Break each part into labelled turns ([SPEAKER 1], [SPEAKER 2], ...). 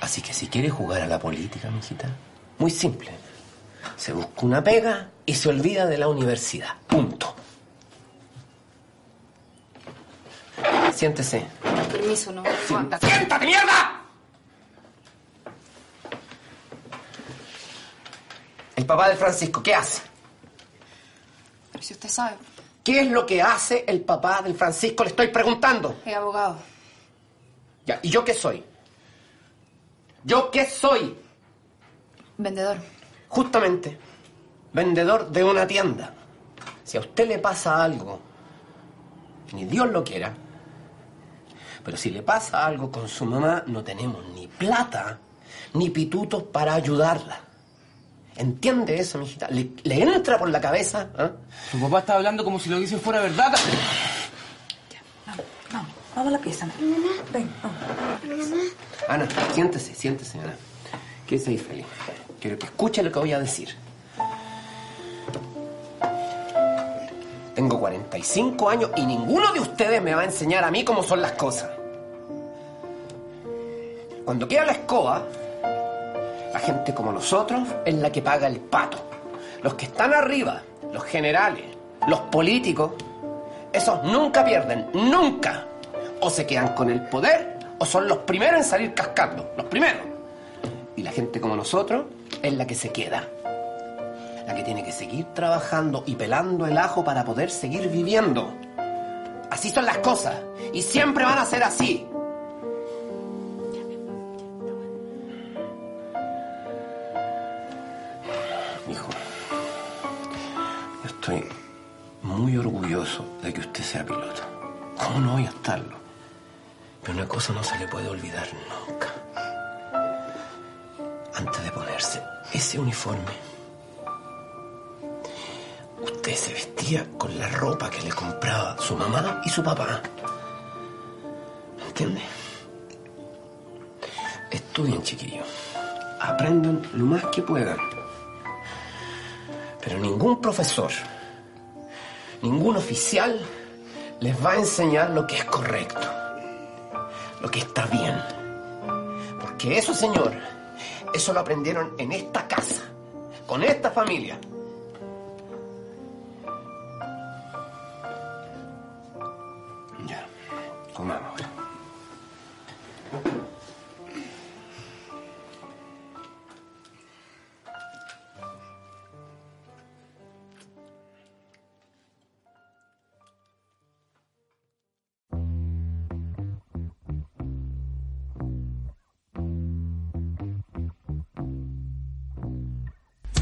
[SPEAKER 1] Así que si quieres jugar a la política, mijita, muy simple. Se busca una pega y se olvida de la universidad. Punto. Siéntese.
[SPEAKER 2] Permiso, no.
[SPEAKER 1] ¡Siéntate, mierda! El papá de Francisco, ¿qué hace?
[SPEAKER 2] Pero si usted sabe,
[SPEAKER 1] ¿Qué es lo que hace el papá del Francisco? Le estoy preguntando.
[SPEAKER 2] es abogado.
[SPEAKER 1] Ya, ¿y yo qué soy? ¿Yo qué soy?
[SPEAKER 2] Vendedor.
[SPEAKER 1] Justamente, vendedor de una tienda. Si a usted le pasa algo, ni Dios lo quiera, pero si le pasa algo con su mamá, no tenemos ni plata ni pitutos para ayudarla. ¿Entiende eso, mijita? ¿Le, le entra por la cabeza? ¿ah?
[SPEAKER 3] Tu papá está hablando como si lo que dice fuera verdad.
[SPEAKER 4] Vamos a la pieza. Ven,
[SPEAKER 1] Ana, siéntese, siéntese, Ana. Quédese ahí, feliz. Quiero que escuche lo que voy a decir. Tengo 45 años y ninguno de ustedes me va a enseñar a mí cómo son las cosas. Cuando queda la escoba, la gente como nosotros es la que paga el pato. Los que están arriba, los generales, los políticos, esos nunca pierden, nunca. O se quedan con el poder o son los primeros en salir cascando, los primeros. Y la gente como nosotros es la que se queda. La que tiene que seguir trabajando y pelando el ajo para poder seguir viviendo. Así son las cosas y siempre van a ser así. Hijo, yo estoy muy orgulloso de que usted sea piloto. ¿Cómo no voy a estarlo? Pero una cosa no se le puede olvidar nunca. Antes de ponerse ese uniforme, usted se vestía con la ropa que le compraba su mamá y su papá. ¿Me entiende? Estudien, chiquillos. Aprendan lo más que puedan. Pero ningún profesor, ningún oficial les va a enseñar lo que es correcto, lo que está bien. Porque eso, señor, eso lo aprendieron en esta casa, con esta familia. Ya, comamos ahora.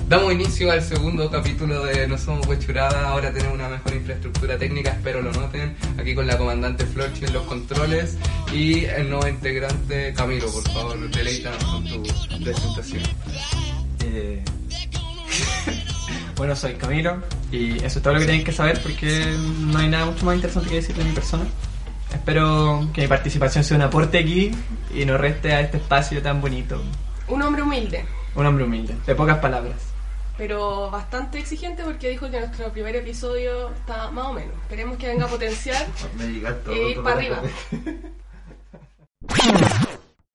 [SPEAKER 3] Damos inicio al segundo capítulo de No Somos Huechurada. Ahora tenemos una mejor infraestructura técnica, espero lo noten. Aquí con la comandante Florchi en los controles y el nuevo integrante Camilo, por favor, deleítanos con tu presentación.
[SPEAKER 5] Eh, bueno, soy Camilo y eso es todo lo que tienen que saber porque no hay nada mucho más interesante que decir de mi persona. Espero que mi participación sea un aporte aquí y no reste a este espacio tan bonito.
[SPEAKER 6] Un hombre humilde,
[SPEAKER 5] Un hombre humilde, de pocas palabras.
[SPEAKER 6] pero bastante exigente porque dijo que nuestro primer episodio está más o menos. Esperemos que venga a potenciar e ir para arriba.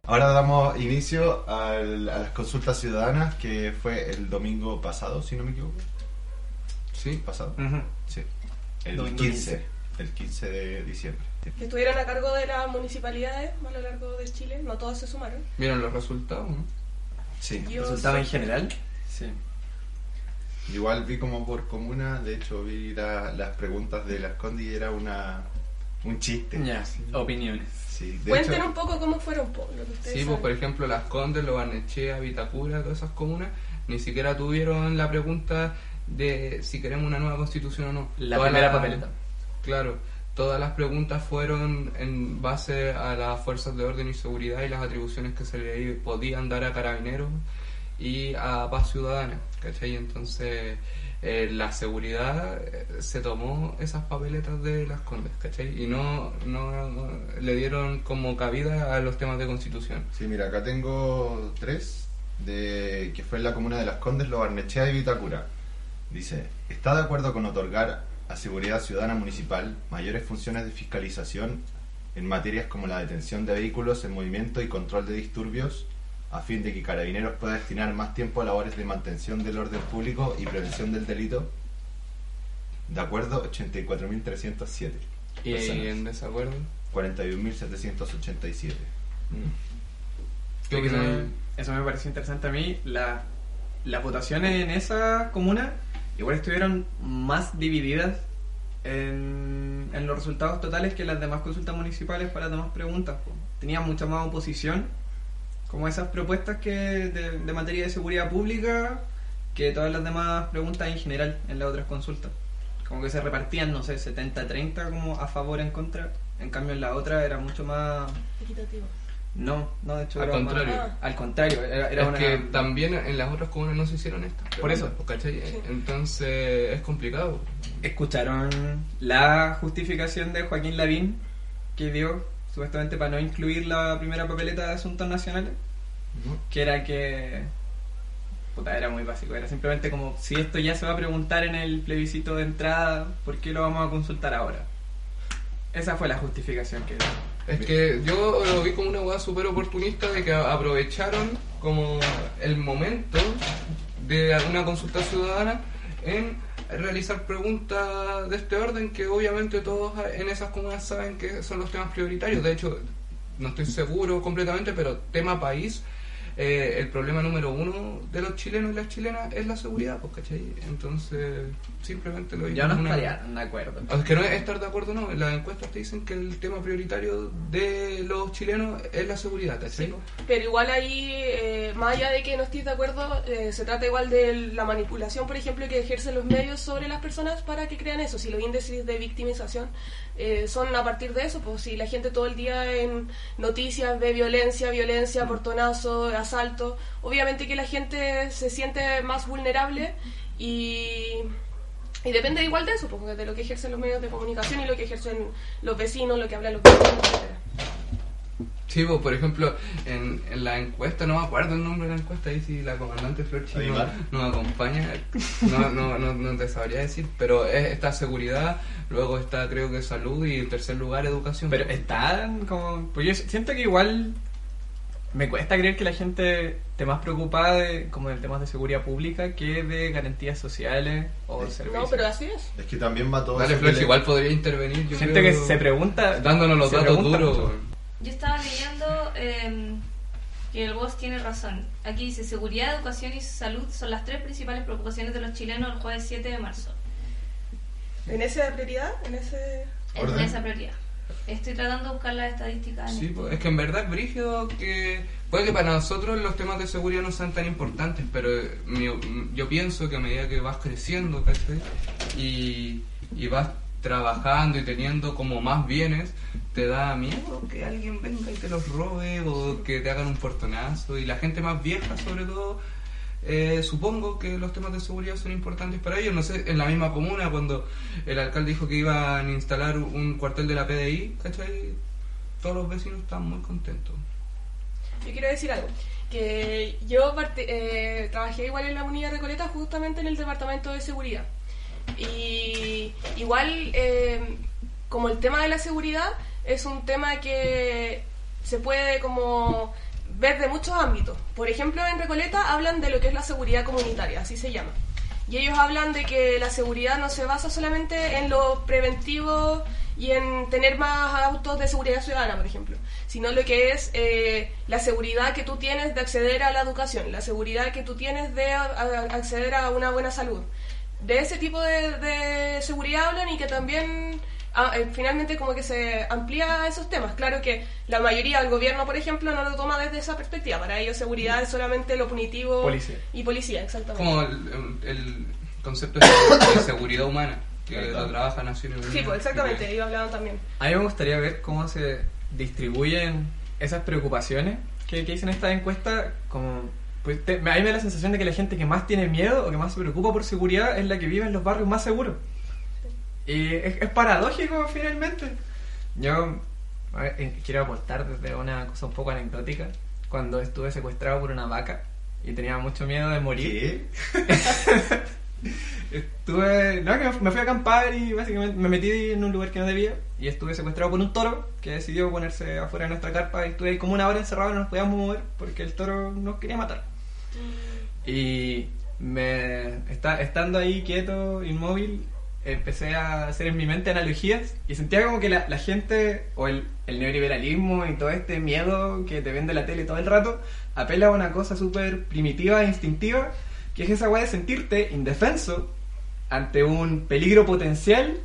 [SPEAKER 7] Ahora damos inicio al- a las consultas ciudadanas que fue el domingo pasado, si no me equivoco.
[SPEAKER 3] ¿Sí?
[SPEAKER 7] ¿Pasado?
[SPEAKER 3] Ujú.
[SPEAKER 7] Sí. El
[SPEAKER 5] Domingo
[SPEAKER 7] 15. El 15 de diciembre. Sí.
[SPEAKER 6] Que estuvieron a cargo de las municipalidades a lo largo de Chile, no todos se sumaron.
[SPEAKER 3] ¿Vieron los resultados? no?
[SPEAKER 7] Sí.
[SPEAKER 6] Yo
[SPEAKER 5] ¿Resultado en
[SPEAKER 6] soy-
[SPEAKER 5] general? Sí.
[SPEAKER 7] Igual vi como por comuna, de hecho vi la- las preguntas de las Condi y era una, un chiste.
[SPEAKER 5] Ya, opiniones.
[SPEAKER 7] Sí, de
[SPEAKER 6] Cuenten
[SPEAKER 7] hecho,
[SPEAKER 6] un poco cómo fueron, po, lo que ustedes
[SPEAKER 3] Sí, pues
[SPEAKER 6] saben.
[SPEAKER 3] por ejemplo Las Condes, Lo Barnechea, Vitacura, todas esas comunas, ni siquiera tuvieron la pregunta de si queremos una nueva constitución o no.
[SPEAKER 5] La
[SPEAKER 3] Todas
[SPEAKER 5] primera
[SPEAKER 3] las-
[SPEAKER 5] papeleta.
[SPEAKER 3] Claro, Todas las preguntas fueron en base a las fuerzas de orden y seguridad y las atribuciones que se le podían dar a carabineros y a paz ciudadana, ¿cachai? Entonces eh, la seguridad eh, se tomó esas papeletas de las condes, ¿cachai? Y no, no, no le dieron como cabida a los temas de constitución.
[SPEAKER 7] Sí, mira, acá tengo tres, de, que fue en la comuna de Las Condes, Lo Barnechea y Vitacura. Dice, ¿está de acuerdo con otorgar a Seguridad Ciudadana Municipal mayores funciones de fiscalización en materias como la detención de vehículos en movimiento y control de disturbios, a fin de que Carabineros pueda destinar más tiempo a labores de mantención del orden público y prevención del delito? De acuerdo, 84.307.
[SPEAKER 3] Y
[SPEAKER 7] personas.
[SPEAKER 3] en desacuerdo.
[SPEAKER 7] 41.787.
[SPEAKER 3] ¿Qué
[SPEAKER 5] Creo que
[SPEAKER 3] opinas?
[SPEAKER 5] eso- Eso me pareció interesante a mí. La- las votaciones en esa comuna igual estuvieron más divididas en, en los resultados totales que las demás consultas municipales para las demás preguntas. po. Tenía mucha más oposición, como esas propuestas que de, de materia de seguridad pública, que todas las demás preguntas en general en las otras consultas. Como que se repartían, no sé, 70-30 como a favor en contra. En cambio en la otra era mucho más...
[SPEAKER 6] Equitativo.
[SPEAKER 5] No, no, de hecho
[SPEAKER 3] Al
[SPEAKER 5] era más-
[SPEAKER 3] contrario.
[SPEAKER 5] al contrario, era, era
[SPEAKER 3] es
[SPEAKER 5] una...
[SPEAKER 3] que también en las otras comunas no se hicieron estas.
[SPEAKER 5] Por eso.
[SPEAKER 3] preguntas, ¿cachai? Entonces es complicado.
[SPEAKER 5] Escucharon la justificación de Joaquín Lavín que dio supuestamente para no incluir la primera papeleta de asuntos nacionales, que era que... Puta, era muy básico, era simplemente como si esto ya se va a preguntar en el plebiscito de entrada, ¿por qué lo vamos a consultar ahora? Esa fue la justificación que dio.
[SPEAKER 3] Es que yo lo vi como una hueá súper oportunista de que aprovecharon como el momento de una consulta ciudadana en realizar preguntas de este orden que obviamente todos en esas comunas saben que son los temas prioritarios. De hecho, no estoy seguro completamente, pero tema país, eh, el problema número uno de los chilenos y las chilenas es la seguridad, pues, ¿cachai? Entonces, simplemente lo vi
[SPEAKER 5] Ya
[SPEAKER 3] como
[SPEAKER 5] no
[SPEAKER 3] una-
[SPEAKER 5] estarían de acuerdo.
[SPEAKER 3] o sea, que no es estar de acuerdo, no. En las encuestas te dicen que el tema prioritario de los chilenos es la seguridad, ¿cachai?
[SPEAKER 6] Sí, po. Pero igual ahí, eh, más allá de que no estés de acuerdo, eh, se trata igual de la manipulación, por ejemplo, que ejercen los medios sobre las personas para que crean eso. Si los índices de victimización eh, son a partir de eso, pues si la gente todo el día en noticias ve violencia, violencia, portonazo, asalto, obviamente que la gente se siente más vulnerable y y depende igual de eso, pues, de lo que ejercen los medios de comunicación y lo que ejercen los vecinos, lo que hablan los vecinos, etcétera.
[SPEAKER 3] Sí, pues, por ejemplo, en, en la encuesta, no me acuerdo el nombre de la encuesta, ahí si la comandante Flor Chi no-
[SPEAKER 7] Aymar.
[SPEAKER 3] nos acompaña, no, no, no, no te sabría decir, pero es, está seguridad, luego está creo que salud y en tercer lugar educación.
[SPEAKER 5] Pero están como. Pues yo siento que igual. Me cuesta creer que la gente esté más preocupada de, como de temas de seguridad pública que de garantías sociales o
[SPEAKER 7] Sí.
[SPEAKER 5] servicios.
[SPEAKER 6] No, pero así es.
[SPEAKER 7] Es que también va todo...
[SPEAKER 3] Dale,
[SPEAKER 7] sobre
[SPEAKER 3] Flor,
[SPEAKER 7] el-
[SPEAKER 3] igual podría intervenir. Yo
[SPEAKER 5] Gente
[SPEAKER 3] creo,
[SPEAKER 5] que se pregunta.
[SPEAKER 3] Dándonos los
[SPEAKER 5] se
[SPEAKER 3] datos
[SPEAKER 5] pregunta
[SPEAKER 3] duros.
[SPEAKER 5] mucho.
[SPEAKER 3] weón.
[SPEAKER 8] Yo estaba leyendo eh, que el boss tiene razón. Aquí dice, seguridad, educación y salud son las tres principales preocupaciones de los chilenos el jueves 7 de marzo.
[SPEAKER 6] ¿En esa prioridad? ¿En ese...?
[SPEAKER 8] Es
[SPEAKER 7] Orden.
[SPEAKER 8] esa prioridad. Estoy tratando de buscar las estadísticas. en
[SPEAKER 3] Sí,
[SPEAKER 8] esto.
[SPEAKER 3] pues, es que en verdad es brígido que... Puede que para nosotros los temas de seguridad no sean tan importantes, pero eh, mi- yo pienso que a medida que vas creciendo, ¿cachai? Y, y vas trabajando y teniendo como más bienes, te da miedo que alguien venga y te los robe o que te hagan un portonazo. Y la gente más vieja, sobre todo, eh, supongo que los temas de seguridad son importantes para ellos. No sé, en la misma comuna, cuando el alcalde dijo que iban a instalar un cuartel de la PDI, ¿cachai? Todos los vecinos están muy contentos.
[SPEAKER 6] Yo quiero decir algo. Que yo parte- eh, trabajé igual en la Unidad Recoleta justamente en el Departamento de Seguridad. Y igual, eh, como el tema de la seguridad es un tema que se puede como ver de muchos ámbitos. Por ejemplo, en Recoleta hablan de lo que es la seguridad comunitaria, así se llama. Y ellos hablan de que la seguridad no se basa solamente en lo preventivo y en tener más autos de seguridad ciudadana, por ejemplo, sino lo que es eh, la seguridad que tú tienes de acceder a la educación, la seguridad que tú tienes de a- a- acceder a una buena salud. De ese tipo de, de seguridad hablan y que también ah, eh, finalmente como que se amplía a esos temas. Claro que la mayoría del gobierno, por ejemplo, no lo toma desde esa perspectiva. Para ellos seguridad es solamente lo punitivo
[SPEAKER 5] Policía.
[SPEAKER 6] y policía, exactamente.
[SPEAKER 3] Como el, el concepto de, de seguridad humana, que
[SPEAKER 7] Verdad.
[SPEAKER 3] lo trabaja Naciones Unidas.
[SPEAKER 6] Sí, pues exactamente, ellos hablaban también.
[SPEAKER 5] A mí me gustaría ver cómo se distribuyen esas preocupaciones que, que dicen esta encuesta. Como, pues, te- a mí me da la sensación de que la gente que más tiene miedo o que más se preocupa por seguridad es la que vive en los barrios más seguros. Y es, es paradójico finalmente. Yo a ver, eh, quiero aportar desde una cosa un poco anecdótica. Cuando estuve secuestrado por una vaca y tenía mucho miedo de morir.
[SPEAKER 7] ¿Qué?
[SPEAKER 5] Estuve. No, que me fu- me fui a acampar y básicamente me metí en un lugar que no debía y estuve secuestrado por un toro que decidió ponerse afuera de nuestra carpa y estuve ahí como una hora encerrado, no nos podíamos mover porque el toro nos quería matar. Y me esta- estando ahí quieto, inmóvil, empecé a hacer en mi mente analogías y sentía como que la, la gente o el, el neoliberalismo y todo este miedo que te vende la tele todo el rato apela a una cosa súper primitiva e instintiva que es esa weá de sentirte indefenso ante un peligro potencial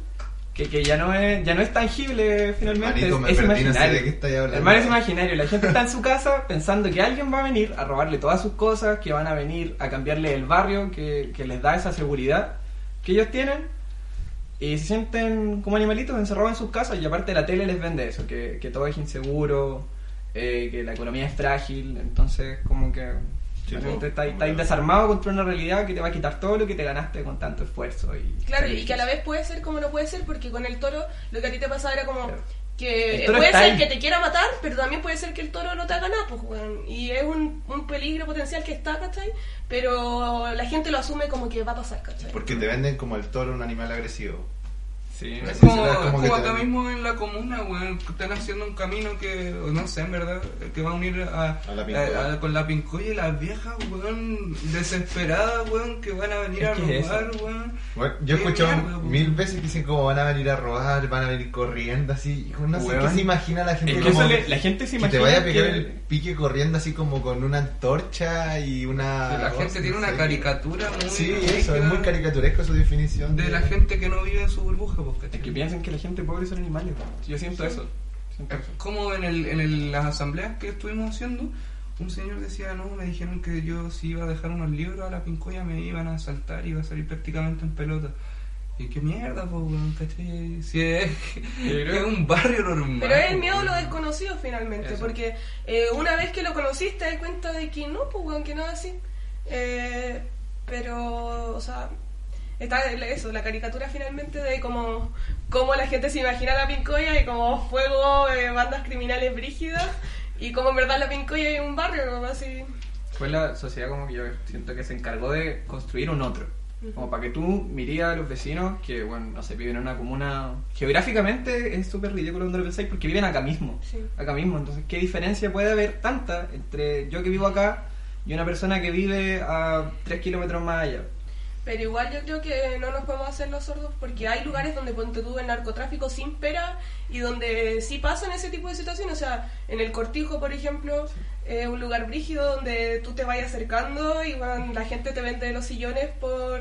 [SPEAKER 5] que, que ya no es ya no es tangible finalmente
[SPEAKER 7] Manito,
[SPEAKER 5] es-
[SPEAKER 7] me
[SPEAKER 5] es
[SPEAKER 7] perdí, no sé
[SPEAKER 5] imaginario
[SPEAKER 7] de qué estáis hablando.
[SPEAKER 5] Hermano, es imaginario la gente está en su casa pensando que alguien va a venir a robarle todas sus cosas que van a venir a cambiarle el barrio que, que les da esa seguridad que ellos tienen y eh, se sienten como animalitos encerrados en sus casas y aparte la tele les vende eso que, que todo es inseguro eh, que la economía es frágil entonces como que
[SPEAKER 7] Sí,
[SPEAKER 5] la
[SPEAKER 7] pues,
[SPEAKER 5] gente está,
[SPEAKER 7] como
[SPEAKER 5] está
[SPEAKER 7] que-
[SPEAKER 5] desarmado contra una realidad que te va a quitar todo lo que te ganaste con tanto esfuerzo y
[SPEAKER 6] Claro, y que a la vez puede ser como no puede ser, porque con el toro lo que a ti te pasaba era como
[SPEAKER 5] Claro. El
[SPEAKER 6] que
[SPEAKER 5] toro
[SPEAKER 6] puede
[SPEAKER 5] está
[SPEAKER 6] ser
[SPEAKER 5] ahí.
[SPEAKER 6] que te quiera matar, pero también puede ser que el toro no te haga nada, pues, weón. Y es un, un peligro potencial que está, ¿cachai? Pero la gente lo asume como que va a pasar, ¿cachai?
[SPEAKER 7] Porque te venden como el toro un animal agresivo.
[SPEAKER 5] Sí.
[SPEAKER 7] Así
[SPEAKER 3] Es
[SPEAKER 7] se
[SPEAKER 3] como,
[SPEAKER 7] da,
[SPEAKER 3] es
[SPEAKER 7] como
[SPEAKER 3] como
[SPEAKER 7] que te-
[SPEAKER 3] acá mismo en la comuna, weón. que Están haciendo un camino que, o no sé, en verdad, eh, que va a unir a,
[SPEAKER 7] A la Pincoya.
[SPEAKER 3] a- a- con la pincoya y las viejas, weón, desesperadas, weón, que van a venir a
[SPEAKER 5] Es que es
[SPEAKER 3] robar, weón.
[SPEAKER 7] Bueno, yo he
[SPEAKER 3] Qué
[SPEAKER 7] escuchado
[SPEAKER 3] mierda, weón.
[SPEAKER 7] mil veces que dicen como van a venir a robar, van a venir corriendo así. Hijo, No sé
[SPEAKER 5] Weón.
[SPEAKER 7] qué se imagina la gente.
[SPEAKER 5] Es que
[SPEAKER 7] como
[SPEAKER 5] eso le- la gente se
[SPEAKER 7] que
[SPEAKER 5] imagina
[SPEAKER 7] te vaya a
[SPEAKER 5] que-
[SPEAKER 7] pegar el pique corriendo así como con una antorcha y una.
[SPEAKER 3] la gente
[SPEAKER 7] oh,
[SPEAKER 3] tiene
[SPEAKER 7] no
[SPEAKER 3] una
[SPEAKER 7] sé.
[SPEAKER 3] caricatura muy.
[SPEAKER 7] Sí, eso, es muy
[SPEAKER 3] rígida
[SPEAKER 7] caricaturesco su definición.
[SPEAKER 3] De la gente que no vive en su burbuja, pues, ¿cachai?
[SPEAKER 5] Es que piensan que la gente pobre son animales. Yo siento eso. Siento
[SPEAKER 3] Es
[SPEAKER 5] eso.
[SPEAKER 3] como en, el, en el- las asambleas que estuvimos haciendo, un señor decía, no, me dijeron que yo si iba a dejar unos libros a la pincoya me iban a asaltar, iba a salir prácticamente en pelota. Y qué mierda, po, weón, ¿cachai? Si es,
[SPEAKER 5] creo-
[SPEAKER 3] es un barrio normal.
[SPEAKER 6] Pero es el
[SPEAKER 3] po,
[SPEAKER 6] miedo a lo
[SPEAKER 3] weón.
[SPEAKER 6] desconocido finalmente,
[SPEAKER 3] Eso.
[SPEAKER 6] porque eh, una vez que lo conociste te das cuenta de que no, pues weón, que no es así. Eh, pero, o sea, está el- eso, la caricatura finalmente de cómo, cómo la gente se imagina la pincoya y como fuego, eh, bandas criminales brígidas, y como en verdad la pincoya es un barrio, como así.
[SPEAKER 5] Fue la sociedad como que yo siento que se encargó de construir un otro. Como para que tú mirías a los vecinos que, bueno, no sé, viven en una comuna... Geográficamente es súper ridículo donde lo pensáis porque viven acá mismo.
[SPEAKER 6] Sí.
[SPEAKER 5] Acá mismo. Entonces, ¿qué diferencia puede haber tanta entre yo que vivo acá y una persona que vive a 3 kilómetros más allá?
[SPEAKER 6] Pero igual yo creo que no nos podemos hacer los sordos porque hay lugares donde ponte tú el narcotráfico sin pera y donde sí pasan ese tipo de situaciones. O sea, en el Cortijo, por ejemplo, eh, un lugar brígido donde tú te vayas acercando y bueno, la gente te vende los sillones por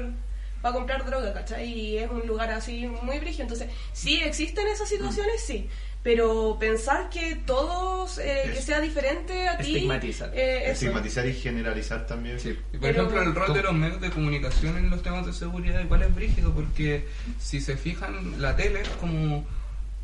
[SPEAKER 6] para comprar droga, ¿cachai? Y es un lugar así muy brígido. Entonces, sí existen esas situaciones, sí. Pero pensar que todos, eh, que
[SPEAKER 7] Es-
[SPEAKER 6] sea diferente a ti...
[SPEAKER 5] estigmatizar.
[SPEAKER 6] eh, eso.
[SPEAKER 7] Estigmatizar y generalizar también.
[SPEAKER 3] Y, por
[SPEAKER 6] Pero-
[SPEAKER 3] ejemplo, el rol de los medios de comunicación en los temas de seguridad igual es brígido, porque si se fijan, la tele es como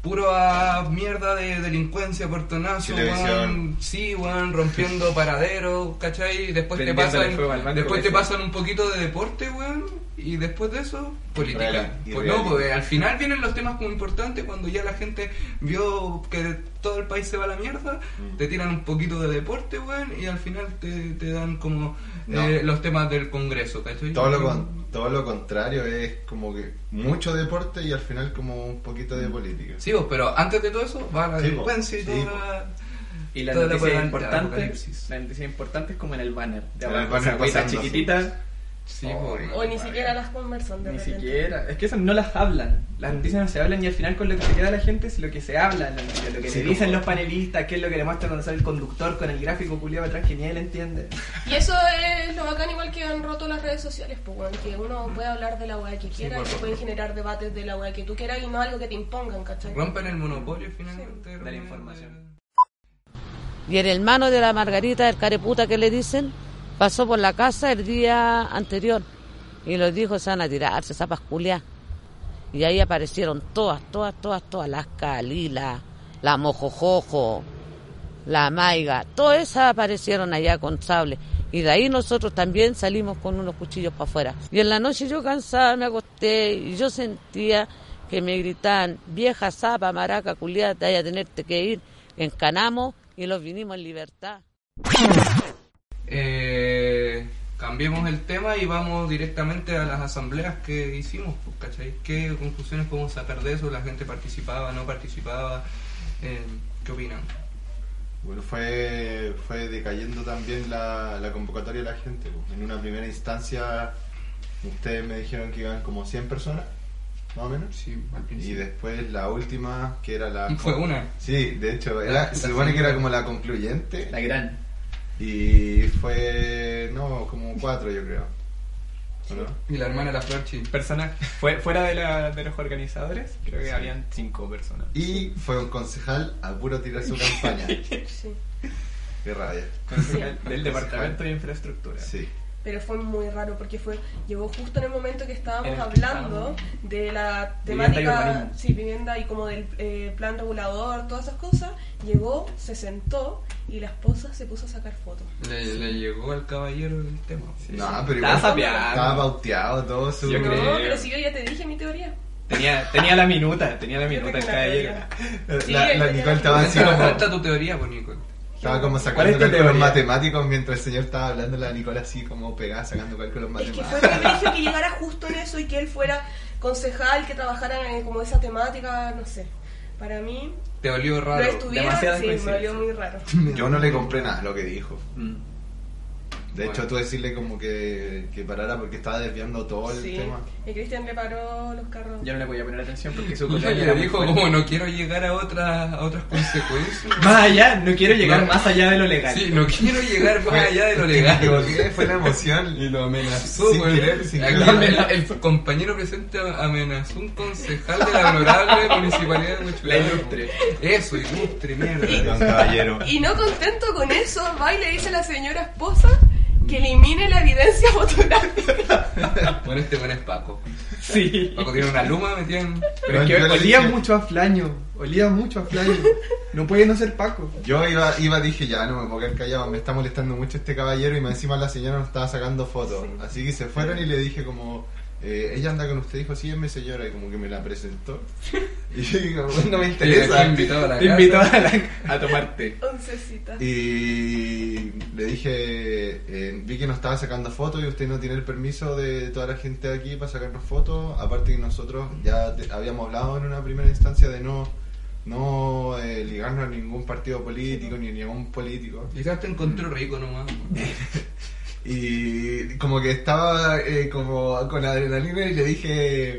[SPEAKER 3] pura mierda de delincuencia, portonazo,
[SPEAKER 7] Televisión.
[SPEAKER 3] weón, sí, weón, rompiendo paraderos, ¿cachai? Y Después te,
[SPEAKER 5] Vendiéndole
[SPEAKER 3] pasan,
[SPEAKER 5] fuego al banco,
[SPEAKER 3] después te
[SPEAKER 5] eso.
[SPEAKER 3] pasan un poquito de deporte, weón, y después de eso, política.
[SPEAKER 7] Real, y
[SPEAKER 3] Pues no,
[SPEAKER 7] real.
[SPEAKER 3] pues al final vienen los temas como importantes, cuando ya la gente vio que todo el país se va a la mierda,
[SPEAKER 7] Mm.
[SPEAKER 3] te tiran un poquito de deporte, weón, y al final te, te dan como
[SPEAKER 7] No.
[SPEAKER 3] eh, los temas del Congreso, ¿cachai?
[SPEAKER 7] Todo lo, con- todo lo contrario es como que mucho deporte y al final como un poquito de política.
[SPEAKER 3] Mm. Sí, vos, pero antes de todo eso va la
[SPEAKER 7] Sí,
[SPEAKER 3] delincuencia y
[SPEAKER 7] sí,
[SPEAKER 3] toda
[SPEAKER 7] po.
[SPEAKER 3] la...
[SPEAKER 5] Y la
[SPEAKER 3] Toda la
[SPEAKER 5] noticia
[SPEAKER 3] hueá
[SPEAKER 5] importante,
[SPEAKER 3] apocalipsis.
[SPEAKER 5] la noticia importante es como en el banner. De
[SPEAKER 7] En
[SPEAKER 5] abajo,
[SPEAKER 7] el banner
[SPEAKER 5] esa agüita
[SPEAKER 7] pasando así.
[SPEAKER 5] chiquitita.
[SPEAKER 3] Sí,
[SPEAKER 7] Ay,
[SPEAKER 3] po.
[SPEAKER 6] O ni siquiera las conversan de
[SPEAKER 5] Ni
[SPEAKER 6] repente.
[SPEAKER 5] siquiera, es que esas no las hablan. Las noticias no se hablan y al final con lo que se queda la gente es lo que se habla, en la noticia, lo que
[SPEAKER 7] Sí,
[SPEAKER 5] le
[SPEAKER 7] como-
[SPEAKER 5] dicen los panelistas, qué es lo que le muestra cuando sale el conductor con el gráfico culiado atrás que ni él entiende.
[SPEAKER 6] Y eso es lo bacán igual que han roto las redes sociales, pues, weón, que uno puede hablar de la weá que quiera
[SPEAKER 5] pues,
[SPEAKER 6] y se pueden generar debates de la weá que tú quieras y no algo que te impongan, ¿cachai?
[SPEAKER 3] Rompen el monopolio finalmente.
[SPEAKER 5] de la
[SPEAKER 3] rompen-
[SPEAKER 5] información.
[SPEAKER 9] Y el hermano de la Margarita, el careputa que le dicen, pasó por la casa el día anterior y los dijo, se van a tirar, se zapas culia. Y ahí aparecieron todas, todas, todas, todas. Las Calila, la Mojojojo, la Maiga. Todas esas aparecieron allá con sable. Y de ahí nosotros también salimos con unos cuchillos para afuera. Y en la noche yo cansada me acosté y yo sentía que me gritaban, vieja zapa, maraca, culiada, te vaya a tenerte que ir. Encanamos y los vinimos en libertad.
[SPEAKER 3] Eh, cambiemos el tema y vamos directamente a las asambleas que hicimos, pues, ¿cachai? ¿Qué conclusiones podemos sacar de eso? ¿La gente participaba, no participaba? Eh, ¿Qué opinan?
[SPEAKER 7] Bueno, fue, fue decayendo también la, la convocatoria de la gente. pues. En una primera instancia, ustedes me dijeron que iban como 100 personas, más o menos. Y después la última, que era la...
[SPEAKER 3] Fue una.
[SPEAKER 7] Sí, de hecho, era- se supone que era como la concluyente.
[SPEAKER 10] La gran.
[SPEAKER 7] Y fue, no, como cuatro yo creo. ¿O no?
[SPEAKER 3] Y la hermana de la Florchi.
[SPEAKER 5] Personas fue, fuera de, la- de los organizadores, creo que
[SPEAKER 7] Sí.
[SPEAKER 5] habían cinco personas.
[SPEAKER 7] Y fue un concejal a puro tirar su campaña.
[SPEAKER 6] Sí.
[SPEAKER 7] Qué rabia.
[SPEAKER 5] Concejal del Departamento de Infraestructura.
[SPEAKER 7] Sí.
[SPEAKER 6] Pero fue muy raro porque fue llegó justo en el momento que estábamos
[SPEAKER 5] En el que
[SPEAKER 6] hablando de la
[SPEAKER 5] Vivienda y
[SPEAKER 6] temática
[SPEAKER 5] urbanismo.
[SPEAKER 6] sí, vivienda y como del eh, plan regulador, todas esas cosas. Llegó, se sentó y la esposa se puso a sacar fotos.
[SPEAKER 3] Le, le llegó al caballero el tema.
[SPEAKER 7] No, pero igual
[SPEAKER 5] Estaba sapeando.
[SPEAKER 7] estaba bauteado todo su...
[SPEAKER 5] Yo
[SPEAKER 6] No,
[SPEAKER 5] creo.
[SPEAKER 6] pero si yo ya te dije mi teoría.
[SPEAKER 5] Tenía, tenía la minuta, tenía la minuta el
[SPEAKER 6] tengo la
[SPEAKER 5] caballero.
[SPEAKER 6] Sí,
[SPEAKER 7] La, la
[SPEAKER 6] el-
[SPEAKER 7] Nicole estaba así
[SPEAKER 3] Cuenta-
[SPEAKER 7] como...
[SPEAKER 3] cuenta tu teoría, pues, Nicole.
[SPEAKER 7] Estaba
[SPEAKER 5] ¿Cuál
[SPEAKER 7] como
[SPEAKER 5] es
[SPEAKER 7] sacando
[SPEAKER 5] tu
[SPEAKER 7] cálculos
[SPEAKER 5] teoría?
[SPEAKER 7] matemáticos mientras el señor estaba hablando, la Nicola así como pegada sacando cálculos
[SPEAKER 6] Es que
[SPEAKER 7] matemáticos.
[SPEAKER 6] fue muy brillo que llegara justo en eso y que él fuera concejal, que trabajara en como esa temática, no sé. Para mí,
[SPEAKER 3] Te olió
[SPEAKER 6] lo
[SPEAKER 3] raro.
[SPEAKER 6] estuviera,
[SPEAKER 5] demasiadas
[SPEAKER 6] sí, me
[SPEAKER 5] coincidencias.
[SPEAKER 6] valió muy raro.
[SPEAKER 7] Yo no le compré nada de lo que dijo.
[SPEAKER 5] Mm.
[SPEAKER 7] De hecho, tú decirle como que, que parara porque estaba desviando todo el
[SPEAKER 6] Sí.
[SPEAKER 7] tema.
[SPEAKER 6] Y Cristian le paró los carros.
[SPEAKER 5] Yo no le podía poner atención porque su
[SPEAKER 3] Y
[SPEAKER 5] colega
[SPEAKER 3] le
[SPEAKER 5] era muy
[SPEAKER 3] dijo
[SPEAKER 5] fuerte.
[SPEAKER 3] como no quiero llegar a otras a otras consecuencias.
[SPEAKER 5] Más allá, no quiero llegar
[SPEAKER 3] No.
[SPEAKER 5] más allá de lo legal.
[SPEAKER 3] Sí, no quiero llegar más allá de lo
[SPEAKER 7] Me
[SPEAKER 3] legal.
[SPEAKER 7] equivoqué, fue la emoción y lo amenazó.
[SPEAKER 3] Amenazó,
[SPEAKER 7] sin
[SPEAKER 3] güey.
[SPEAKER 7] querer, sin
[SPEAKER 3] Aquí
[SPEAKER 7] querer.
[SPEAKER 3] el, el compañero presente amenazó un concejal de la honorable municipalidad de Huechuraba.
[SPEAKER 5] La ilustre.
[SPEAKER 3] Eso, ilustre, mierda.
[SPEAKER 7] Perdón, caballero.
[SPEAKER 6] Y no contento con eso, va y le dice a la señora esposa que elimine la evidencia fotográfica.
[SPEAKER 3] Bueno, este bueno es Paco.
[SPEAKER 5] Sí.
[SPEAKER 3] Paco tiene una luma metida en...
[SPEAKER 5] Pero es
[SPEAKER 7] Yo
[SPEAKER 5] que
[SPEAKER 7] le
[SPEAKER 5] olía
[SPEAKER 7] dije-
[SPEAKER 5] mucho a flaño. Olía mucho a flaño. No podía no ser Paco.
[SPEAKER 7] Yo iba, iba, dije ya, no me puedo quedar callado, me está molestando mucho este caballero y más encima la señora nos estaba sacando fotos. Así que se fueron y le dije como, eh, ella anda con usted, dijo, sí, es mi señora, y como que me la presentó. Y yo digo, no me
[SPEAKER 3] Te
[SPEAKER 7] interesa.
[SPEAKER 3] invitó a la
[SPEAKER 5] Te
[SPEAKER 3] casa.
[SPEAKER 5] invitó a, la- a tomarte.
[SPEAKER 6] Oncecita.
[SPEAKER 7] Y le dije, eh, vi que nos estaba sacando fotos y usted no tiene el permiso de toda la gente de aquí para sacarnos fotos. Aparte que nosotros ya te- habíamos hablado en una primera instancia de no, no eh, ligarnos a ningún partido político ni a ningún político. Mm.
[SPEAKER 3] Quizás te encontró rico nomás.
[SPEAKER 7] Y como que estaba eh, como con adrenalina y le dije...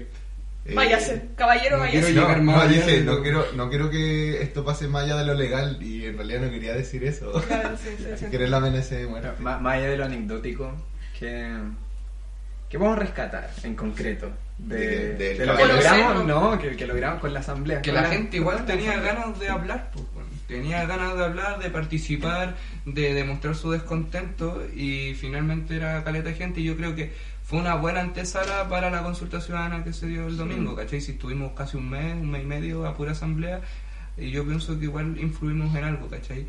[SPEAKER 7] eh,
[SPEAKER 6] váyase, caballero,
[SPEAKER 3] no
[SPEAKER 6] váyase.
[SPEAKER 3] quiero
[SPEAKER 7] No,
[SPEAKER 3] llegar más
[SPEAKER 7] no,
[SPEAKER 3] allá
[SPEAKER 7] dije,
[SPEAKER 3] de lo-
[SPEAKER 7] no quiero, no quiero que esto pase más allá de lo legal y en realidad no quería decir eso.
[SPEAKER 6] Claro, sí, sí,
[SPEAKER 7] Si
[SPEAKER 6] sí.
[SPEAKER 7] querés la amenacé, bueno.
[SPEAKER 5] Má- más allá de lo anecdótico, que, que vamos a rescatar en concreto de,
[SPEAKER 7] De- del
[SPEAKER 5] de lo que
[SPEAKER 7] caballero.
[SPEAKER 5] logramos,
[SPEAKER 6] Bueno,
[SPEAKER 5] no, que, que logramos con la asamblea.
[SPEAKER 3] Que la gente igual tenía ganas de hablar, pues, bueno. tenía ganas de hablar, de participar, de demostrar su descontento y finalmente era caleta de gente y yo creo que fue una buena antesala para la consulta ciudadana que se dio el domingo, ¿cachai? Si estuvimos casi un mes, un mes y medio a pura asamblea y yo pienso que igual influimos en algo, ¿cachai?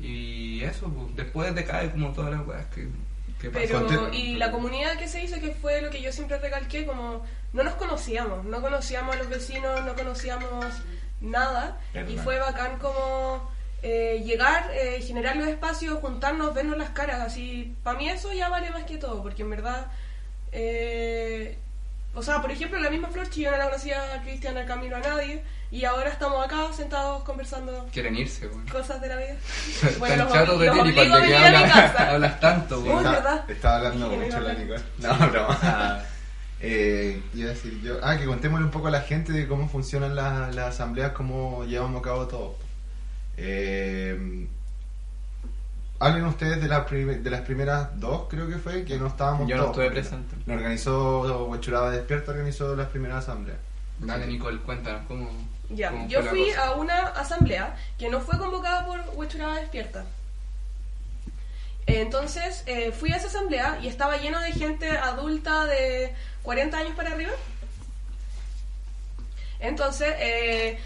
[SPEAKER 3] Y eso, pues, después decae como todas las weas que, que pasan.
[SPEAKER 6] Pero, y la comunidad que se hizo, que fue lo que yo siempre recalqué, como no nos conocíamos, no conocíamos a los vecinos, no conocíamos nada, y
[SPEAKER 7] Verdad.
[SPEAKER 6] fue bacán como eh, llegar, eh, generar los espacios, juntarnos, vernos las caras, así, para mí eso ya vale más que todo, porque en verdad, eh, o sea, por ejemplo, la misma Flor, yo no la conocía a Cristian, a Camilo, a nadie, y ahora estamos acá sentados conversando
[SPEAKER 3] Quieren irse, bueno.
[SPEAKER 6] cosas de la vida.
[SPEAKER 3] Tan
[SPEAKER 6] los
[SPEAKER 3] chato de
[SPEAKER 6] obli-
[SPEAKER 3] ti
[SPEAKER 6] los
[SPEAKER 3] ni cuando
[SPEAKER 6] obligo
[SPEAKER 3] que
[SPEAKER 6] a venir a mi
[SPEAKER 3] hablas,
[SPEAKER 6] casa.
[SPEAKER 3] hablas tanto,
[SPEAKER 6] Sí.
[SPEAKER 3] weón.
[SPEAKER 6] Uy, ¿verdad?
[SPEAKER 7] estaba hablando
[SPEAKER 6] Sí,
[SPEAKER 7] mucho
[SPEAKER 6] ¿verdad?
[SPEAKER 7] la Nicole. No, broma. Eh, iba a decir yo, ah, que contémosle un poco a la gente de cómo funcionan las, las asambleas, cómo llevamos a cabo todo. Eh, hablen ustedes de, las prim- de las primeras dos, creo que fue, que no estábamos
[SPEAKER 5] Yo no
[SPEAKER 7] todos.
[SPEAKER 5] estuve presente.
[SPEAKER 7] Lo organizó Huachuraba Despierta, organizó las primeras asambleas.
[SPEAKER 3] Dale, Nicole, cuéntanos cómo.
[SPEAKER 6] Ya,
[SPEAKER 3] cómo
[SPEAKER 6] yo
[SPEAKER 3] fue la
[SPEAKER 6] fui
[SPEAKER 3] cosa.
[SPEAKER 6] a una asamblea que no fue convocada por Huechuraba Despierta. Entonces eh, fui a esa asamblea y estaba lleno de gente adulta de 40 años para arriba. Entonces, eh,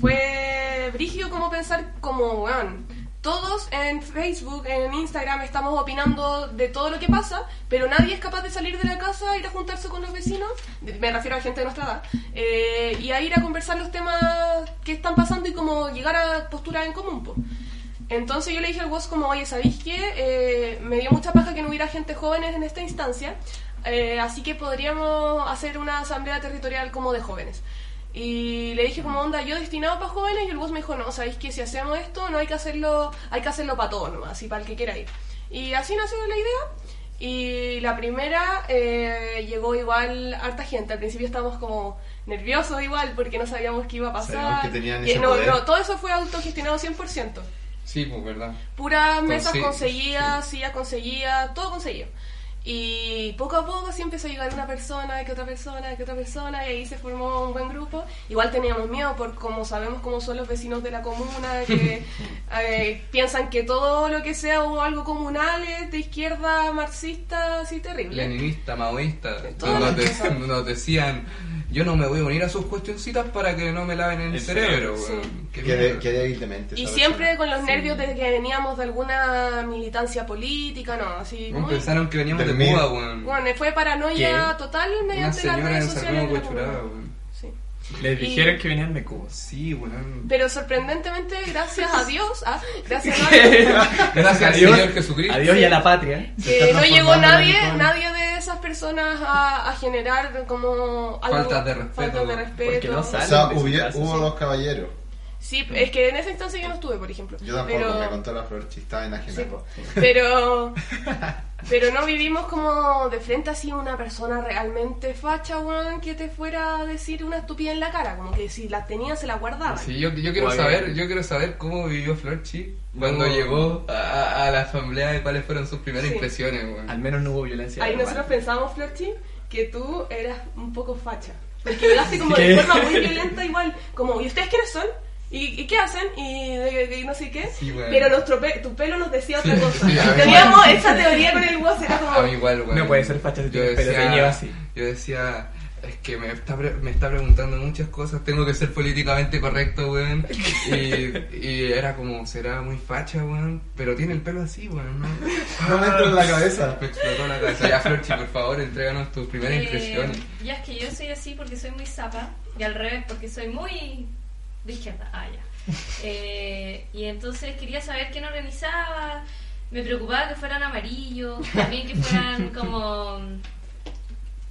[SPEAKER 6] fue brígido como pensar como, weón, todos en Facebook, en Instagram estamos opinando de todo lo que pasa, pero nadie es capaz de salir de la casa, ir a juntarse con los vecinos, de- me refiero a gente de nuestra edad, eh, y a ir a conversar los temas que están pasando y como llegar a posturas en común. po. Entonces yo le dije al Woz como, oye, ¿sabéis qué? Eh, me dio mucha paja que no hubiera gente joven en esta instancia, eh, así que podríamos hacer una asamblea territorial como de jóvenes. Y le dije como onda, yo destinado para jóvenes y el Woz me dijo, no, ¿sabéis qué? Si hacemos esto, no hay que hacerlo, hay que hacerlo para todos nomás, así para el que quiera ir. Y así nació la idea. Y la primera eh, llegó igual harta gente. Al principio estábamos como nerviosos igual porque no sabíamos qué iba a pasar.
[SPEAKER 7] Sabíamos que tenían
[SPEAKER 6] Y-
[SPEAKER 7] ese
[SPEAKER 6] no,
[SPEAKER 7] poder.
[SPEAKER 6] no, todo eso fue autogestionado 100%.
[SPEAKER 3] Sí, pues verdad.
[SPEAKER 6] Puras
[SPEAKER 3] Con-
[SPEAKER 6] mesas
[SPEAKER 3] sí,
[SPEAKER 6] conseguidas, sillas conseguidas, todo conseguido. Y poco a poco así empezó a llegar una persona, que otra persona, que otra persona, y ahí se formó un buen grupo. Igual teníamos miedo por como sabemos cómo son los vecinos de la comuna, que eh, piensan que todo lo que sea o algo comunal es de izquierda marxista, así terrible.
[SPEAKER 3] Leninista, maoísta. Nos,
[SPEAKER 6] todas las
[SPEAKER 3] de-
[SPEAKER 6] cosas.
[SPEAKER 3] nos decían, yo no me voy a unir a sus cuestioncitas para que no me laven el, cerebro. weón. Qué
[SPEAKER 7] Qué, de,
[SPEAKER 3] mierda.
[SPEAKER 7] qué débil de mente
[SPEAKER 6] Y
[SPEAKER 7] esa
[SPEAKER 6] siempre con los nervios de que veníamos de alguna militancia política, no, así.
[SPEAKER 3] Weón,
[SPEAKER 6] muy-
[SPEAKER 3] Pensaron que veníamos de
[SPEAKER 7] Termina.
[SPEAKER 3] Cuba, weón.
[SPEAKER 6] Bueno, fue paranoia
[SPEAKER 3] ¿Qué?
[SPEAKER 6] total
[SPEAKER 3] Una
[SPEAKER 6] mediante las
[SPEAKER 3] señora
[SPEAKER 6] redes
[SPEAKER 3] en
[SPEAKER 6] sociales.
[SPEAKER 3] Santiago
[SPEAKER 6] de la comuna.
[SPEAKER 3] Huechuraba, weón.
[SPEAKER 6] Sí.
[SPEAKER 5] Les
[SPEAKER 6] Y-
[SPEAKER 5] dijeron que venían de Cuba.
[SPEAKER 3] Sí, weón.
[SPEAKER 6] Pero sorprendentemente, gracias a Dios, ah, gracias a Dios,
[SPEAKER 3] Gracias al
[SPEAKER 5] Adiós.
[SPEAKER 3] Señor Jesucristo.
[SPEAKER 5] Adiós y a la patria.
[SPEAKER 7] Se
[SPEAKER 6] que
[SPEAKER 7] está
[SPEAKER 6] Pues no llegó
[SPEAKER 7] transformando
[SPEAKER 6] nadie,
[SPEAKER 7] en icona.
[SPEAKER 6] nadie de esas personas a, a generar como algo,
[SPEAKER 3] Faltas de respeto,
[SPEAKER 6] faltas de
[SPEAKER 3] porque pues,
[SPEAKER 6] respeto.
[SPEAKER 5] no
[SPEAKER 7] persona.
[SPEAKER 5] sale.
[SPEAKER 7] O sea, hubo, hubo dos caballeros.
[SPEAKER 6] Sí, es que en esa instancia yo no estuve, por ejemplo.
[SPEAKER 7] Yo tampoco,
[SPEAKER 6] pero,
[SPEAKER 7] me contó la flor chista
[SPEAKER 6] sí,
[SPEAKER 7] enajenada.
[SPEAKER 6] pero, pero no vivimos como de frente así una persona realmente facha, weón, que te fuera a decir una estupidez en la cara. Como que si la tenía, se la guardaba.
[SPEAKER 3] Pues Sí, yo, yo quiero
[SPEAKER 5] Guay.
[SPEAKER 3] saber, yo quiero saber cómo vivió Florchi cuando
[SPEAKER 5] No.
[SPEAKER 3] llegó a, a- a la asamblea y cuáles fueron sus primeras
[SPEAKER 6] Sí.
[SPEAKER 3] impresiones, weón.
[SPEAKER 5] Al menos no hubo violencia.
[SPEAKER 6] Ahí
[SPEAKER 5] verbal.
[SPEAKER 6] nosotros pensábamos, Florchi, que tú eras un poco facha. Porque llegaste como de
[SPEAKER 5] Sí.
[SPEAKER 6] forma muy violenta, igual. Como, ¿y ustedes quiénes son? ¿Y, y qué hacen? Y, de- y no sé qué.
[SPEAKER 3] Sí, bueno.
[SPEAKER 6] Pero nuestro pe- tu pelo nos decía otra
[SPEAKER 3] Sí,
[SPEAKER 6] cosa.
[SPEAKER 3] sí, a mí
[SPEAKER 6] Teníamos esa teoría con el WhatsApp. Era
[SPEAKER 3] A mí
[SPEAKER 6] como,
[SPEAKER 3] igual, weón.
[SPEAKER 5] No puede ser facha si
[SPEAKER 3] Yo
[SPEAKER 5] tiene pelo
[SPEAKER 3] decía-
[SPEAKER 5] teñido así.
[SPEAKER 3] Yo decía, es que me está, pre- me está preguntando muchas cosas, tengo que ser políticamente correcto, weón. Y, y era como, será muy facha, weón, pero tiene el pelo así, weón. ¿no?
[SPEAKER 7] No me entra en la cabeza.
[SPEAKER 3] Me explotó la cabeza. Ya, Florchi, por favor, entréganos tus primeras
[SPEAKER 8] Eh,
[SPEAKER 3] impresiones.
[SPEAKER 8] ya es que yo soy así porque soy muy zapa y al revés porque soy muy de izquierda. Ah, ya. Eh, y entonces quería saber quién organizaba. Me preocupaba que fueran amarillos, también que fueran como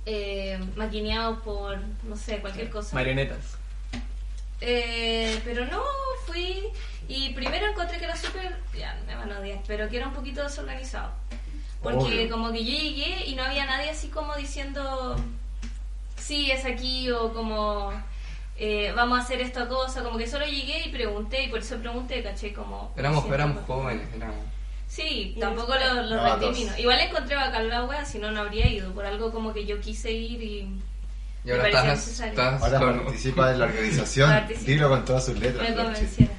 [SPEAKER 8] eh, maquineados por, no sé, cualquier cosa.
[SPEAKER 5] Marionetas.
[SPEAKER 8] Eh, pero no, fui y primero encontré que era súper, ya me van a odiar, pero que era un poquito desorganizado. Porque
[SPEAKER 5] Obvio.
[SPEAKER 8] como que yo llegué y no había nadie así como diciendo, sí, es aquí o como eh, vamos a hacer esta cosa, como que solo llegué y pregunté y por eso pregunté, caché como...
[SPEAKER 3] Éramos,
[SPEAKER 8] siento-
[SPEAKER 3] éramos jóvenes, éramos.
[SPEAKER 8] Sí, tampoco lo, lo
[SPEAKER 7] Novatos.
[SPEAKER 8] recrimino. Igual encontré bacán la wea, si no, no habría ido, por algo como que yo quise ir y...
[SPEAKER 3] Y
[SPEAKER 8] Me
[SPEAKER 3] ahora
[SPEAKER 8] parecía
[SPEAKER 3] estás,
[SPEAKER 8] necesario.
[SPEAKER 3] estás
[SPEAKER 7] Ahora
[SPEAKER 3] con-
[SPEAKER 7] participa de la organización.
[SPEAKER 8] Participa.
[SPEAKER 7] Dilo con todas sus letras.
[SPEAKER 8] me
[SPEAKER 7] Flor Chi.
[SPEAKER 8] convenciera.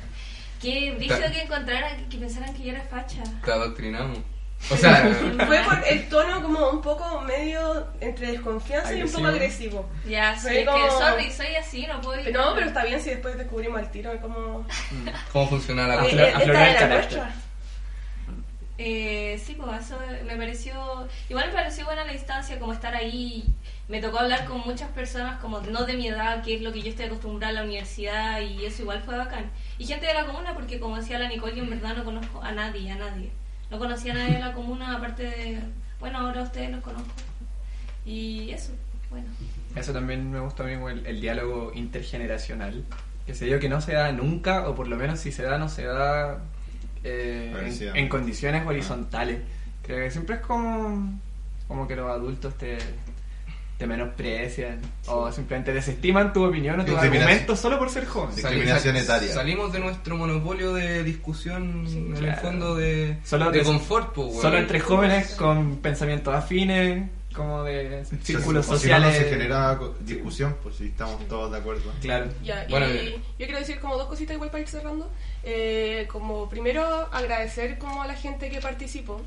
[SPEAKER 8] Qué brillo
[SPEAKER 3] Ta-
[SPEAKER 8] que encontraran, que pensaran que yo era facha.
[SPEAKER 3] te adoctrinamos. O sea,
[SPEAKER 6] fue por el tono como un poco medio entre desconfianza y un poco agresivo.
[SPEAKER 8] Ya, sí,
[SPEAKER 6] Fue
[SPEAKER 8] es
[SPEAKER 6] como-
[SPEAKER 8] que sorry, soy así, no puedo ir.
[SPEAKER 6] Pero no, pero está bien si después descubrimos el tiro. Como...
[SPEAKER 3] ¿cómo funciona la
[SPEAKER 8] Ah,
[SPEAKER 6] "Oye,
[SPEAKER 3] cosa?
[SPEAKER 5] aflor-
[SPEAKER 6] esta
[SPEAKER 5] aflorar el
[SPEAKER 6] era la
[SPEAKER 5] carácter.
[SPEAKER 6] nuestra".
[SPEAKER 8] Eh, sí, pues eso me pareció... Igual me pareció buena la instancia, como estar ahí. Me tocó hablar con muchas personas, como no de mi edad, que es lo que yo estoy acostumbrada a la universidad, y eso igual fue bacán. Y gente de la comuna, porque como decía la Nicole, yo en verdad no conozco a nadie, a nadie. No conocía a nadie de la comuna, aparte de... Bueno, ahora a ustedes los conozco. Y eso, bueno.
[SPEAKER 5] Eso también me gusta mismo el, el diálogo intergeneracional. Que se dio que no se da nunca, o por lo menos si se da, no se da eh,
[SPEAKER 7] Parecido. Ah.
[SPEAKER 5] en, en condiciones horizontales. Creo que siempre es como, como que los adultos te, te menosprecian o simplemente desestiman tu opinión o tus
[SPEAKER 7] Discriminación.
[SPEAKER 5] argumentos solo por ser joven.
[SPEAKER 7] Sí. Discriminación
[SPEAKER 3] Sali-
[SPEAKER 7] etaria.
[SPEAKER 3] Salimos de nuestro monopolio de discusión en el
[SPEAKER 5] claro.
[SPEAKER 3] fondo de,
[SPEAKER 5] Solo
[SPEAKER 3] de
[SPEAKER 5] de-
[SPEAKER 3] confort, po, weón.
[SPEAKER 5] Solo entre jóvenes con pensamientos afines, como de círculos
[SPEAKER 7] O si no, no
[SPEAKER 5] sociales.
[SPEAKER 7] se genera co- discusión, por si estamos todos de acuerdo.
[SPEAKER 5] Claro.
[SPEAKER 6] Ya,
[SPEAKER 3] Bueno,
[SPEAKER 6] y
[SPEAKER 3] eh.
[SPEAKER 6] yo quiero decir como dos cositas igual para ir cerrando. Eh, como primero agradecer como a la gente que participó,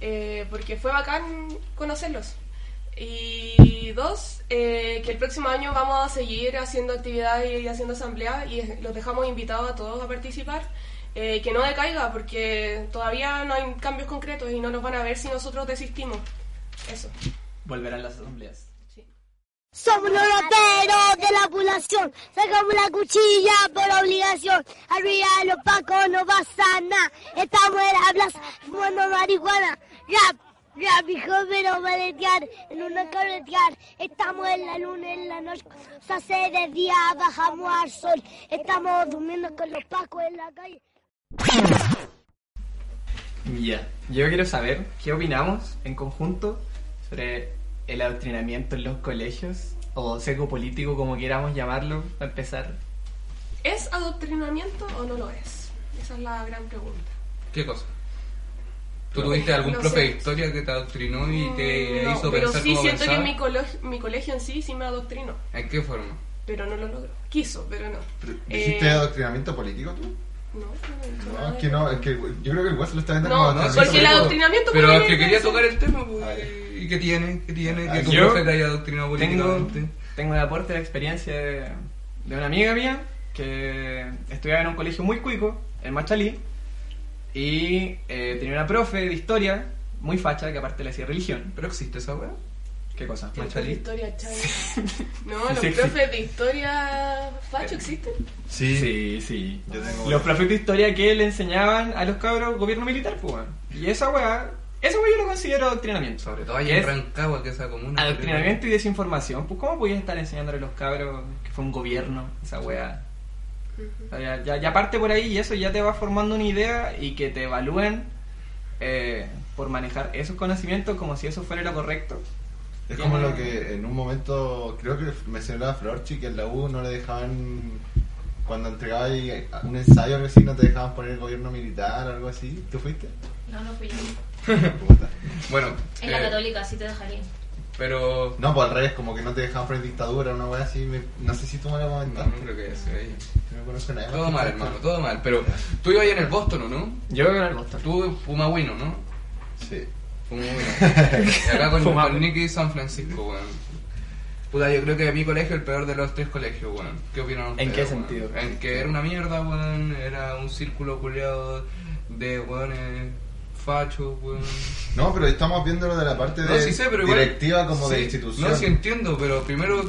[SPEAKER 6] eh, porque fue bacán conocerlos. Y dos, eh, que el próximo año vamos a seguir haciendo actividades y haciendo asambleas y es- los dejamos invitados a todos a participar. Eh, que no decaiga porque todavía no hay cambios concretos y no nos van a ver si nosotros desistimos. Eso.
[SPEAKER 5] Volverán las asambleas.
[SPEAKER 10] Somos los raperos de la población, sacamos la cuchilla por obligación. Arriba de los pacos no pasa nada, estamos en la plaza fumando marihuana. Rap, rap, hijo, pero maletear, en una carretear. Estamos en la luna, en la noche, se hace de día, bajamos al sol. Estamos durmiendo con los pacos en la calle.
[SPEAKER 5] Ya. Yo quiero saber qué opinamos en conjunto sobre el adoctrinamiento en los colegios o seco político, como queramos llamarlo, para empezar.
[SPEAKER 6] ¿Es adoctrinamiento o no lo es? Esa es la gran pregunta.
[SPEAKER 3] ¿Qué cosa? ¿Tú tuviste algún
[SPEAKER 6] No
[SPEAKER 3] profe
[SPEAKER 6] sé.
[SPEAKER 3] de historia que te adoctrinó y te
[SPEAKER 6] Mm, No,
[SPEAKER 3] hizo
[SPEAKER 6] pero
[SPEAKER 3] pensar
[SPEAKER 6] sí
[SPEAKER 3] como
[SPEAKER 6] siento
[SPEAKER 3] pensaba?
[SPEAKER 6] que mi, coleg- mi colegio en sí sí me adoctrinó,
[SPEAKER 3] ¿En qué forma?
[SPEAKER 6] pero no lo logró. Quiso, pero no.
[SPEAKER 7] ¿Dijiste
[SPEAKER 6] Eh,
[SPEAKER 7] adoctrinamiento político tú?
[SPEAKER 6] No, no, he dicho
[SPEAKER 7] No,
[SPEAKER 3] Ah,
[SPEAKER 6] nada
[SPEAKER 7] es que no, es que yo creo que el guaso lo está viendo
[SPEAKER 6] No,
[SPEAKER 7] como
[SPEAKER 3] no,
[SPEAKER 7] adoctrinamiento
[SPEAKER 3] porque el
[SPEAKER 7] político.
[SPEAKER 6] adoctrinamiento
[SPEAKER 3] Pero es
[SPEAKER 6] político
[SPEAKER 3] que quería
[SPEAKER 6] es-
[SPEAKER 3] tocar el tema, pues, ¿y qué tiene? ¿Qué tiene?
[SPEAKER 5] Ah,
[SPEAKER 3] Que tu
[SPEAKER 5] yo
[SPEAKER 3] profe te haya adoctrinado
[SPEAKER 5] Tengo,
[SPEAKER 3] políticamente.
[SPEAKER 5] tengo de aporte la experiencia de, de una amiga mía que estudiaba en un colegio muy cuico, en Machalí, y eh, tenía una profe de historia muy facha que aparte le hacía religión.
[SPEAKER 3] ¿Pero existe esa weá?
[SPEAKER 5] ¿Qué cosa?
[SPEAKER 6] El profe de
[SPEAKER 5] ¿Machalí?
[SPEAKER 6] historia, chai. No, los
[SPEAKER 5] Sí, sí.
[SPEAKER 6] profes de historia facho existen.
[SPEAKER 5] Sí, sí, sí.
[SPEAKER 7] Yo tengo-
[SPEAKER 5] Los profes de historia que le enseñaban a los cabros gobierno militar, pues. weón. Y esa weá, esa weá yo lo considero adoctrinamiento.
[SPEAKER 3] Sobre todo allá
[SPEAKER 5] ¿Qué
[SPEAKER 3] en
[SPEAKER 5] es?
[SPEAKER 3] Rancagua, que esa comuna.
[SPEAKER 5] Adoctrinamiento y desinformación. Pues, ¿cómo podías estar enseñándole a los cabros que fue un gobierno, esa weá? O sea, ya, ya- ya parte por ahí y eso ya te va formando una idea y que te evalúen eh, por manejar esos conocimientos como si eso fuera lo correcto.
[SPEAKER 7] Es como lo que en un momento, creo que mencionaba Florchi, que en la U no le dejaban, cuando entregaba ahí un ensayo o algo así, no te dejaban poner el gobierno militar o algo así. ¿Tú fuiste?
[SPEAKER 8] No, no fui yo.
[SPEAKER 7] Puta.
[SPEAKER 3] Bueno,
[SPEAKER 8] En la
[SPEAKER 3] eh,
[SPEAKER 8] católica, así te dejarían.
[SPEAKER 3] pero.
[SPEAKER 7] No, pues al revés, como que no te dejaban poner dictadura, una wea así. me- no sé si tú me
[SPEAKER 3] No,
[SPEAKER 7] lo comentaste.
[SPEAKER 3] no creo que sea ella.
[SPEAKER 7] No conozco a nadie más
[SPEAKER 3] Todo
[SPEAKER 7] que
[SPEAKER 3] mal,
[SPEAKER 7] sea
[SPEAKER 3] hermano,
[SPEAKER 7] esto.
[SPEAKER 3] todo mal. Pero tú ibas en el Boston, ¿o no?
[SPEAKER 5] Yo creo que no gusta.
[SPEAKER 3] Tú, Pumagüino, ¿no?
[SPEAKER 7] Sí.
[SPEAKER 3] Pumagüino. Y acá con,
[SPEAKER 5] Fumaba.
[SPEAKER 3] con Nicky San Francisco, weón. Puta, yo creo que mi colegio es el peor de los tres colegios, weón. ¿Qué opinan
[SPEAKER 5] ¿En
[SPEAKER 3] ustedes,
[SPEAKER 5] qué
[SPEAKER 3] weón?
[SPEAKER 5] sentido?
[SPEAKER 3] En que era una mierda, weón. Era un círculo culiado de weones fachos, weón.
[SPEAKER 7] No, pero estamos viendo lo de la parte de
[SPEAKER 3] No, sí sé, pero igual-
[SPEAKER 7] directiva como de
[SPEAKER 3] sí,
[SPEAKER 7] institución.
[SPEAKER 3] No, sí entiendo, pero primero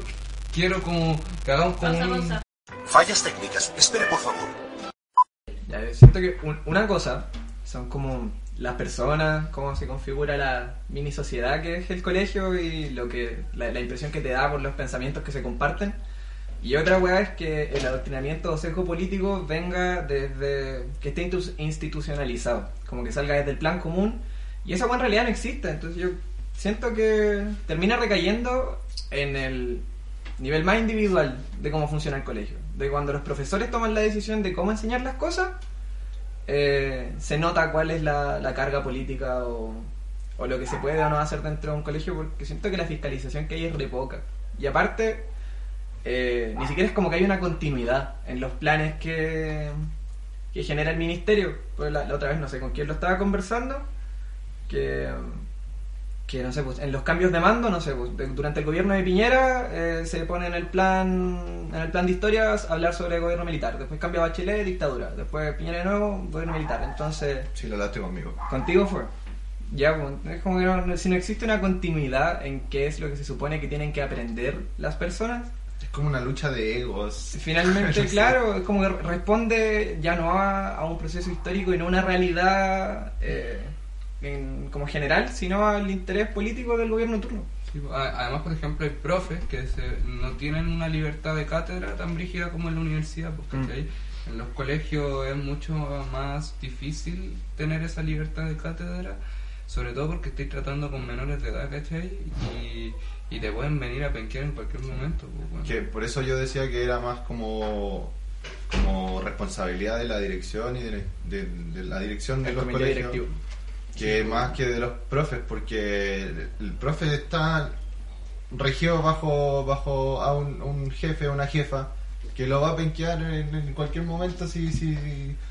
[SPEAKER 3] quiero como que hagamos como
[SPEAKER 8] Pausa,
[SPEAKER 3] un...
[SPEAKER 8] pausa.
[SPEAKER 11] Fallas técnicas. Espere, por favor.
[SPEAKER 5] Ya, yo siento que un- una cosa son como las personas, cómo se configura la mini sociedad que es el colegio y lo que la, la impresión que te da por los pensamientos que se comparten. Y otra weá es que el adoctrinamiento o sesgo político venga desde que esté intus- institucionalizado, como que salga desde el plan común y esa weá en realidad no existe, entonces yo siento que termina recayendo en el nivel más individual de cómo funciona el colegio, de cuando los profesores toman la decisión de cómo enseñar las cosas, eh, se nota cuál es la, la carga política o, o lo que se puede o no hacer dentro de un colegio, porque siento que la fiscalización que hay es re poca. Y aparte, eh, ni siquiera es como que hay una continuidad en los planes que, que genera el ministerio. Pues la, la otra vez no sé con quién lo estaba conversando, que, que no sé, pues en los cambios de mando, no sé, pues, de- durante el gobierno de Piñera eh, se pone en el plan en el plan de historias hablar sobre el gobierno militar, después cambia Bachelet, dictadura, después Piñera de nuevo, gobierno militar. Entonces,
[SPEAKER 7] Sí, lo hablaste conmigo.
[SPEAKER 5] contigo fue. Ya, pues, es como que no- no- si no existe una continuidad en qué es lo que se supone que tienen que aprender las personas,
[SPEAKER 7] Es como una lucha de egos.
[SPEAKER 5] Finalmente,
[SPEAKER 7] Sí.
[SPEAKER 5] claro, es como que responde ya no a, a un proceso histórico y no a una realidad eh, en- como general, sino al interés político del gobierno en turno.
[SPEAKER 3] Sí, pues, a- Además, por ejemplo, hay profes que se- no tienen una libertad de cátedra tan brígida como en la universidad, pues, ¿cachai? En los colegios es mucho más difícil tener esa libertad de cátedra, sobre todo porque estoy tratando con menores de edad, ¿cachai? Y, y te pueden venir a penquear en cualquier momento, pues, bueno.
[SPEAKER 7] Que por eso yo decía que era más como, como responsabilidad de la dirección y de, de- de la dirección de
[SPEAKER 5] El
[SPEAKER 7] los
[SPEAKER 5] comité
[SPEAKER 7] colegios.
[SPEAKER 5] directivo.
[SPEAKER 7] Que más que de los profes, porque el, el profe está regido bajo, bajo a un, un jefe o una jefa que lo va a penquear en, en cualquier momento si, si,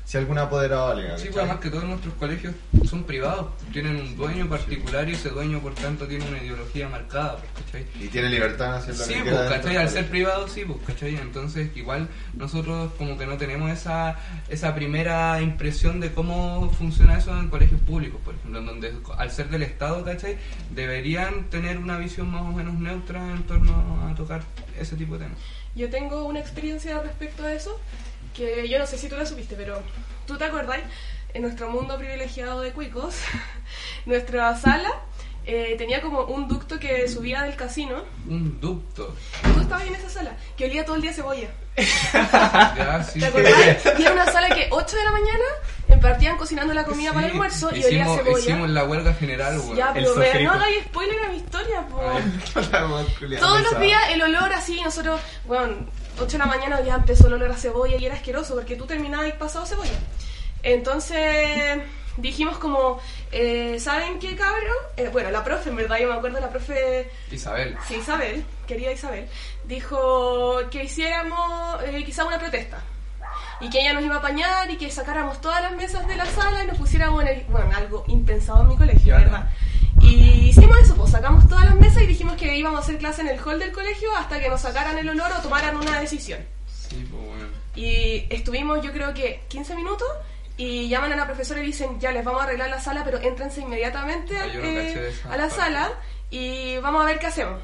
[SPEAKER 7] si algún apoderado alega.
[SPEAKER 3] Sí,
[SPEAKER 7] ¿cachai?
[SPEAKER 3] pues además que todos nuestros colegios son privados, tienen un dueño particular y ese dueño por tanto tiene una ideología marcada, pues, ¿cachai?
[SPEAKER 7] Y tiene libertad de hacer lo
[SPEAKER 3] Sí,
[SPEAKER 7] que
[SPEAKER 3] pues,
[SPEAKER 7] quiera dentro
[SPEAKER 3] ¿cachai?
[SPEAKER 7] del
[SPEAKER 3] Al ser
[SPEAKER 7] colegio.
[SPEAKER 3] privado, sí, pues, ¿cachai? Entonces igual nosotros como que no tenemos esa, esa primera impresión de cómo funciona eso en colegios públicos, por ejemplo, en donde al ser del Estado, ¿cachai? Deberían tener una visión más o menos neutra en torno a tocar ese tipo de temas.
[SPEAKER 6] Yo tengo una experiencia respecto a eso, que yo no sé si tú la supiste, pero tú te acordás, en nuestro mundo privilegiado de cuicos, nuestra sala eh, tenía como un ducto que subía del casino.
[SPEAKER 3] Un ducto.
[SPEAKER 6] Tú estabas en esa sala, que olía todo el día a cebolla.
[SPEAKER 3] Ya, sí.
[SPEAKER 6] ¿Te acordás? Y era una sala que 8 de la mañana eh, partían cocinando la comida para el almuerzo y olía a
[SPEAKER 3] Hicimos,
[SPEAKER 6] cebolla.
[SPEAKER 3] hicimos la huelga general, weón.
[SPEAKER 6] Ya, pero vea, no hagáis spoiler a mi historia, po. Todos los días el olor así, nosotros, bueno, 8 de la mañana ya empezó el olor a cebolla y era asqueroso porque tú terminabas y pasado cebolla. Entonces dijimos como, eh, ¿saben qué cabrón? Eh, bueno, la profe, en verdad, yo me acuerdo, la profe
[SPEAKER 3] Isabel.
[SPEAKER 6] Sí, Isabel, querida Isabel, dijo que hiciéramos eh, quizá una protesta y que ella nos iba a apañar y que sacáramos todas las mesas de la sala y nos pusiéramos en el... Bueno, algo impensado en mi colegio, ¿verdad? Y hicimos eso, pues sacamos todas las mesas y dijimos que íbamos a hacer clase en el hall del colegio hasta que nos sacaran el honor o tomaran una decisión.
[SPEAKER 3] Sí, pues, weón.
[SPEAKER 6] Y estuvimos, yo creo que 15 minutos. Y llaman a la profesora y dicen, ya les vamos a arreglar la sala, pero entrense inmediatamente
[SPEAKER 3] Ah, yo no
[SPEAKER 6] eh,
[SPEAKER 3] caché esa
[SPEAKER 6] a la
[SPEAKER 3] parte.
[SPEAKER 6] sala y vamos a ver qué hacemos.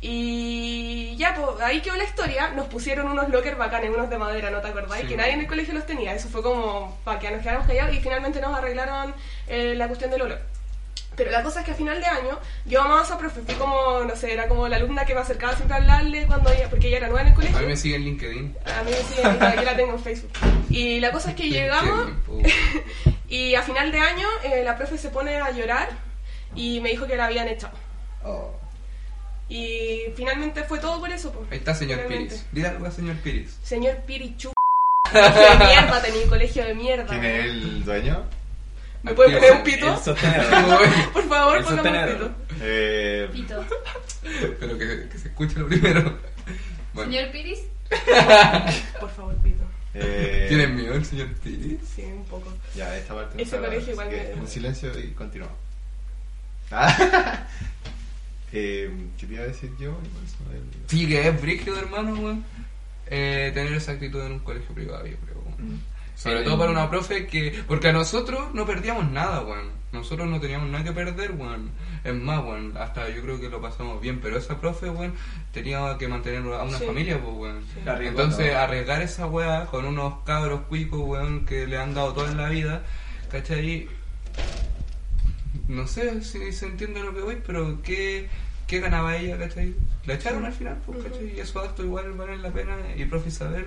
[SPEAKER 6] Y ya, pues ahí quedó la historia. Nos pusieron unos lockers bacanes, unos de madera, ¿no te acordáis?
[SPEAKER 3] Sí.
[SPEAKER 6] Que nadie en el colegio los tenía. Eso fue como para que nos quedáramos callados y finalmente nos arreglaron eh, la cuestión del olor. Pero la cosa es que a final de año yo amaba a esa profe, fui como, no sé, era como la alumna que me acercaba siempre a hablarle cuando ella, porque ella era nueva en el colegio.
[SPEAKER 3] A mí me sigue en LinkedIn.
[SPEAKER 6] A mí sí, ahorita yo la tengo en Facebook. Y la cosa es que llegamos y a final de año eh, la profe se pone a llorar y me dijo que la habían echado.
[SPEAKER 7] Oh.
[SPEAKER 6] Y finalmente fue todo por eso. po.
[SPEAKER 3] Ahí está, señor
[SPEAKER 6] Finalmente.
[SPEAKER 3] Piris. Dile algo a señor Piris.
[SPEAKER 6] Señor Pirichu. colegio de mierda, tenía un colegio de mierda.
[SPEAKER 7] ¿Quién es el dueño?
[SPEAKER 6] ¿Me puede poner un pito?
[SPEAKER 7] El sostenedor.
[SPEAKER 6] por favor,
[SPEAKER 7] El
[SPEAKER 6] póngame un
[SPEAKER 7] sostenedor.
[SPEAKER 6] pito.
[SPEAKER 7] Eh,
[SPEAKER 8] Pito.
[SPEAKER 3] Pero que, que se escuche lo primero. Bueno.
[SPEAKER 8] Señor Piris.
[SPEAKER 6] Por favor, pito.
[SPEAKER 7] Eh,
[SPEAKER 3] ¿Tienes miedo el señor Piris?
[SPEAKER 6] Sí, un poco.
[SPEAKER 7] Ya, esta parte
[SPEAKER 6] Ese
[SPEAKER 7] está
[SPEAKER 6] colegio
[SPEAKER 7] grabada,
[SPEAKER 6] igual
[SPEAKER 7] así que
[SPEAKER 6] me-
[SPEAKER 7] Un silencio y continuamos. Ah, eh, ¿Qué te iba a decir yo? Igual se me había olvidado.
[SPEAKER 3] Sí, que es brígido, hermano, weón. Eh, tener esa actitud en un colegio privado, yo creo. weón. Sobre
[SPEAKER 7] Sí.
[SPEAKER 3] todo para una profe que. Porque a nosotros no perdíamos nada, weón. Nosotros no teníamos nada que perder, weón. Es más, weón, hasta yo creo que lo pasamos bien. Pero esa profe, weón, tenía que mantener a una
[SPEAKER 5] Sí.
[SPEAKER 3] familia, pues, weón.
[SPEAKER 5] Sí. La arriesgó
[SPEAKER 3] Entonces,
[SPEAKER 5] todo.
[SPEAKER 3] arriesgar esa weá con unos cabros cuicos, weón, que le han dado todo en la vida, ¿cachai? No sé si se entiende lo que voy, pero ¿qué, qué ganaba ella, cachai? La echaron al final, pues, ¿cachai? Y esos actos igual valen la pena. Y profe Isabel,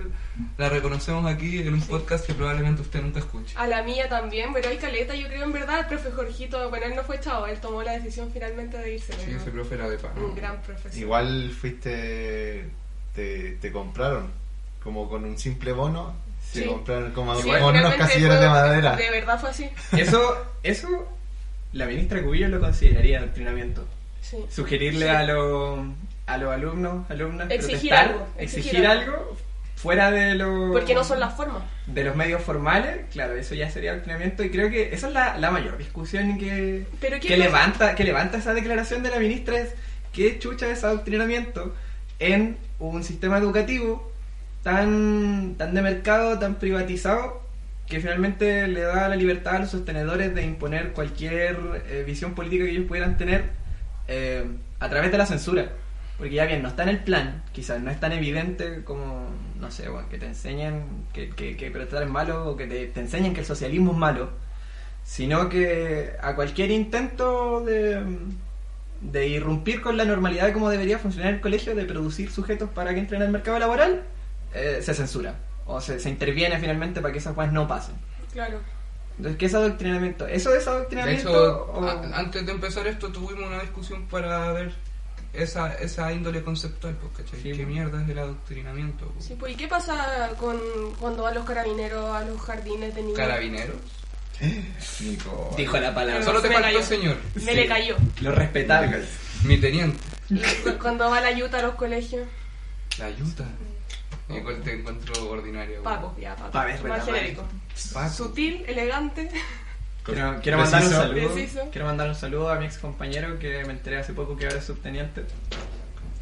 [SPEAKER 3] la reconocemos aquí en un podcast que probablemente usted nunca escuche.
[SPEAKER 6] A la mía también, pero hay caleta, yo creo en verdad, el profe Jorgito, bueno, él no fue echado, él tomó la decisión finalmente de irse.
[SPEAKER 3] Sí,
[SPEAKER 6] pero
[SPEAKER 3] ese profe era de pan.
[SPEAKER 6] Un gran profesor.
[SPEAKER 7] Igual fuiste. Te, te compraron. Como con un simple bono.
[SPEAKER 6] Sí.
[SPEAKER 7] Te compraron como
[SPEAKER 6] Sí,
[SPEAKER 7] con unos
[SPEAKER 6] finalmente
[SPEAKER 7] casilleros de
[SPEAKER 6] fue-
[SPEAKER 7] madera.
[SPEAKER 6] De verdad fue así.
[SPEAKER 5] Eso, eso, la ministra Cubillo lo consideraría adoctrinamiento.
[SPEAKER 6] Sí.
[SPEAKER 5] Sugerirle
[SPEAKER 6] Sí.
[SPEAKER 5] a, los a los alumnos, alumnas,
[SPEAKER 6] Exigir
[SPEAKER 5] protestar,
[SPEAKER 6] algo, exigir
[SPEAKER 5] exigir,
[SPEAKER 6] algo.
[SPEAKER 5] algo. fuera de los,
[SPEAKER 6] Porque no son las formas.
[SPEAKER 5] de los medios formales, claro, eso ya sería adoctrinamiento y creo que esa es la, la mayor discusión que,
[SPEAKER 6] Pero ¿qué
[SPEAKER 5] que,
[SPEAKER 6] cosa?
[SPEAKER 5] levanta, que levanta esa declaración de la ministra es qué chucha es adoctrinamiento en un sistema educativo tan, tan de mercado, tan privatizado, que finalmente le da la libertad a los sostenedores de imponer cualquier eh, visión política que ellos pudieran tener eh, a través de la censura. Porque ya bien, no está en el plan, quizás no es tan evidente como, no sé, bueno, que te enseñen que, que, que protestar es malo o que te, te enseñen que el socialismo es malo, sino que a cualquier intento de, de irrumpir con la normalidad como debería funcionar el colegio, de producir sujetos para que entren al mercado laboral, eh, se censura o se, se interviene finalmente para que esas cosas no pasen.
[SPEAKER 6] Claro.
[SPEAKER 5] Entonces, ¿qué es adoctrinamiento? ¿Eso es
[SPEAKER 3] De
[SPEAKER 5] adoctrinamiento?
[SPEAKER 3] hecho,
[SPEAKER 5] o-
[SPEAKER 3] a- antes de empezar esto tuvimos una discusión para ver esa, esa índole conceptual, pues, ¿cachai? ¿Qué mierda es el adoctrinamiento? pues?
[SPEAKER 6] Sí, pues, ¿y qué pasa con cuando van los carabineros a los jardines de niños?
[SPEAKER 3] ¿Carabineros?
[SPEAKER 7] Nico.
[SPEAKER 5] Dijo la palabra.
[SPEAKER 3] Solo te
[SPEAKER 6] Me
[SPEAKER 3] faltó,
[SPEAKER 6] cayó.
[SPEAKER 3] señor.
[SPEAKER 6] Me le cayó.
[SPEAKER 5] Lo respetable.
[SPEAKER 3] Mi teniente.
[SPEAKER 6] Y cu- cuando va la yuta a los colegios.
[SPEAKER 3] La ayuda. Igual te encuentro ordinario.
[SPEAKER 6] Paco, ya, Paco.
[SPEAKER 5] Paco, es
[SPEAKER 6] Más
[SPEAKER 5] verdad,
[SPEAKER 6] genérico. Sutil, elegante.
[SPEAKER 5] Quiero, quiero mandar un
[SPEAKER 6] Preciso.
[SPEAKER 5] saludo,
[SPEAKER 6] Preciso.
[SPEAKER 5] quiero mandar un saludo a mi ex compañero que me enteré hace poco que ahora es subteniente.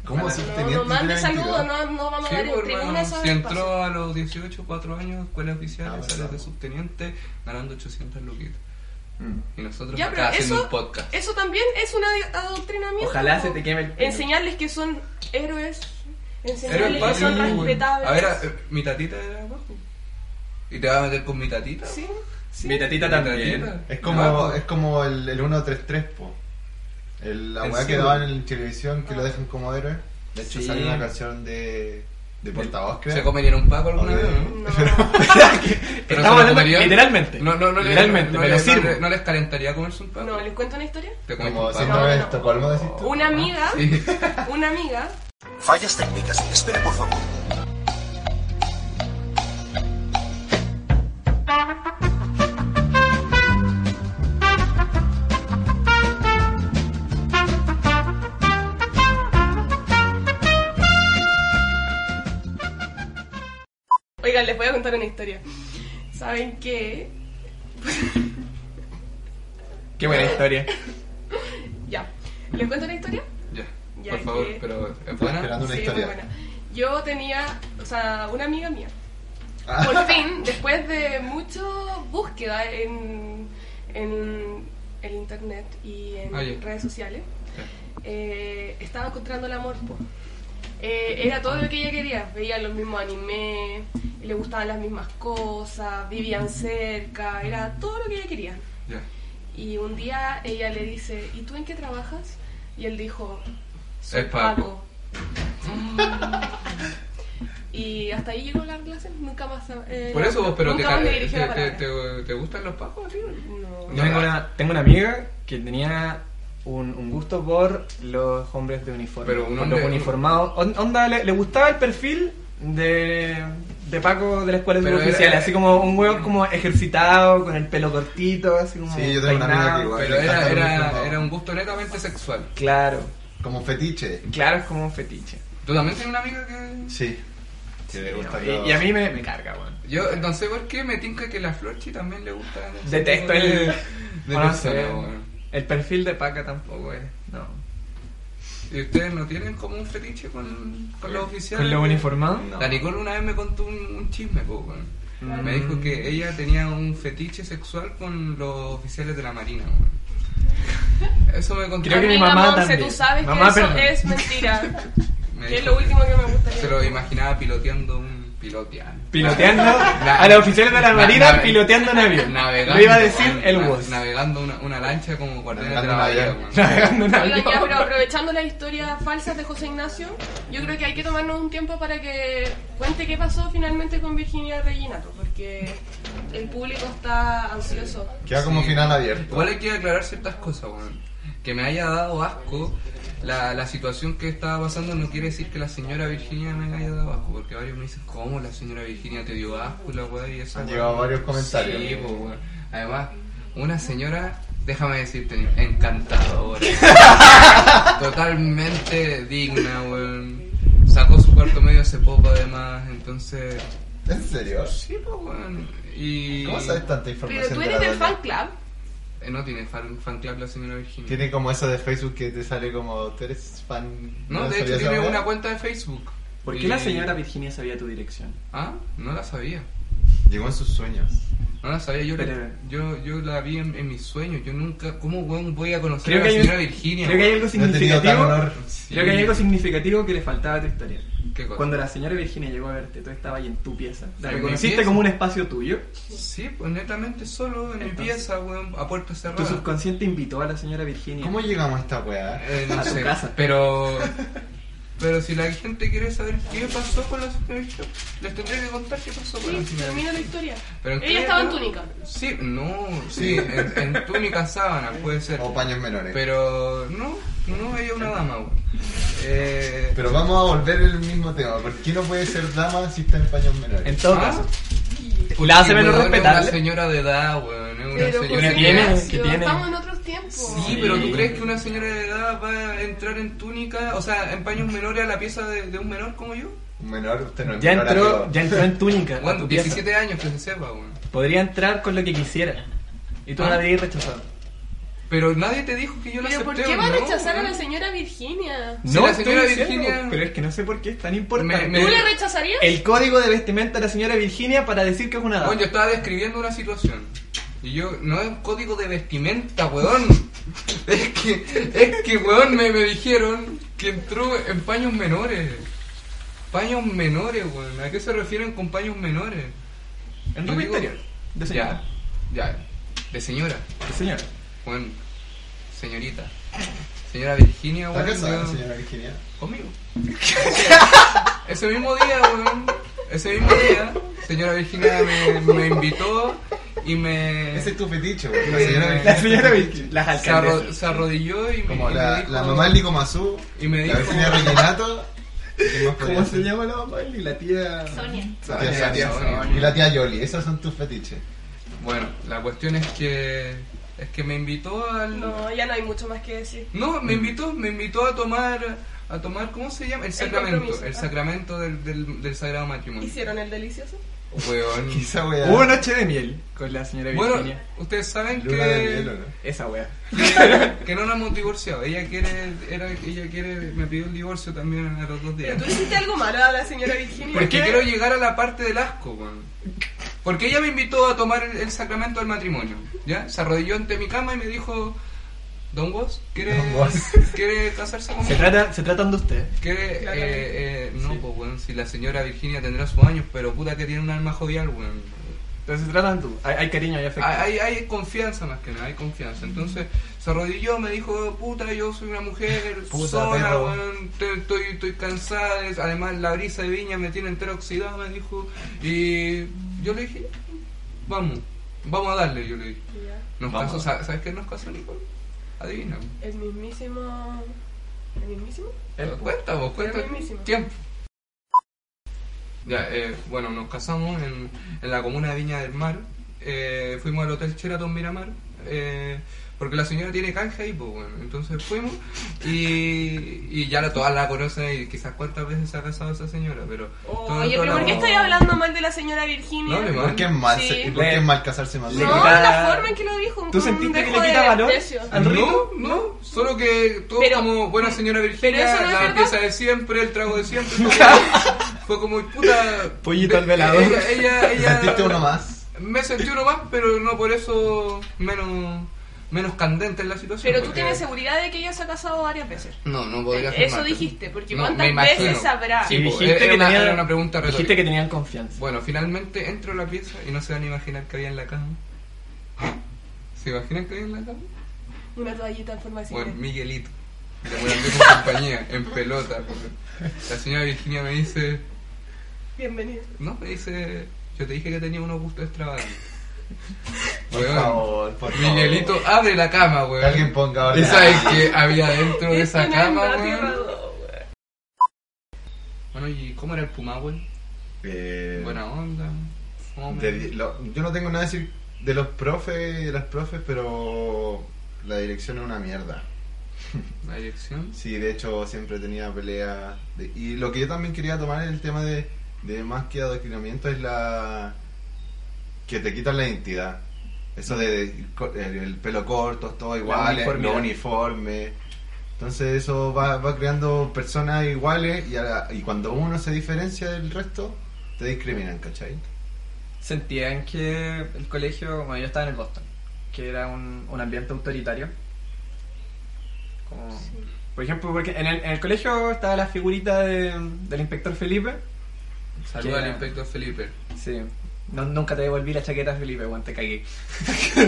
[SPEAKER 7] ¿Cómo
[SPEAKER 6] No, no mande saludos, no, no vamos
[SPEAKER 3] Sí,
[SPEAKER 6] a dar en
[SPEAKER 3] pues, hermano,
[SPEAKER 6] tribuna esos
[SPEAKER 3] si
[SPEAKER 6] espacios.
[SPEAKER 3] entró a los 18, 4 años, escuela oficial, sales de subteniente, ganando 800 luquitas. Y nosotros
[SPEAKER 6] Ya, pero
[SPEAKER 3] acá haciendo
[SPEAKER 6] eso-
[SPEAKER 3] un podcast.
[SPEAKER 6] Eso también es un adi- adoctrinamiento.
[SPEAKER 3] Ojalá se te queme el pelo.
[SPEAKER 6] Enseñarles que son héroes.
[SPEAKER 3] Pero el
[SPEAKER 6] Enseñarles que
[SPEAKER 3] paso,
[SPEAKER 6] son
[SPEAKER 3] güey.
[SPEAKER 6] respetables.
[SPEAKER 3] A ver, a- eh, mi tatita era guapo. ¿Y te vas a meter con mi tatita? Ah,
[SPEAKER 6] Sí.
[SPEAKER 5] Mi tatita también.
[SPEAKER 7] Es como,
[SPEAKER 3] pues,
[SPEAKER 7] es como el, el 133, po. El- la
[SPEAKER 5] El
[SPEAKER 7] weá que
[SPEAKER 5] símbolo.
[SPEAKER 7] daban en televisión
[SPEAKER 6] Ah.
[SPEAKER 7] que lo dejan como héroe. De hecho,
[SPEAKER 5] Sí.
[SPEAKER 7] sale una canción de, de portavoz, creo.
[SPEAKER 3] ¿Se comerían un paco alguna vez,
[SPEAKER 7] Obvio.
[SPEAKER 3] no?
[SPEAKER 5] Estamos hablando literalmente.
[SPEAKER 3] No, no, no,
[SPEAKER 5] Literalmente,
[SPEAKER 3] no,
[SPEAKER 5] me
[SPEAKER 3] no,
[SPEAKER 5] lo
[SPEAKER 3] no,
[SPEAKER 5] sirvo.
[SPEAKER 3] no, no les calentaría comerse un paco.
[SPEAKER 6] No, ¿les cuento una historia?
[SPEAKER 3] Te comes
[SPEAKER 7] Como
[SPEAKER 3] un
[SPEAKER 7] síndrome de
[SPEAKER 3] paco.
[SPEAKER 7] Estocolmo, decís tú.
[SPEAKER 6] Una amiga,
[SPEAKER 3] Sí.
[SPEAKER 6] una amiga
[SPEAKER 11] Fallas técnicas. Espere, por favor.
[SPEAKER 6] Oigan, les voy a contar una historia. ¿Saben qué?
[SPEAKER 5] Qué buena historia.
[SPEAKER 6] Ya. ¿Les cuento una historia?
[SPEAKER 3] Ya,
[SPEAKER 6] Ya,
[SPEAKER 3] por favor,
[SPEAKER 6] que-
[SPEAKER 3] pero es
[SPEAKER 7] Estoy
[SPEAKER 3] buena.
[SPEAKER 7] esperando una
[SPEAKER 6] Sí,
[SPEAKER 7] historia.
[SPEAKER 6] muy buena. Yo tenía, o sea, una amiga mía.
[SPEAKER 7] Ah.
[SPEAKER 6] Por fin, después de mucha búsqueda en, en el internet y en
[SPEAKER 3] Ah, ya.
[SPEAKER 6] redes sociales, eh, estaba encontrando el amor. po. Eh, era todo lo que ella quería. Veía los mismos animes, le gustaban las mismas cosas, vivían cerca, era todo lo que ella quería.
[SPEAKER 3] Ya.
[SPEAKER 6] Y un día ella le dice, ¿y tú en qué trabajas? Y él dijo, soy
[SPEAKER 3] Es Paco.
[SPEAKER 6] Paco. y hasta ahí llegó la clase, nunca más... eh,
[SPEAKER 3] Por eso vos, pero te,
[SPEAKER 6] nunca más le
[SPEAKER 3] te,
[SPEAKER 6] dirigió la
[SPEAKER 3] te,
[SPEAKER 6] palabra.
[SPEAKER 3] te- te gustan los pacos, tío?
[SPEAKER 5] Yo tengo una, tengo una amiga que tenía un, un gusto por los hombres de uniforme.
[SPEAKER 3] Pero un
[SPEAKER 5] por
[SPEAKER 3] hombre-
[SPEAKER 5] los uniformados. On- Onda, le, le gustaba el perfil de, de Paco de la escuela
[SPEAKER 3] Pero
[SPEAKER 5] oficial.
[SPEAKER 3] era-
[SPEAKER 5] Así como un hueón como ejercitado, con el pelo cortito, así como.
[SPEAKER 7] Sí, yo tengo una amiga que igual.
[SPEAKER 3] Pero era,
[SPEAKER 7] le encantan los
[SPEAKER 3] era,
[SPEAKER 7] uniformados.
[SPEAKER 3] era un gusto netamente sexual.
[SPEAKER 5] Claro.
[SPEAKER 7] Como fetiche.
[SPEAKER 5] Claro, es como un fetiche.
[SPEAKER 3] ¿Tú también tienes una amiga que.?
[SPEAKER 7] Sí. Que le gusta
[SPEAKER 5] Y, y a mí me, me carga, weón.
[SPEAKER 3] Yo no sé por qué me tinca que la Florchi también le gusta. ese
[SPEAKER 5] Detesto
[SPEAKER 3] tipo de-
[SPEAKER 5] el.
[SPEAKER 3] de
[SPEAKER 5] bueno, no sé,
[SPEAKER 3] persona, bueno.
[SPEAKER 5] El perfil de Paca tampoco es. No.
[SPEAKER 3] ¿Y ustedes no tienen como un fetiche con, con los oficiales?
[SPEAKER 5] ¿Con los uniformados?
[SPEAKER 3] La Nicole una vez me contó un, un chisme, po, weón.
[SPEAKER 5] Mm.
[SPEAKER 3] Me dijo que ella tenía un fetiche sexual con los oficiales de la Marina, weón. Eso me contó.
[SPEAKER 5] Creo que mi
[SPEAKER 6] Amiga
[SPEAKER 5] mamá
[SPEAKER 6] Monse,
[SPEAKER 5] también.
[SPEAKER 6] tú sabes
[SPEAKER 5] Mamá,
[SPEAKER 6] que eso
[SPEAKER 5] perdón.
[SPEAKER 6] es mentira.
[SPEAKER 3] Me
[SPEAKER 6] que es
[SPEAKER 3] dijo
[SPEAKER 6] lo último que me gusta.
[SPEAKER 3] Se lo imaginaba piloteando un piloteando.
[SPEAKER 5] Piloteando a los oficiales de la Marina, piloteando un avión.
[SPEAKER 3] Navegando,
[SPEAKER 5] Lo iba a decir
[SPEAKER 3] weón,
[SPEAKER 5] el
[SPEAKER 3] na-
[SPEAKER 5] Woz.
[SPEAKER 3] Navegando una, una lancha como guardianes de la bahía,
[SPEAKER 7] Navegando un avión.
[SPEAKER 3] weón.
[SPEAKER 5] Navegando un
[SPEAKER 6] Oigan, ya, pero
[SPEAKER 5] avión.
[SPEAKER 6] aprovechando las historias falsas de José Ignacio, yo creo que hay que tomarnos un tiempo para que cuente qué pasó finalmente con Virginia Reginato, porque el público está ansioso.
[SPEAKER 7] Queda como
[SPEAKER 3] Sí.
[SPEAKER 7] final abierto.
[SPEAKER 3] Igual hay que aclarar ciertas cosas, weón. Que me haya dado asco la, la situación que estaba pasando no quiere decir que la señora Virginia me haya dado asco, porque varios me dicen, ¿cómo la señora Virginia te dio asco? La weá y eso.
[SPEAKER 7] Han llegado varios comentarios.
[SPEAKER 3] Sí, pues, weón. Además, una señora, déjame decirte, encantadora. Totalmente digna, weón. Sacó su cuarto medio hace poco, además, entonces.
[SPEAKER 7] ¿En serio?
[SPEAKER 3] Sí, pues, weón. Y.
[SPEAKER 7] ¿Cómo sabes tanta información?
[SPEAKER 6] Pero tú
[SPEAKER 7] de
[SPEAKER 6] eres
[SPEAKER 7] la
[SPEAKER 6] del
[SPEAKER 7] doña?
[SPEAKER 6] fan club.
[SPEAKER 3] Eh, no tiene fan, fan club la señora Virginia.
[SPEAKER 7] Tiene como eso de Facebook que te sale como, tú eres fan...
[SPEAKER 3] No, de hecho
[SPEAKER 7] sabías
[SPEAKER 3] tiene
[SPEAKER 7] esa
[SPEAKER 3] una
[SPEAKER 7] weá?
[SPEAKER 3] cuenta de Facebook.
[SPEAKER 5] ¿Por
[SPEAKER 3] Y-
[SPEAKER 5] qué la señora Virginia sabía tu dirección?
[SPEAKER 3] Ah, no la sabía.
[SPEAKER 7] Llegó en sus sueños.
[SPEAKER 3] No la sabía, yo, la-
[SPEAKER 5] Pero-
[SPEAKER 3] yo, yo la vi en, en mis sueños. Yo nunca, ¿cómo weón voy a conocer
[SPEAKER 5] Creo
[SPEAKER 3] a
[SPEAKER 5] que
[SPEAKER 3] la
[SPEAKER 5] hay un-
[SPEAKER 3] señora Virginia?
[SPEAKER 5] Creo que hay algo
[SPEAKER 7] No he tenido
[SPEAKER 5] significativo.
[SPEAKER 7] tan honor.
[SPEAKER 5] Creo que hay algo significativo que le faltaba a tu historia.
[SPEAKER 3] ¿Qué cosa?
[SPEAKER 5] Cuando la señora Virginia llegó a verte, tú estabas ahí en tu pieza. La
[SPEAKER 3] En mi
[SPEAKER 5] reconociste
[SPEAKER 3] pieza.
[SPEAKER 5] como un espacio tuyo.
[SPEAKER 3] Sí, pues netamente solo en mi
[SPEAKER 5] Entonces-
[SPEAKER 3] pieza, weón, a puerta cerrada.
[SPEAKER 5] Tu subconsciente invitó a la señora Virginia.
[SPEAKER 7] ¿Cómo llegamos a esta weá?
[SPEAKER 3] Eh, no
[SPEAKER 5] A tu
[SPEAKER 3] sé,
[SPEAKER 5] casa.
[SPEAKER 3] pero... Pero si la gente quiere saber qué pasó con la señora Virginia, les tendré que contar qué pasó con la
[SPEAKER 6] Sí,
[SPEAKER 3] señora
[SPEAKER 6] termina
[SPEAKER 3] Virginia.
[SPEAKER 6] la historia.
[SPEAKER 3] Pero
[SPEAKER 6] Ella
[SPEAKER 3] qué-
[SPEAKER 6] estaba en
[SPEAKER 3] no?
[SPEAKER 6] túnica.
[SPEAKER 3] Sí, no, sí, en, en túnica sábana puede ser.
[SPEAKER 7] O paños menores. Pero,
[SPEAKER 3] Pero no, no ella es una dama, weón. Eh,
[SPEAKER 7] vamos a volver al mismo tema. ¿Por qué no puede ser dama si está en paños menores?
[SPEAKER 5] En todo
[SPEAKER 3] Ah.
[SPEAKER 5] caso.
[SPEAKER 3] Porque,
[SPEAKER 5] La hace menos
[SPEAKER 3] weón, es
[SPEAKER 5] respetable.
[SPEAKER 3] Una señora de edad, weón. Es una
[SPEAKER 6] Pero
[SPEAKER 3] señora
[SPEAKER 6] José
[SPEAKER 3] de
[SPEAKER 5] tiene-
[SPEAKER 3] edad.
[SPEAKER 6] Ignacio,
[SPEAKER 5] que tiene-
[SPEAKER 6] estamos en otros tiempos.
[SPEAKER 3] Sí, pero ¿tú crees que una señora de edad va a entrar en túnica, o sea, en paños menores a la pieza de, de un menor como yo?
[SPEAKER 7] Menor, usted no es
[SPEAKER 5] Ya
[SPEAKER 7] menor
[SPEAKER 5] entró,
[SPEAKER 7] amigo.
[SPEAKER 5] ya entró en túnica. a
[SPEAKER 3] Bueno,
[SPEAKER 5] tu pieza.
[SPEAKER 3] 17 años, que se sepa, weón.
[SPEAKER 5] Podría entrar con lo que quisiera. Y tú
[SPEAKER 3] Ah.
[SPEAKER 5] la habrías rechazado.
[SPEAKER 3] Pero nadie te dijo que yo lo
[SPEAKER 6] Pero ¿por
[SPEAKER 3] acepté.
[SPEAKER 6] qué
[SPEAKER 3] ¿o
[SPEAKER 6] va a
[SPEAKER 3] no,
[SPEAKER 6] rechazar a
[SPEAKER 3] weón?
[SPEAKER 6] la señora Virginia?
[SPEAKER 3] Si la
[SPEAKER 5] estoy
[SPEAKER 3] señora
[SPEAKER 5] diciendo,
[SPEAKER 3] Virginia-
[SPEAKER 5] Pero es que no sé por qué es tan importante.
[SPEAKER 6] ¿Tú le rechazarías?
[SPEAKER 5] El código de vestimenta de la señora Virginia para decir que es una dama.
[SPEAKER 3] Bueno, yo estaba describiendo una situación. Y yo, no es un código de vestimenta, weón. Es que, es que, weón, me, me dijeron que entró en paños menores. Paños menores, weón. ¿A qué se refieren con paños menores?
[SPEAKER 5] En
[SPEAKER 3] Yo
[SPEAKER 5] ropa
[SPEAKER 3] digo-
[SPEAKER 5] interior. De señora.
[SPEAKER 3] Ya, de señora.
[SPEAKER 5] De señora.
[SPEAKER 3] Bueno, señorita. Señora Virginia,
[SPEAKER 7] ¿Está
[SPEAKER 3] weón.
[SPEAKER 7] casada,
[SPEAKER 3] yo-
[SPEAKER 7] señora Virginia?
[SPEAKER 3] Conmigo. Ese mismo día, weón. Ese mismo día, señora Virginia me, me invitó y me.
[SPEAKER 7] Ese es tu fetiche, güey. La señora Virginia.
[SPEAKER 5] La señora Virginia. Las
[SPEAKER 3] se, arro-
[SPEAKER 5] alcaldesas.
[SPEAKER 3] se arrodilló y me-
[SPEAKER 7] Como
[SPEAKER 3] y me,
[SPEAKER 7] la,
[SPEAKER 3] dijo-
[SPEAKER 7] la mamá de Lico Mazú,
[SPEAKER 3] Y me dijo.
[SPEAKER 7] la Virginia Reginato. ¿qué más podría
[SPEAKER 5] ¿Cómo se
[SPEAKER 7] ser?
[SPEAKER 5] llama la mamá? Y la tía.
[SPEAKER 8] Sonia.
[SPEAKER 7] La tía- la tía
[SPEAKER 3] Sonia.
[SPEAKER 7] Sonia. Y la tía Yoli, esos son tus fetiches.
[SPEAKER 3] Bueno, la cuestión es que. Es que me invitó al.
[SPEAKER 6] No, ya no hay mucho más que decir.
[SPEAKER 3] No, me invitó, me invitó a tomar, a tomar, ¿cómo se llama? El sacramento,
[SPEAKER 6] compromiso.
[SPEAKER 3] el, sacramento del, del, del sagrado matrimonio.
[SPEAKER 6] ¿Hicieron el delicioso?
[SPEAKER 3] Weón.
[SPEAKER 7] Esa weá.
[SPEAKER 5] Hubo noche de miel con la señora
[SPEAKER 3] Bueno,
[SPEAKER 5] Virginia.
[SPEAKER 3] ustedes saben
[SPEAKER 7] Luna de miel, ¿o
[SPEAKER 3] que,
[SPEAKER 7] no?
[SPEAKER 5] Esa wea.
[SPEAKER 3] que, que no nos hemos divorciado. Ella quiere, era, ella quiere, me pidió el divorcio también a los dos
[SPEAKER 6] ¿Pero
[SPEAKER 3] días.
[SPEAKER 6] tú hiciste algo malo a la señora Virginia?
[SPEAKER 3] Porque
[SPEAKER 5] qué?
[SPEAKER 3] quiero llegar a la parte del asco, weón. Porque ella me invitó a tomar el, el sacramento del matrimonio, ¿ya? Se arrodilló ante mi cama y me dijo, Don Vos, ¿quiere,
[SPEAKER 7] Don Vos.
[SPEAKER 3] ¿quiere casarse conmigo?
[SPEAKER 5] Se, trata, se tratan de usted.
[SPEAKER 3] ¿Quiere, eh, eh, no, pues, weón, si la señora Virginia tendrá sus años, pero puta que tiene un alma jovial, weón.
[SPEAKER 5] Entonces se tratan tú. Hay, hay cariño, hay afecto.
[SPEAKER 3] Hay, hay, hay confianza más que nada, hay confianza. Entonces se arrodilló, me dijo, puta, yo soy una mujer,
[SPEAKER 7] Puta,
[SPEAKER 3] sola,
[SPEAKER 7] perro.
[SPEAKER 3] weón, te- estoy, estoy cansada, es- además la brisa de viña me tiene entero oxidado, me dijo. Y yo le dije, vamos, vamos a darle, yo le dije.
[SPEAKER 6] Ya,
[SPEAKER 3] Nos
[SPEAKER 7] Vamos.
[SPEAKER 3] casó, ¿sabes sabes qué nos casó, Nicole? Adivina. weón.
[SPEAKER 6] El mismísimo... ¿El mismísimo?
[SPEAKER 5] El-
[SPEAKER 3] Cuenta vos, cuenta.
[SPEAKER 6] Era mismísimo.
[SPEAKER 3] Tiempo. Ya, eh, bueno, nos casamos en, en la comuna de Viña del Mar. Eh, fuimos al Hotel Sheraton Miramar. eh, porque la señora tiene canje ahí, pues bueno. Entonces fuimos y, y ya la, todas la conocen y quizás cuántas veces se ha casado esa señora, pero... todas-
[SPEAKER 6] Oh, Oye,
[SPEAKER 3] todas
[SPEAKER 6] pero
[SPEAKER 3] la-
[SPEAKER 6] ¿por qué estoy hablando mal de la señora Virginia?
[SPEAKER 3] No, le
[SPEAKER 7] ¿Y
[SPEAKER 3] va.
[SPEAKER 7] por qué es mal,
[SPEAKER 6] Sí.
[SPEAKER 7] se- y por qué es mal casarse más?
[SPEAKER 5] Le
[SPEAKER 6] No,
[SPEAKER 5] quita-
[SPEAKER 6] la forma en que lo dijo.
[SPEAKER 5] ¿Tú
[SPEAKER 6] un
[SPEAKER 5] sentiste que
[SPEAKER 6] dejo
[SPEAKER 5] le
[SPEAKER 6] de
[SPEAKER 5] quita valor
[SPEAKER 6] desprecio.
[SPEAKER 5] al rito?
[SPEAKER 3] No, no, solo que todo
[SPEAKER 6] Pero-
[SPEAKER 3] como buena señora
[SPEAKER 6] pero
[SPEAKER 3] Virginia,
[SPEAKER 6] eso no es
[SPEAKER 3] la
[SPEAKER 6] verdad.
[SPEAKER 3] pieza de siempre, el trago de siempre. Fue como, fue como, puta.
[SPEAKER 5] Pollito al
[SPEAKER 3] eh,
[SPEAKER 5] velador.
[SPEAKER 3] Ella, ella, ella-
[SPEAKER 7] ¿Sentiste uno más?
[SPEAKER 3] Me sentí uno más, pero no por eso menos, menos candente en la situación.
[SPEAKER 6] Pero tú
[SPEAKER 3] porque-
[SPEAKER 6] tienes seguridad de que ella se ha casado varias veces.
[SPEAKER 3] No, no podría
[SPEAKER 6] Eh,
[SPEAKER 3] ser
[SPEAKER 6] eso
[SPEAKER 3] más.
[SPEAKER 6] dijiste, porque
[SPEAKER 3] No,
[SPEAKER 6] ¿cuántas
[SPEAKER 3] me imagino.
[SPEAKER 6] veces sabrá?
[SPEAKER 3] Sí,
[SPEAKER 5] Y
[SPEAKER 3] pues,
[SPEAKER 5] dijiste,
[SPEAKER 3] era
[SPEAKER 5] que
[SPEAKER 3] una-
[SPEAKER 5] tenían,
[SPEAKER 3] era una pregunta retórica.
[SPEAKER 5] dijiste que tenían confianza.
[SPEAKER 3] Bueno, finalmente entro a la pieza y no se van a imaginar que había en la cama. ¿Se imaginan que había en la cama?
[SPEAKER 6] Una toallita en forma de
[SPEAKER 3] Bueno,
[SPEAKER 6] cine.
[SPEAKER 3] Miguelito. De Morandé con compañía, en pelota. La señora Virginia me dice.
[SPEAKER 6] Bienvenido.
[SPEAKER 3] No, me dice. Yo te dije que tenía unos gustos extravagantes.
[SPEAKER 7] Por
[SPEAKER 3] Weón,
[SPEAKER 7] favor, por favor.
[SPEAKER 3] Miguelito abre la cama,
[SPEAKER 7] Que
[SPEAKER 3] weón.
[SPEAKER 7] alguien ponga
[SPEAKER 3] ¿Y
[SPEAKER 7] orden.
[SPEAKER 3] sabes qué había dentro de
[SPEAKER 6] Este
[SPEAKER 3] esa
[SPEAKER 6] no es
[SPEAKER 3] cama,
[SPEAKER 6] Nati
[SPEAKER 3] weón?
[SPEAKER 6] Rado, weón.
[SPEAKER 3] Bueno, ¿y cómo era el Puma, weón?
[SPEAKER 7] Eh,
[SPEAKER 3] Buena onda. hombre.
[SPEAKER 7] de- lo- yo no tengo nada que decir de los profes, de las profes, pero la dirección es una mierda.
[SPEAKER 3] La dirección.
[SPEAKER 7] Sí, de hecho siempre tenía peleas. de- y lo que yo también quería tomar es el tema de, de más que adoctrinamiento es la... que te quitan la identidad. Eso de co- el, el pelo corto, todo igual,
[SPEAKER 5] uniformidad.
[SPEAKER 7] lo uniforme. Entonces eso va, va creando personas iguales y, a la- y cuando uno se diferencia del resto, te discriminan, ¿cachai?
[SPEAKER 5] sentían que el colegio, bueno, yo estaba en el Boston, que era un, un ambiente autoritario. Como- Por ejemplo, porque en el, en el colegio estaba la figurita de- del inspector Felipe.
[SPEAKER 3] Saluda
[SPEAKER 5] que-
[SPEAKER 3] al inspector Felipe.
[SPEAKER 5] Sí. No- nunca te devolví la chaqueta, Felipe, bueno, te cagué.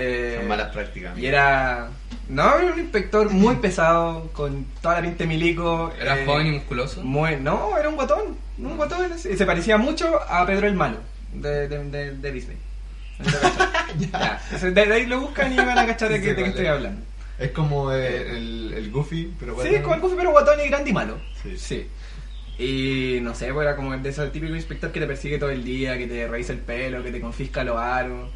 [SPEAKER 5] Eh,
[SPEAKER 7] Son malas prácticas.
[SPEAKER 5] y
[SPEAKER 7] amigo.
[SPEAKER 5] era... No, era un inspector muy pesado, con toda la pinta de milico.
[SPEAKER 3] Era
[SPEAKER 5] eh,
[SPEAKER 3] joven y musculoso.
[SPEAKER 5] muy- no, era un guatón. Un guatón. así. Se parecía mucho a Pedro el Malo de, de, de, de Disney. Ya, entonces, De, de ahí lo buscan y van a cachar de
[SPEAKER 7] Sí,
[SPEAKER 5] qué de qué
[SPEAKER 7] vale.
[SPEAKER 5] estoy hablando.
[SPEAKER 7] Es como eh, el, el Goofy, pero
[SPEAKER 5] Sí,
[SPEAKER 7] bueno.
[SPEAKER 5] como el Goofy, pero guatón y grande y malo.
[SPEAKER 7] Sí.
[SPEAKER 5] Y no sé, pues era como de ese típico inspector que te persigue todo el día, que te revisa el pelo, que te confisca los aros.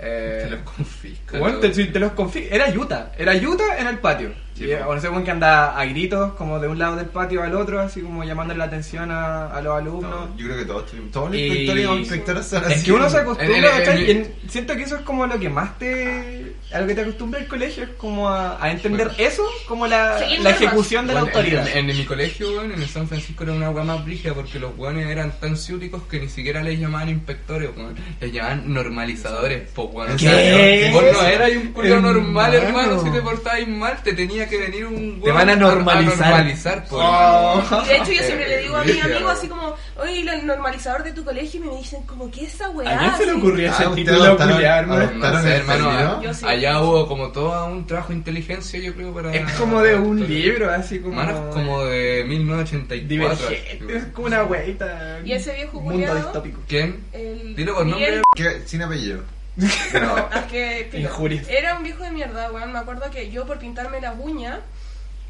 [SPEAKER 5] Eh,
[SPEAKER 3] Te los confisca.
[SPEAKER 5] bueno,
[SPEAKER 3] weón.
[SPEAKER 5] te, te los confisca. Era Utah, era Utah en el patio. Sí, bueno, ese buen que anda a gritos, como de un lado del patio al otro, así como llamándole la atención a, a los alumnos.
[SPEAKER 7] Yo creo que todos tenemos. Todos los
[SPEAKER 5] Y-
[SPEAKER 7] inspectores y inspectoras son así.
[SPEAKER 5] Es que uno se
[SPEAKER 7] En el-
[SPEAKER 5] acostumbra,
[SPEAKER 7] en
[SPEAKER 5] ¿cachai?
[SPEAKER 7] el-
[SPEAKER 5] Y en- siento que eso es como lo que más te. a lo que te acostumbra el colegio, es como a, a entender eso como la, la ejecución de la
[SPEAKER 3] Bueno, en-
[SPEAKER 5] autoridad.
[SPEAKER 3] En, en mi colegio, weón, en el San Francisco era una weá más brígida porque los weones eran tan ciúticos que ni siquiera les llamaban inspectores, weón. Les llamaban normalizadores, po, weón. O sea,
[SPEAKER 5] ¿Qué?
[SPEAKER 3] vos no eras un culo
[SPEAKER 5] Hermano.
[SPEAKER 3] normal, hermano. Si te portabais mal, te tenía que venir un weón.
[SPEAKER 5] Te van a normalizar.
[SPEAKER 3] normalizar, po,
[SPEAKER 5] Oh.
[SPEAKER 3] hermano.
[SPEAKER 6] De hecho, yo siempre le digo a mi
[SPEAKER 3] Brígida,
[SPEAKER 6] amigo
[SPEAKER 3] weón.
[SPEAKER 6] así como, oye, el normalizador de tu colegio, y me dicen como, ¿qué es esa
[SPEAKER 3] Eh,
[SPEAKER 6] weá? Así.
[SPEAKER 3] Ah, No sé, hermano.
[SPEAKER 6] Yo sí.
[SPEAKER 3] Allá hubo como todo un trabajo de inteligencia, yo creo, para.
[SPEAKER 5] Es como de un libro, así como.
[SPEAKER 3] Hermano, es como de 1984.
[SPEAKER 5] Divergente, es como una weita.
[SPEAKER 6] Y ese viejo
[SPEAKER 5] Mundo
[SPEAKER 6] culiado,
[SPEAKER 5] distópico.
[SPEAKER 3] ¿Quién?
[SPEAKER 6] el
[SPEAKER 3] Dilo con nombre.
[SPEAKER 6] Miguel,
[SPEAKER 7] ¿Qué? Sin apellido.
[SPEAKER 6] Ah, que- que-
[SPEAKER 7] Injurias.
[SPEAKER 6] Era un viejo de mierda, weón. Me acuerdo que yo por pintarme las uñas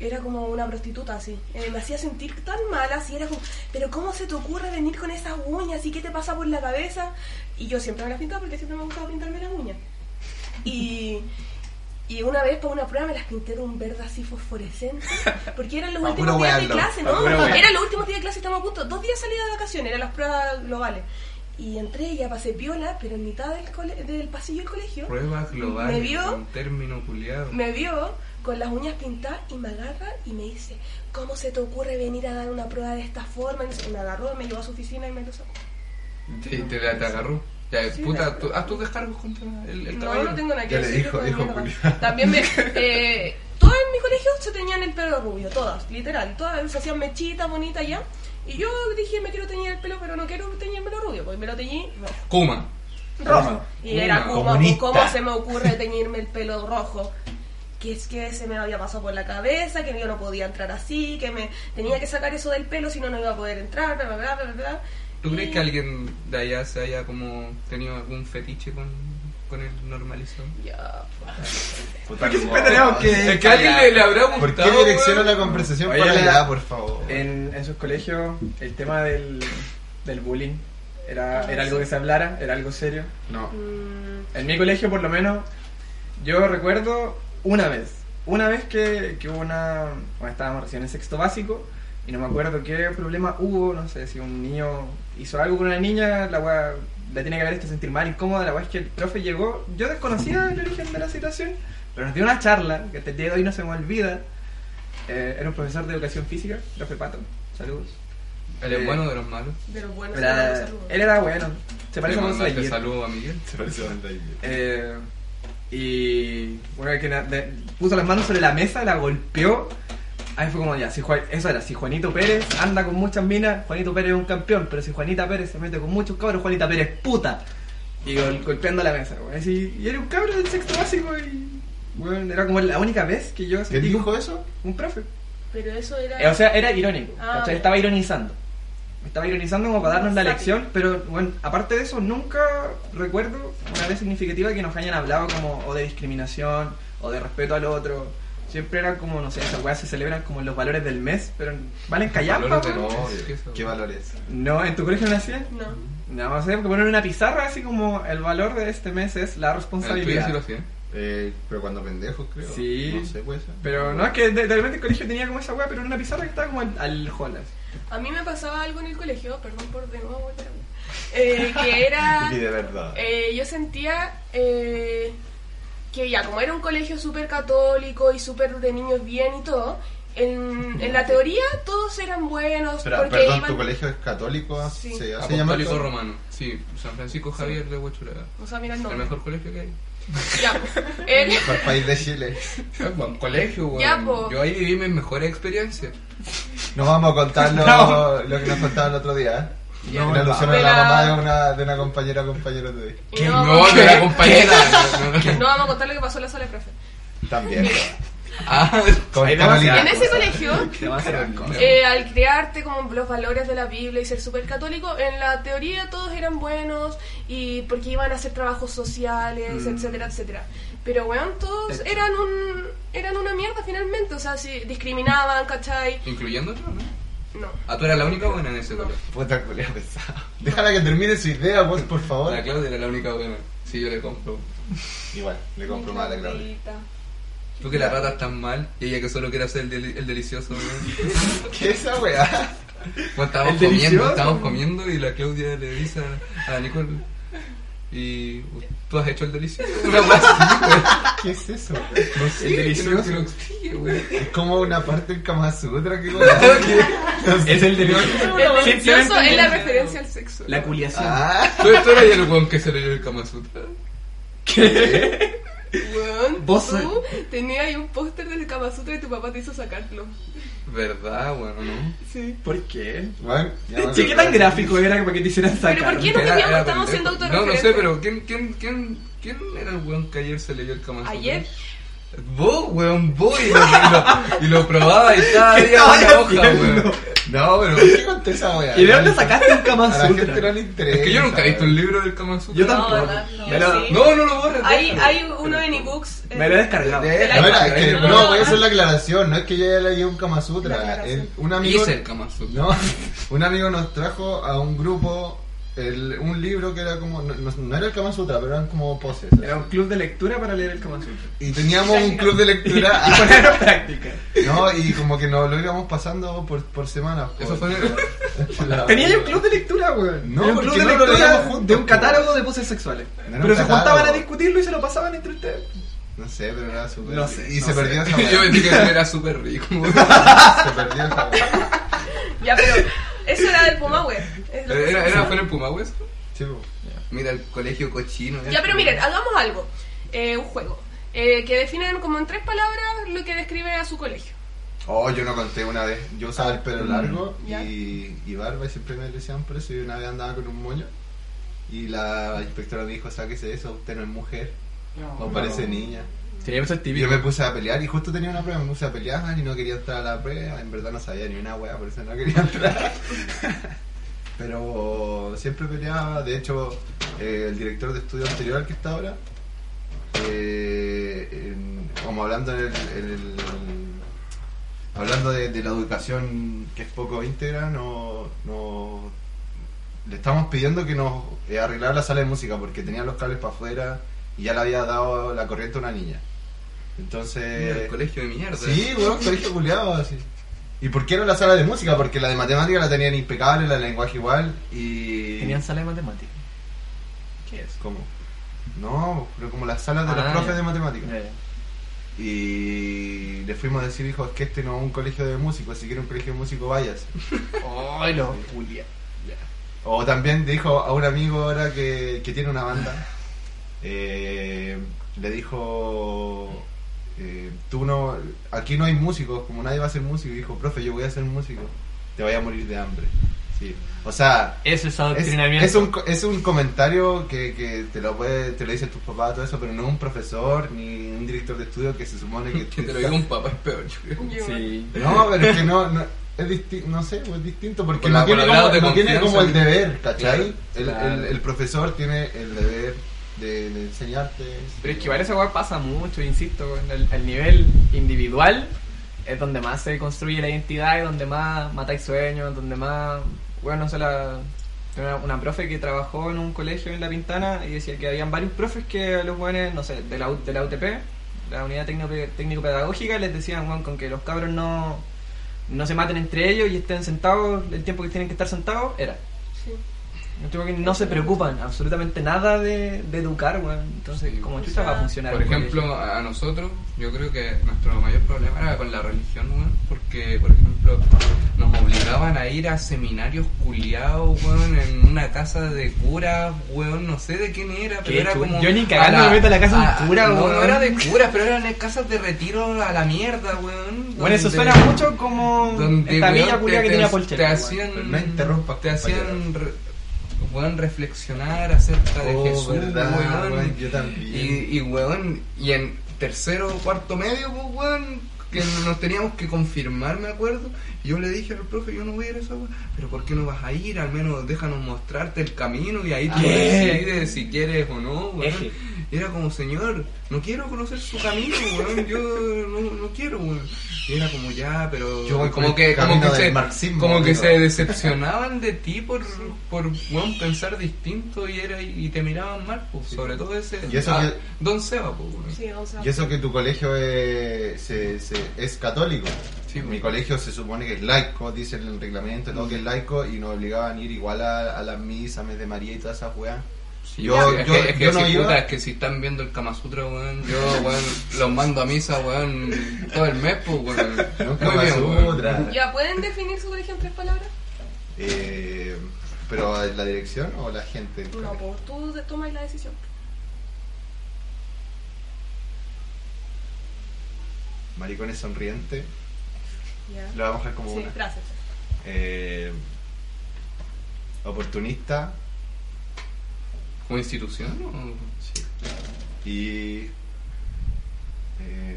[SPEAKER 6] era como una prostituta así. Eh, me hacía sentir tan mal así. Era como, pero ¿cómo se te ocurre venir con esas uñas? ¿Y qué te pasa por la cabeza? Y yo siempre me las pintaba porque siempre me ha gustado pintarme las uñas. Y, y una vez para una prueba me las pinté de un verde así fosforescente. Porque eran los
[SPEAKER 7] Pa'
[SPEAKER 6] últimos
[SPEAKER 7] puro
[SPEAKER 6] días de
[SPEAKER 7] wearlo,
[SPEAKER 6] clase,
[SPEAKER 7] pa' puro
[SPEAKER 6] ¿no?
[SPEAKER 7] wear.
[SPEAKER 6] Eran los últimos días de clase, estamos a punto. Dos días salida de vacaciones, eran las pruebas globales. Y entré, ya pasé piola, pero en mitad del, cole- del pasillo del colegio
[SPEAKER 3] Pruebas globales.
[SPEAKER 6] Me vio-
[SPEAKER 3] Un término culiado.
[SPEAKER 6] me vio con las uñas pintadas y me agarra y me dice, ¿cómo se te ocurre venir a dar una prueba de esta forma? Y no sé qué. me agarró, me llevó a su oficina y me lo sacó.
[SPEAKER 3] Y te, la- te agarró. Ya,
[SPEAKER 6] Sí,
[SPEAKER 3] puta,
[SPEAKER 6] la-
[SPEAKER 3] tú- haz tus descargos contra el, el
[SPEAKER 6] No,
[SPEAKER 3] caballero.
[SPEAKER 6] no tengo nada que Ya le decir, dijo,
[SPEAKER 3] dijo,
[SPEAKER 6] hijo de mierda. También me... eh, todas en mi colegio se tenían el pelo rubio, todas, literal. Todas se hacían mechitas, bonitas ya. Y yo dije, me quiero teñir el pelo, pero no quiero teñírmelo rubio, pues me lo teñí
[SPEAKER 3] Kuma.
[SPEAKER 6] rojo. Y era
[SPEAKER 3] Kuma.
[SPEAKER 6] como,
[SPEAKER 3] Comunista.
[SPEAKER 6] ¿cómo se me ocurre teñirme el pelo rojo? Que es que se me había pasado por la cabeza, que yo no podía entrar así, que me tenía que sacar eso del pelo, si no, no iba a poder entrar, bla, bla, bla, bla, bla.
[SPEAKER 3] ¿Tú crees
[SPEAKER 6] Y-
[SPEAKER 3] que alguien de allá se haya como tenido algún fetiche con, con el normalizador?
[SPEAKER 6] Ya, pues.
[SPEAKER 7] ¿Por qué siempre tenemos que-
[SPEAKER 3] Es que a alguien le, le habrá
[SPEAKER 7] ¿Por qué
[SPEAKER 3] gustado.
[SPEAKER 7] direcciona
[SPEAKER 3] weón?
[SPEAKER 7] la conversación
[SPEAKER 5] Oye,
[SPEAKER 7] para
[SPEAKER 5] la-
[SPEAKER 7] allá, por favor?
[SPEAKER 5] En, en sus colegios, el tema del, del bullying era,
[SPEAKER 7] Ah,
[SPEAKER 5] era algo
[SPEAKER 7] sí.
[SPEAKER 5] que se hablara, era algo serio. No.
[SPEAKER 6] Mm.
[SPEAKER 5] En mi colegio, por lo menos, yo recuerdo una vez. Una vez que, que hubo una. Bueno, estábamos recién en sexto básico y no me acuerdo qué problema hubo. No sé si un niño hizo algo con una niña, la weá la tiene que haber hecho sentir mal, incómoda. La weá es que el profe llegó. Yo desconocía el origen de la situación, pero nos dio una charla que hasta el día de hoy no se me olvida. Eh, era un profesor de educación física, profe Pato. Saludos.
[SPEAKER 3] ¿El es
[SPEAKER 5] Eh,
[SPEAKER 3] bueno de los malos?
[SPEAKER 6] De los buenos.
[SPEAKER 5] era-
[SPEAKER 6] saludos, saludos.
[SPEAKER 5] él era bueno. Se parece
[SPEAKER 3] Le
[SPEAKER 5] a Gonzalo
[SPEAKER 3] mandaste
[SPEAKER 5] Aguirre.
[SPEAKER 3] saludo a Miguel.
[SPEAKER 7] Se parece bastante bien.
[SPEAKER 5] Eh, y bueno, que na- de- puso las manos sobre la mesa, la golpeó. Ahí fue como ya, si Juan- eso era, si Juanito Pérez anda con muchas minas, Juanito Pérez es un campeón, pero si Juanita Pérez se mete con muchos cabros, Juanita Pérez es puta. Y gol- golpeando la mesa, güey. Así, y era un cabro del sexto básico y bueno, era como la única vez que yo sentí
[SPEAKER 7] dijo eso?
[SPEAKER 5] Un profe.
[SPEAKER 6] Pero eso era...
[SPEAKER 5] Eh, O sea, era irónico.
[SPEAKER 6] Ah,
[SPEAKER 5] ¿cachai?
[SPEAKER 6] ya.
[SPEAKER 5] Estaba ironizando. Estaba ironizando como para darnos la lección, pero bueno, aparte de eso, nunca recuerdo una vez significativa que nos hayan hablado como o de discriminación o de respeto al otro. Siempre eran como, no sé, esas weas se celebran como los valores del mes, pero valen callar.
[SPEAKER 7] Valores
[SPEAKER 5] pa,
[SPEAKER 7] del
[SPEAKER 5] weón.
[SPEAKER 7] odio. ¿Qué valores?
[SPEAKER 5] No, ¿en tu colegio no hacían?
[SPEAKER 6] No.
[SPEAKER 5] No, o sea, porque ponen una pizarra así como el valor de este mes es la
[SPEAKER 7] tuyo
[SPEAKER 5] responsabilidad.
[SPEAKER 7] sí lo Eh, pero cuando pendejos, creo.
[SPEAKER 5] Sí.
[SPEAKER 7] No sé, puede ser.
[SPEAKER 5] Pero no, es que de, de repente el colegio tenía como esa wea, pero era una pizarra que estaba como al, al jolas.
[SPEAKER 6] A mí me pasaba algo en el colegio, perdón por de nuevo volver a hablar, eh, que era...
[SPEAKER 7] Y de verdad.
[SPEAKER 6] eh, yo sentía eh, que ya, como era un colegio súper católico y súper de niños bien y todo, en, en la teoría todos eran buenos
[SPEAKER 7] Espera,
[SPEAKER 6] porque
[SPEAKER 7] perdón,
[SPEAKER 6] iban...
[SPEAKER 7] ¿tu colegio es católico?
[SPEAKER 6] Sí.
[SPEAKER 7] ¿Se hace llamar
[SPEAKER 3] Apostólico romano. Sí, San Francisco Javier de Huachurada.
[SPEAKER 6] O sea, mira el nombre.
[SPEAKER 3] mejor colegio que hay.
[SPEAKER 6] Ya, el-
[SPEAKER 7] Mejor país de Chile.
[SPEAKER 3] Buen colegio, weón.
[SPEAKER 6] Ya, po.
[SPEAKER 3] Yo ahí viví mis mejores experiencias.
[SPEAKER 7] No vamos a contar lo,
[SPEAKER 3] No.
[SPEAKER 7] lo que nos contaban el otro día. ¿eh?
[SPEAKER 3] No,
[SPEAKER 7] en alusión a
[SPEAKER 3] de
[SPEAKER 7] la
[SPEAKER 3] la-
[SPEAKER 7] mamá de una, de una compañera compañero tuyo.
[SPEAKER 6] y vamos a-
[SPEAKER 3] de la compañera.
[SPEAKER 6] No vamos a contar lo que pasó en la sala de profe.
[SPEAKER 7] También.
[SPEAKER 3] Ah,
[SPEAKER 7] Con
[SPEAKER 6] En ese colegio,
[SPEAKER 7] cosas.
[SPEAKER 6] Eh, al crearte como los valores de la Biblia y ser súper católico, en la teoría todos eran buenos y porque iban a hacer trabajos sociales,
[SPEAKER 12] Mm.
[SPEAKER 6] etcétera, etcétera. Pero weón, todos
[SPEAKER 3] Exacto.
[SPEAKER 6] eran un eran una mierda finalmente, o sea, si discriminaban, ¿cachai?
[SPEAKER 3] Incluyéndote, ¿no?
[SPEAKER 6] No.
[SPEAKER 3] Ah, tú eras la única buena en ese colegio.
[SPEAKER 7] Puta culia pesada. Déjala que termine su idea, vos, por favor.
[SPEAKER 3] La Claudia era la única buena. Sí, yo le compro.
[SPEAKER 7] Igual, le compro más a la Claudia.
[SPEAKER 3] Tú que la rata es tan mal y ella que solo quiere hacer el, deli- el delicioso.
[SPEAKER 7] ¿Qué es esa weá?
[SPEAKER 3] Bueno, estábamos
[SPEAKER 7] El
[SPEAKER 3] comiendo,
[SPEAKER 7] delicioso.
[SPEAKER 3] estábamos comiendo y la Claudia le dice a, a Nicole y tú has hecho el delicioso. Una weá así, güey.
[SPEAKER 7] ¿Qué es eso?
[SPEAKER 3] No sé,
[SPEAKER 7] El
[SPEAKER 3] que no-
[SPEAKER 7] delicioso.
[SPEAKER 3] que no explique, güey.
[SPEAKER 7] Es como una parte del Kama Sutra que
[SPEAKER 5] Es el delicioso.
[SPEAKER 6] El delicioso
[SPEAKER 5] Simplemente
[SPEAKER 6] es la
[SPEAKER 5] el-
[SPEAKER 6] referencia al sexo.
[SPEAKER 5] La culiación.
[SPEAKER 3] ¿Tú, tú eres el weón que se leyó el Kama Sutra?
[SPEAKER 6] Weón,
[SPEAKER 3] Vos
[SPEAKER 6] tú tenías ahí un póster del Kama Sutra y tu papá te hizo sacarlo.
[SPEAKER 3] ¿Verdad, bueno, no?
[SPEAKER 6] Sí.
[SPEAKER 5] ¿Por qué?
[SPEAKER 7] Bueno,
[SPEAKER 5] Sí, ¿qué tan gráfico era para que te hicieran sacar?
[SPEAKER 6] ¿por qué no
[SPEAKER 3] Era-
[SPEAKER 6] teníamos-
[SPEAKER 3] era
[SPEAKER 6] estamos siendo
[SPEAKER 3] pendejo. No, no
[SPEAKER 6] autorreferentes?
[SPEAKER 3] sé, pero ¿quién, quién, quién, quién era el weón que ayer se leyó el Kama Sutra?
[SPEAKER 6] Ayer.
[SPEAKER 3] Vos, weón, vos y lo, y lo- y lo probaba y cada
[SPEAKER 7] ¿Qué
[SPEAKER 3] día una
[SPEAKER 7] estaba
[SPEAKER 3] hoja,
[SPEAKER 7] haciendo?
[SPEAKER 3] weón. Eh,
[SPEAKER 7] No, pero ¿por qué conté esa weá?
[SPEAKER 3] ¿Y de dónde
[SPEAKER 5] sacaste un Kama
[SPEAKER 7] A la
[SPEAKER 3] Sutra?
[SPEAKER 7] gente no le interesa.
[SPEAKER 3] Es que yo nunca he visto un libro del Kama Sutra.
[SPEAKER 7] Yo tampoco.
[SPEAKER 6] No, ¿verdad? No,
[SPEAKER 7] Pero-
[SPEAKER 6] sí.
[SPEAKER 3] No, no lo borres.
[SPEAKER 6] Hay,
[SPEAKER 3] déjalo.
[SPEAKER 6] hay uno en ebooks. eh,
[SPEAKER 7] Me lo he descargado. No,
[SPEAKER 6] del
[SPEAKER 7] era,
[SPEAKER 6] iPad.
[SPEAKER 7] que,
[SPEAKER 6] No,
[SPEAKER 7] eh, no,
[SPEAKER 6] no,
[SPEAKER 7] voy a hacer
[SPEAKER 6] ah.
[SPEAKER 7] la aclaración. No es que yo haya leído un Kama
[SPEAKER 6] La
[SPEAKER 7] Sutra.
[SPEAKER 6] aclaración.
[SPEAKER 7] el- un amigo,
[SPEAKER 3] Hice el Kama Sutra.
[SPEAKER 7] No, un amigo nos trajo a un grupo el- un libro que era como. No, no- no era el Kama Sutra, pero eran como poses.
[SPEAKER 5] Era un club de lectura para leer el Kama Sutra.
[SPEAKER 7] Y teníamos un club de lectura.
[SPEAKER 5] Y ponerlo en práctica.
[SPEAKER 7] No, y como que nos lo íbamos pasando por, por semana.
[SPEAKER 3] Eso
[SPEAKER 7] por- La-
[SPEAKER 5] Tenía yo un club de lectura, weón.
[SPEAKER 7] No,
[SPEAKER 5] Era un
[SPEAKER 7] porque
[SPEAKER 5] club de
[SPEAKER 7] no lo
[SPEAKER 5] lectura
[SPEAKER 7] leíamos juntos,
[SPEAKER 5] de un
[SPEAKER 7] pues.
[SPEAKER 5] catálogo de poses sexuales.
[SPEAKER 7] No
[SPEAKER 5] Pero
[SPEAKER 7] era un
[SPEAKER 5] se
[SPEAKER 7] catálogo.
[SPEAKER 5] juntaban a discutirlo y se lo pasaban entre ustedes.
[SPEAKER 7] No sé, pero era súper.
[SPEAKER 5] No sé,
[SPEAKER 7] Y
[SPEAKER 5] no
[SPEAKER 7] se
[SPEAKER 5] sé.
[SPEAKER 7] perdió esa weá.
[SPEAKER 3] Yo me dije que era súper rico. weón.
[SPEAKER 7] Se perdió esa weá.
[SPEAKER 6] Ya, pero eso era del Pumahue. es lo que
[SPEAKER 3] ¿Era,
[SPEAKER 6] se
[SPEAKER 3] era
[SPEAKER 6] usa.
[SPEAKER 3] fue en el Pumahue eso?
[SPEAKER 7] Sí, po.
[SPEAKER 3] Mira, el colegio cochino. este,
[SPEAKER 6] Ya, pero miren, hagamos algo. Eh, un juego. Eh, que definan como en tres palabras lo que describe a su colegio.
[SPEAKER 7] Oh, yo no conté una vez. Yo usaba el pelo largo
[SPEAKER 6] Ya.
[SPEAKER 7] y, y barba y siempre me decían por eso. Y una vez andaba con un moño y la inspectora me dijo, sáquese eso, usted no es mujer, no, parece niña.
[SPEAKER 5] Tenía esos
[SPEAKER 7] Y
[SPEAKER 5] típicos.
[SPEAKER 7] yo me puse a pelear y justo tenía una prueba, me puse a pelear y no quería entrar a la prueba. En verdad no sabía ni una wea, por eso no quería entrar. Pero siempre peleaba. De hecho, eh, el director de estudio anterior al que está ahora, eh, en- como hablando en el, en el- hablando de, de la educación que es poco íntegra, no, no- le estamos pidiendo que nos eh, arreglara la sala de música porque tenía los cables para afuera y ya le había dado la corriente a una niña. Entonces,
[SPEAKER 3] Mira, el colegio de mierda.
[SPEAKER 7] Sí, weón, colegio culiado, así. ¿Y por qué no la sala de música? Porque la de matemática la tenían impecable, la de lenguaje igual y...
[SPEAKER 5] Tenían sala de matemáticas. ¿Qué es?
[SPEAKER 7] ¿Cómo? No, pero como las salas de los
[SPEAKER 5] Ah,
[SPEAKER 7] profes
[SPEAKER 5] ya.
[SPEAKER 7] de matemática. Y le fuimos a decir, hijo, es que este no es un colegio de músicos, si quieres un colegio de músicos, vayas.
[SPEAKER 5] Ay, los Julia.
[SPEAKER 7] O también dijo a un amigo ahora que, que tiene una banda, eh, le dijo, eh, tú no, aquí no hay músicos, como nadie va a ser músico, y dijo, profe, yo voy a ser músico, te voy a morir de hambre. Sí. O sea,
[SPEAKER 5] Eso es
[SPEAKER 7] es,
[SPEAKER 5] adoctrinamiento.
[SPEAKER 7] es un, co- es un comentario que, que te lo puede, te lo dicen tus papás, todo eso, pero no un profesor ni un director de estudio que se supone que...
[SPEAKER 3] Que te lo diga un papá es peor, yo creo.
[SPEAKER 5] Sí.
[SPEAKER 7] No, pero es que no, no- es distinto, no sé, pues, es distinto porque
[SPEAKER 3] Por
[SPEAKER 7] no,
[SPEAKER 3] la- por
[SPEAKER 7] tiene
[SPEAKER 3] el grado
[SPEAKER 7] como,
[SPEAKER 3] de
[SPEAKER 7] no tiene
[SPEAKER 3] confianza.
[SPEAKER 7] como el deber, ¿cachai? El,
[SPEAKER 5] Claro.
[SPEAKER 7] el- el profesor tiene el deber de, de enseñarte.
[SPEAKER 5] Pero es que igual esa weá pasa mucho, insisto, weón, al, al nivel individual es donde más se construye la identidad, es donde más matáis sueños, donde más... Bueno, no sé, la, una, una profe que trabajó en un colegio en La Pintana y decía que habían varios profes que a los jóvenes, no sé, de la, U- de la UTP, la Unidad Técnico- Técnico-Pedagógica, les decían, bueno, con que los cabros no, no se maten entre ellos y estén sentados el tiempo que tienen que estar sentados, era.
[SPEAKER 6] Sí.
[SPEAKER 5] Yo creo que no se preocupan absolutamente nada de, de educar, weón. Entonces, como chucha va a funcionar.
[SPEAKER 3] Por
[SPEAKER 5] un colegio.
[SPEAKER 3] ejemplo, a a nosotros, yo creo que nuestro mayor problema era con la religión, weón, porque, por ejemplo, nos obligaban a ir a seminarios culiados, weón, en una casa de cura, weón, no sé de quién era, pero
[SPEAKER 5] Qué
[SPEAKER 3] era
[SPEAKER 5] chu-
[SPEAKER 3] como...
[SPEAKER 5] yo ni cagando
[SPEAKER 3] a
[SPEAKER 5] me meto a la casa de un cura,
[SPEAKER 3] no, No
[SPEAKER 5] weón.
[SPEAKER 3] era de cura, pero eran en casas de retiro a la mierda, weón.
[SPEAKER 5] Bueno, eso
[SPEAKER 3] donde-
[SPEAKER 5] suena mucho como
[SPEAKER 3] donde
[SPEAKER 5] esta
[SPEAKER 3] weón,
[SPEAKER 5] villa
[SPEAKER 3] te-
[SPEAKER 5] culia que
[SPEAKER 3] te-
[SPEAKER 5] tenía
[SPEAKER 3] te
[SPEAKER 5] Polchera. weón.
[SPEAKER 3] hacían
[SPEAKER 7] Pero no interrumpas,
[SPEAKER 3] te hacían
[SPEAKER 7] compañero.
[SPEAKER 3] re- weón, reflexionar acerca de
[SPEAKER 7] Oh,
[SPEAKER 3] Jesús
[SPEAKER 7] verdad,
[SPEAKER 3] weón,
[SPEAKER 7] weón, yo también.
[SPEAKER 3] y, y weón y en tercero cuarto medio pues weón que nos teníamos que confirmar me acuerdo y yo le dije al profe yo no voy a ir a esa weón pero por qué no vas a ir al menos déjanos mostrarte el camino y ahí tú
[SPEAKER 5] ¿Qué?
[SPEAKER 3] decides si quieres o no weón
[SPEAKER 5] Ah, Eje.
[SPEAKER 3] era como, señor, no quiero conocer su camino, weón. Yo no, no quiero, weón. Y era como ya, pero
[SPEAKER 7] Yo voy
[SPEAKER 3] como
[SPEAKER 7] por
[SPEAKER 3] que,
[SPEAKER 7] el
[SPEAKER 3] como que,
[SPEAKER 7] camino
[SPEAKER 3] se,
[SPEAKER 7] del marxismo,
[SPEAKER 3] como que
[SPEAKER 7] amigo.
[SPEAKER 3] se decepcionaban de ti por, por weón, pensar distinto y era y te miraban mal, pues, sobre todo ese ah,
[SPEAKER 7] Y eso que-
[SPEAKER 3] Don Seba, pues, weón.
[SPEAKER 6] Sí, o sea,
[SPEAKER 7] Y eso que tu colegio es, se- se- es católico.
[SPEAKER 3] pues.
[SPEAKER 7] Mi colegio se supone que es laico, dice en el reglamento, todo que es laico, y nos obligaban a ir igual a, a las misas, a mes de María y todas esas weas.
[SPEAKER 3] Sí,
[SPEAKER 7] yo
[SPEAKER 3] es
[SPEAKER 7] yo,
[SPEAKER 3] que, es que
[SPEAKER 7] yo
[SPEAKER 3] si,
[SPEAKER 7] no
[SPEAKER 3] puta, es
[SPEAKER 7] iba.
[SPEAKER 3] que si están viendo el Kama Sutra, weón, yo weón, los mando a misa, weón, todo el mes, pues, weón.
[SPEAKER 7] Kama
[SPEAKER 3] Muy bien,
[SPEAKER 7] Sutra.
[SPEAKER 3] weón.
[SPEAKER 6] ¿Ya pueden definir su colegio en tres palabras?
[SPEAKER 7] Eh, pero la dirección o la gente.
[SPEAKER 6] No, pues tú de- tomas la decisión.
[SPEAKER 7] Maricones sonriente.
[SPEAKER 6] Ya.
[SPEAKER 7] Lo vamos a dejar como
[SPEAKER 6] Sí,
[SPEAKER 7] una.
[SPEAKER 6] gracias.
[SPEAKER 7] Eh, oportunista.
[SPEAKER 3] ¿Como institución?
[SPEAKER 7] Sí. Y. eh,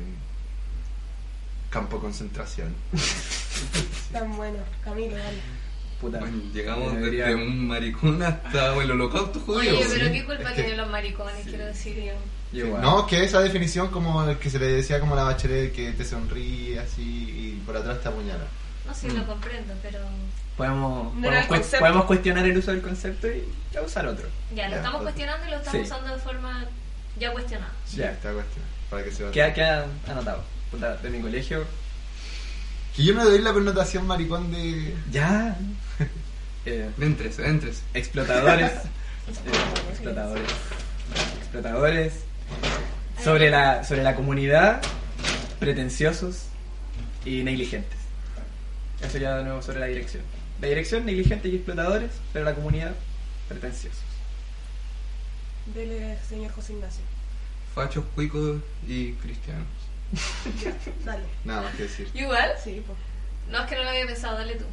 [SPEAKER 7] campo de concentración.
[SPEAKER 6] Tan bueno, Camilo, dale.
[SPEAKER 3] Bueno, llegamos desde un maricón hasta el holocausto judío.
[SPEAKER 8] Oye, pero
[SPEAKER 7] sí.
[SPEAKER 8] qué culpa
[SPEAKER 7] Es que-
[SPEAKER 8] tienen los maricones, quiero decir yo.
[SPEAKER 7] No, que esa definición como el que se le decía como a la bachelet que te sonríe así y por atrás te apuñala.
[SPEAKER 8] No sé,
[SPEAKER 7] Mm.
[SPEAKER 8] lo comprendo, pero
[SPEAKER 5] Podemos,
[SPEAKER 8] No era
[SPEAKER 5] podemos,
[SPEAKER 8] el
[SPEAKER 5] cue-
[SPEAKER 8] concepto.
[SPEAKER 5] podemos cuestionar el uso del concepto y ya usar otro.
[SPEAKER 8] ya, pues, lo estamos cuestionando y lo estamos
[SPEAKER 5] Sí.
[SPEAKER 8] usando de forma ya cuestionada.
[SPEAKER 7] Sí, está cuestión. Para que se vaya.
[SPEAKER 5] Queda, queda anotado. Puta, de mi colegio.
[SPEAKER 7] Que yo no le doy la connotación maricón de.
[SPEAKER 5] Ya.
[SPEAKER 3] entres, entres.
[SPEAKER 5] Eh, Explotadores. Eh, explotadores. Explotadores. Sobre la, sobre la comunidad. Pretenciosos. Y negligentes. Eso ya de nuevo sobre la dirección. La dirección, negligentes y explotadores. Pero la comunidad, pretenciosos.
[SPEAKER 6] Dele, señor José Ignacio.
[SPEAKER 3] Fachos, cuicos y cristianos.
[SPEAKER 6] Ya, dale.
[SPEAKER 7] Nada más que decir.
[SPEAKER 8] ¿Igual?
[SPEAKER 6] Sí, pues.
[SPEAKER 8] No, es que no lo había pensado, dale tú.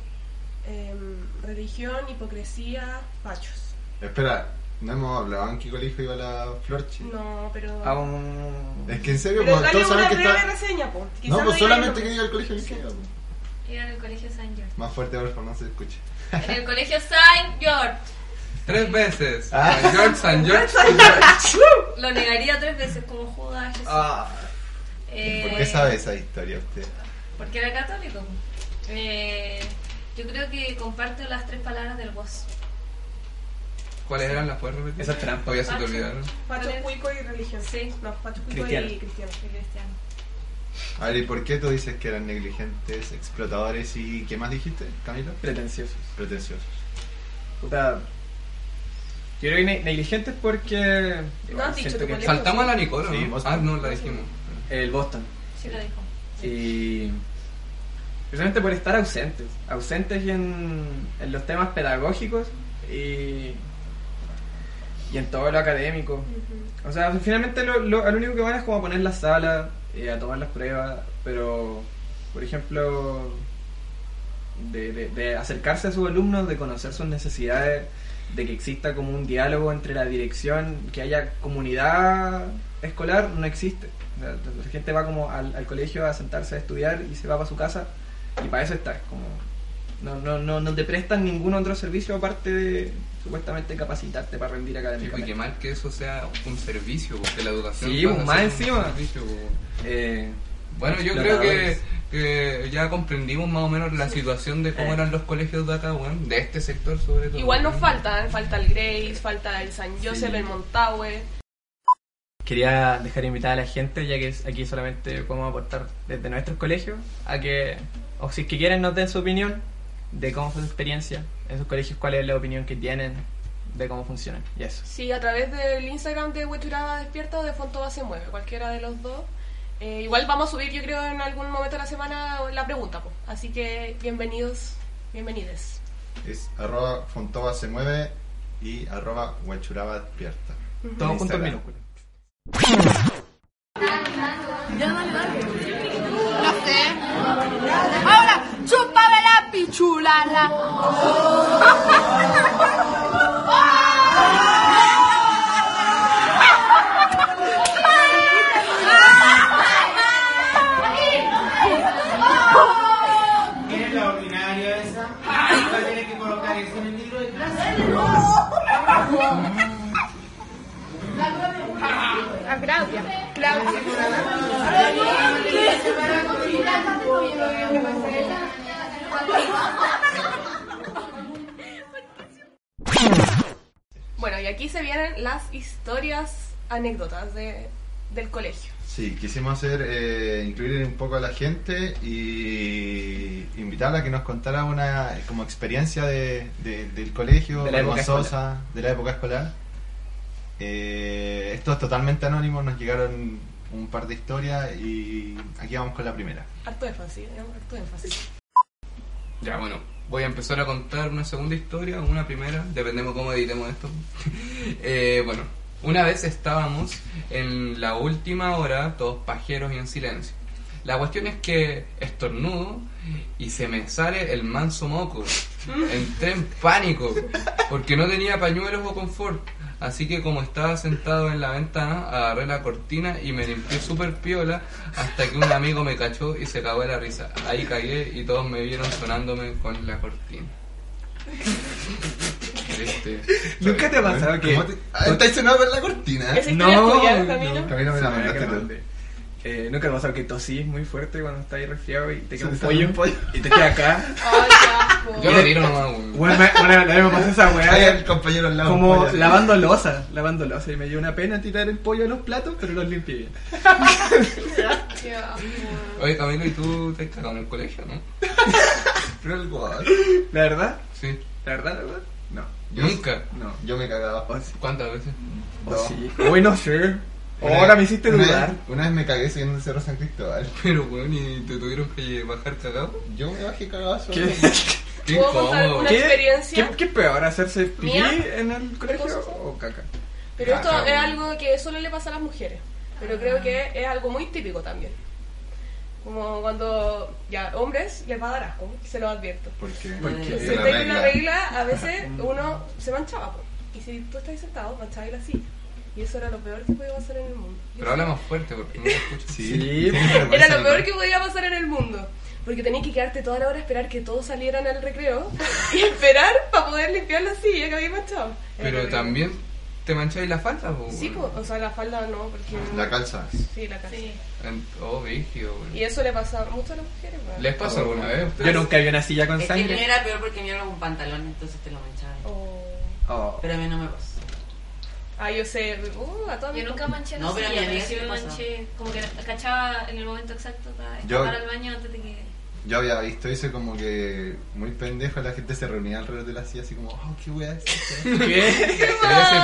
[SPEAKER 6] Em, religión, hipocresía, pachos.
[SPEAKER 7] Espera, no hemos hablado en qué colegio iba la Florchi.
[SPEAKER 6] No, pero.
[SPEAKER 7] Ah, Es que en serio,
[SPEAKER 6] Pero
[SPEAKER 7] como
[SPEAKER 6] dale
[SPEAKER 7] todos saben
[SPEAKER 6] una
[SPEAKER 7] que
[SPEAKER 6] breve
[SPEAKER 7] está.
[SPEAKER 6] reseña, po. Quizás
[SPEAKER 7] No, pues
[SPEAKER 6] diga
[SPEAKER 7] solamente
[SPEAKER 6] el nombre.
[SPEAKER 7] que diga el colegio en que iba, po.
[SPEAKER 8] Iba en el colegio San George.
[SPEAKER 7] Más fuerte, por favor, no se escuche.
[SPEAKER 8] En el colegio San George.
[SPEAKER 3] Tres veces.
[SPEAKER 7] Ah.
[SPEAKER 3] San George, San George.
[SPEAKER 8] Lo negaría tres veces como Judas. Jesús.
[SPEAKER 3] Ah.
[SPEAKER 8] Eh,
[SPEAKER 7] Ah. ¿Por qué sabe esa historia usted?
[SPEAKER 8] Porque era católico. Eh, yo creo que comparto las tres palabras del vos.
[SPEAKER 3] ¿Cuáles eran las puertas? repetir?
[SPEAKER 5] Esas trampas.
[SPEAKER 3] Todavía se te olvidaron.
[SPEAKER 6] Pachos, cuico y religión. Sí. No, pachos, cuico
[SPEAKER 7] Cristiano.
[SPEAKER 6] y cristiano.
[SPEAKER 8] cristiano.
[SPEAKER 7] A ver, ¿y por qué tú dices que eran negligentes, explotadores y. ¿Qué más dijiste, Camilo?
[SPEAKER 5] Pretenciosos.
[SPEAKER 7] Pretenciosos.
[SPEAKER 5] Puta. Yo creo que ne- negligentes porque.
[SPEAKER 8] No has dicho
[SPEAKER 5] siento
[SPEAKER 8] tu
[SPEAKER 5] que-
[SPEAKER 8] colegio. Saltamos a la
[SPEAKER 3] Nicolo, ¿no?
[SPEAKER 5] Boston.
[SPEAKER 3] Ah, no, la dijimos.
[SPEAKER 5] El Boston.
[SPEAKER 8] Sí lo dijo.
[SPEAKER 5] Y. Precisamente por estar ausentes. Ausentes en, en los temas pedagógicos y. Y en todo lo académico. O sea, finalmente lo, lo, a lo único que van es como a poner la sala, eh, a tomar las pruebas, pero, por ejemplo, de, de- de acercarse a sus alumnos, de conocer sus necesidades, de que exista como un diálogo entre la dirección, que haya comunidad escolar, no existe. La, la- la gente va como al, al colegio a sentarse a estudiar y se va para su casa, y para eso está, es como... No, no, no, no te prestan ningún otro servicio aparte de supuestamente capacitarte para rendir
[SPEAKER 3] Sí, pues,
[SPEAKER 5] académicamente.
[SPEAKER 3] Y que mal que eso sea un servicio, porque la educación.
[SPEAKER 5] Sí,
[SPEAKER 3] pasa
[SPEAKER 5] pues,
[SPEAKER 3] a
[SPEAKER 5] más
[SPEAKER 3] ser un
[SPEAKER 5] encima.
[SPEAKER 3] servicio, pues.
[SPEAKER 5] Eh,
[SPEAKER 3] Bueno, yo creo que, que ya comprendimos más o menos la situación de cómo eran los colegios de acá, weón, de este sector sobre todo.
[SPEAKER 6] Igual nos faltan, falta el Grace, falta el San Joseph, el Montague.
[SPEAKER 5] Quería dejar invitada a la gente, ya que es- aquí solamente podemos aportar desde nuestros colegios, a que, o si es que quieren, nos den su opinión de cómo fue su experiencia en sus colegios, cuál es la opinión que tienen de cómo funcionan. Y eso.
[SPEAKER 6] Sí, a través del Instagram de Huechuraba Despierta o de Fontoba se mueve, cualquiera de los dos. Eh, igual vamos a subir, yo creo, en algún momento de la semana la pregunta, po. así que bienvenidos, bienvenides.
[SPEAKER 7] Es arroba Fontova se mueve y arroba Huachuraba despierta.
[SPEAKER 6] Ujú.
[SPEAKER 5] Todo junto en
[SPEAKER 7] Instagram.
[SPEAKER 12] No sé. Ahora, chúpame la pichulala.
[SPEAKER 13] ¿Quién es la ordinaria esa? Va a tener que colocar eso en el libro de clase.
[SPEAKER 12] A Claudia. Claudia.
[SPEAKER 6] Bueno, y aquí se vienen las historias, anécdotas de, del colegio.
[SPEAKER 7] Sí, quisimos hacer eh, incluir un poco a la gente y invitarla a que nos contara una eh, como experiencia de, de- del colegio,
[SPEAKER 5] De la época
[SPEAKER 7] vergonzosa, de la época escolar. Eh, esto es totalmente anónimo, nos llegaron un par de historias y aquí vamos con la primera.
[SPEAKER 6] Harto énfasis, ¿no? harto énfasis.
[SPEAKER 3] Ya, bueno, voy a empezar a contar una segunda historia o una primera, dependemos cómo editemos esto. Eh, bueno, una vez estábamos en la última hora, todos pajeros y en silencio. La cuestión es que estornudo y se me sale el manso moco. Entré en pánico porque no tenía pañuelos o confort. Así que como estaba sentado en la ventana, agarré la cortina y me limpié súper piola hasta que un amigo me cachó y se cagó de la risa. Ahí cagué y todos me vieron sonándome con la cortina. Triste.
[SPEAKER 5] ¿Nunca te ha pasado que.?
[SPEAKER 7] ¿Cómo te- ah, ¿Estáis sonados en la cortina?
[SPEAKER 5] No,
[SPEAKER 7] no, Camilo me la mandaste tú.
[SPEAKER 5] Eh, ¿Nunca te ha pasado que tosís muy fuerte cuando estáis resfriado y te queda
[SPEAKER 7] Se
[SPEAKER 5] un
[SPEAKER 7] te
[SPEAKER 5] pollo,
[SPEAKER 7] sale un pollo.
[SPEAKER 5] y te queda acá?
[SPEAKER 3] Yo lo tiro nomás, güey.
[SPEAKER 5] Bueno, me- bueno, la vez me pasó esa weá.
[SPEAKER 7] Ahí el compañero al lado, un
[SPEAKER 5] Como
[SPEAKER 7] pollo.
[SPEAKER 5] lavando losa, lavando losa. Y me dio una pena tirar el pollo de los platos, pero los limpié bien.
[SPEAKER 3] Oye, Camilo, ¿y tú te has cagado en el colegio, no?
[SPEAKER 5] ¿La verdad?
[SPEAKER 3] Sí.
[SPEAKER 5] ¿La verdad, la verdad? No.
[SPEAKER 3] ¿Nunca?
[SPEAKER 5] No.
[SPEAKER 7] Yo me cagaba.
[SPEAKER 3] ¿Cuántas veces?
[SPEAKER 5] Oh, sí. Uy, no sé. Ahora me hiciste
[SPEAKER 7] una vez-
[SPEAKER 5] dudar.
[SPEAKER 7] una vez me cagué subiendo el Cerro San Cristóbal.
[SPEAKER 3] Pero, weón, ¿y te tuvieron que bajar cagado?
[SPEAKER 7] Yo me bajé cagado solo.
[SPEAKER 5] ¿Qué?
[SPEAKER 3] Qué ¿Puedo contar incómodo. alguna
[SPEAKER 5] ¿Qué-
[SPEAKER 6] experiencia?
[SPEAKER 5] ¿Qué, qué peor, hacerse pipí
[SPEAKER 6] ¿Mía?
[SPEAKER 5] en el colegio o caca?
[SPEAKER 6] Pero esto
[SPEAKER 5] Caca,
[SPEAKER 6] es
[SPEAKER 5] weón.
[SPEAKER 6] algo que solo le pasa a las mujeres. Pero creo que es algo muy típico también. Como cuando ya hombres les va a dar asco, se lo advierto.
[SPEAKER 7] Porque,
[SPEAKER 6] Si usted tiene una regla, a veces uno se manchaba. po. Y si tú estás sentado, manchabas la silla. Y eso era lo peor que podía pasar en el mundo.
[SPEAKER 3] Pero habla más fuerte porque no te escucho.
[SPEAKER 7] Sí,
[SPEAKER 6] Era lo peor que podía pasar en el mundo. Porque tenías que quedarte toda la hora a esperar que todos salieran al recreo y esperar para poder limpiar la silla que había manchado.
[SPEAKER 3] Pero
[SPEAKER 6] Era terrible.
[SPEAKER 3] también te mancháis la falda, po,
[SPEAKER 6] Sí,
[SPEAKER 3] weón.
[SPEAKER 6] po, o sea, la falda no, porque.
[SPEAKER 7] La calza.
[SPEAKER 6] Sí, la calza.
[SPEAKER 3] En- Oh, vigio, weón.
[SPEAKER 6] pues. Y eso le pasa mucho a las mujeres, weón.
[SPEAKER 3] ¿Les pasa alguna vez a ustedes?
[SPEAKER 5] Yo nunca vi una silla con
[SPEAKER 14] Oh, Es que
[SPEAKER 5] sangre.
[SPEAKER 14] mío era peor porque mío era un pantalón, entonces te lo manchaba.
[SPEAKER 5] Oh.
[SPEAKER 14] Pero a mí no me pasó.
[SPEAKER 6] Ah, yo sé. Uh, a todas
[SPEAKER 8] Yo
[SPEAKER 6] mis-
[SPEAKER 8] nunca manché la
[SPEAKER 14] No, pero a
[SPEAKER 8] silla,
[SPEAKER 14] mi amiga sí
[SPEAKER 8] yo
[SPEAKER 14] le pasó.
[SPEAKER 8] manché, como que la cachaba en el momento exacto para
[SPEAKER 7] Yo-
[SPEAKER 8] escapar al baño antes de que...
[SPEAKER 7] Yo había visto eso como que muy pendejo, la gente se reunía alrededor de la silla así como, oh, qué wea es esta?"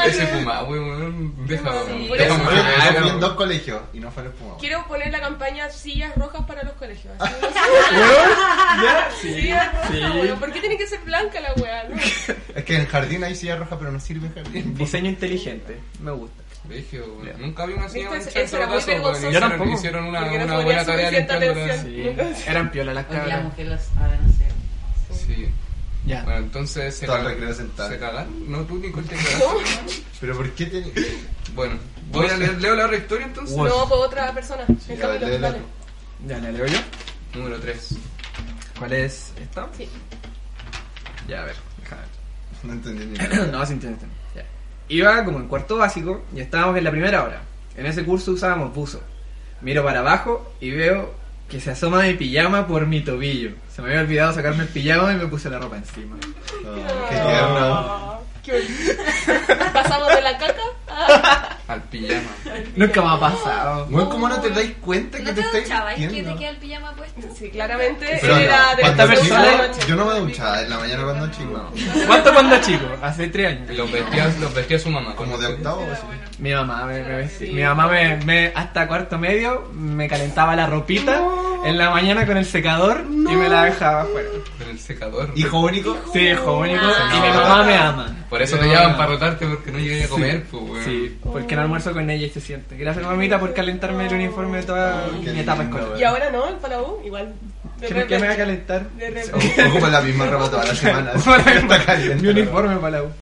[SPEAKER 3] Ese, ese puma, weón. Déjalo.
[SPEAKER 6] Sí.
[SPEAKER 7] Yo
[SPEAKER 3] déjalo.
[SPEAKER 7] fui-
[SPEAKER 5] Ah,
[SPEAKER 7] yo fui en
[SPEAKER 3] Déjalo.
[SPEAKER 7] dos colegios y no fue en el Puma.
[SPEAKER 6] Quiero poner la campaña sillas rojas para los colegios. así.
[SPEAKER 7] ¿Ya? Sí.
[SPEAKER 6] Sillas rojas,
[SPEAKER 7] Sí.
[SPEAKER 6] weón. ¿Por qué tiene que ser blanca la weá? no?
[SPEAKER 7] Es que en jardín hay silla roja, pero no sirve en jardín.
[SPEAKER 5] Diseño inteligente, me gusta.
[SPEAKER 3] Vigio, weón. Nunca vi una silla
[SPEAKER 6] Viste,
[SPEAKER 3] manchada en
[SPEAKER 6] eso
[SPEAKER 3] todo
[SPEAKER 6] era muy
[SPEAKER 3] caso, weón.
[SPEAKER 6] vergonzoso.
[SPEAKER 3] Hicieron-
[SPEAKER 6] Yo tampoco.
[SPEAKER 3] Hicieron una,
[SPEAKER 6] Porque no
[SPEAKER 3] una
[SPEAKER 6] ponía
[SPEAKER 3] buena tarea
[SPEAKER 6] suficiente
[SPEAKER 3] limpiándola.
[SPEAKER 6] atención.
[SPEAKER 5] Sí. Eran piola las
[SPEAKER 14] Porque
[SPEAKER 5] cabras.
[SPEAKER 14] las mujeres ahora no sé.
[SPEAKER 3] Sí. Bueno, entonces se
[SPEAKER 7] Todo el
[SPEAKER 3] cagaron.
[SPEAKER 7] recreo sentado.
[SPEAKER 3] ¿Se cagaron? No, tú, Nicole, te cagaste.
[SPEAKER 7] Pero ¿por qué te...?
[SPEAKER 3] Bueno, voy a leer, leo la otra historia entonces.
[SPEAKER 6] No, por otra persona. El
[SPEAKER 7] Ya,
[SPEAKER 6] Camilo,
[SPEAKER 7] lee la-
[SPEAKER 6] dale.
[SPEAKER 5] Ya, ¿la leo yo?
[SPEAKER 3] Número 3.
[SPEAKER 5] ¿Cuál es esta?
[SPEAKER 6] Sí.
[SPEAKER 5] Ya, a ver, déjame ver.
[SPEAKER 7] No entendí ni nada.
[SPEAKER 5] no, sí, entiendo, entiendo. Ya. Iba como en cuarto básico y estábamos en la primera hora. En ese curso usábamos buzo. Miro para abajo y veo que se asoma mi pijama por mi tobillo. Se me había olvidado sacarme el pijama y me puse la ropa encima.
[SPEAKER 7] Oh, qué
[SPEAKER 5] No.
[SPEAKER 7] tierno.
[SPEAKER 6] Qué bonito. Pasamos de la caca Ah. a...
[SPEAKER 3] Al pijama.
[SPEAKER 5] Nunca me ha pasado.
[SPEAKER 7] Bueno, ¿cómo no te dais cuenta que
[SPEAKER 8] ¿No
[SPEAKER 7] te
[SPEAKER 8] te
[SPEAKER 7] estáis
[SPEAKER 8] duchabais que te
[SPEAKER 7] vistiendo?
[SPEAKER 8] queda el pijama puesto?
[SPEAKER 6] Sí, claramente
[SPEAKER 7] Pero
[SPEAKER 6] era
[SPEAKER 7] no,
[SPEAKER 6] de
[SPEAKER 7] cuando
[SPEAKER 6] la
[SPEAKER 7] chico,
[SPEAKER 6] segunda noche.
[SPEAKER 7] yo no me duchaba en la mañana cuando chico. no.
[SPEAKER 5] ¿Cuánto cuando chico? Hace tres años.
[SPEAKER 3] Los vestía, los vestía su mamá.
[SPEAKER 7] Como de octavo. así.
[SPEAKER 5] Mi mamá me, me vestía- Mi mamá me, me- hasta cuarto medio me calentaba la ropita en la mañana con el secador y me la dejaba afuera.
[SPEAKER 3] Con el secador.
[SPEAKER 7] ¿Hijo único?
[SPEAKER 5] Sí, hijo único.
[SPEAKER 7] Ah.
[SPEAKER 5] Y mi
[SPEAKER 3] No.
[SPEAKER 5] mamá me ama.
[SPEAKER 3] Por eso
[SPEAKER 5] Mi
[SPEAKER 3] te
[SPEAKER 5] mamá
[SPEAKER 3] llaman
[SPEAKER 5] me ama.
[SPEAKER 3] para rotarte porque no llegué a comer, pues, weón.
[SPEAKER 5] Sí, porque no almuerzo con ella y se siente. Gracias, mamita, por calentarme el uniforme de toda
[SPEAKER 7] Ay, qué
[SPEAKER 5] mi etapa
[SPEAKER 7] lindo,
[SPEAKER 5] escolar.
[SPEAKER 6] Y ahora no, el palau, igual. De
[SPEAKER 5] ¿Por qué me va a
[SPEAKER 6] repente.
[SPEAKER 5] calentar?
[SPEAKER 6] De repente.
[SPEAKER 7] O- Ocupa la misma ropa toda la semana. Está caliente.
[SPEAKER 5] Mi uniforme para la U.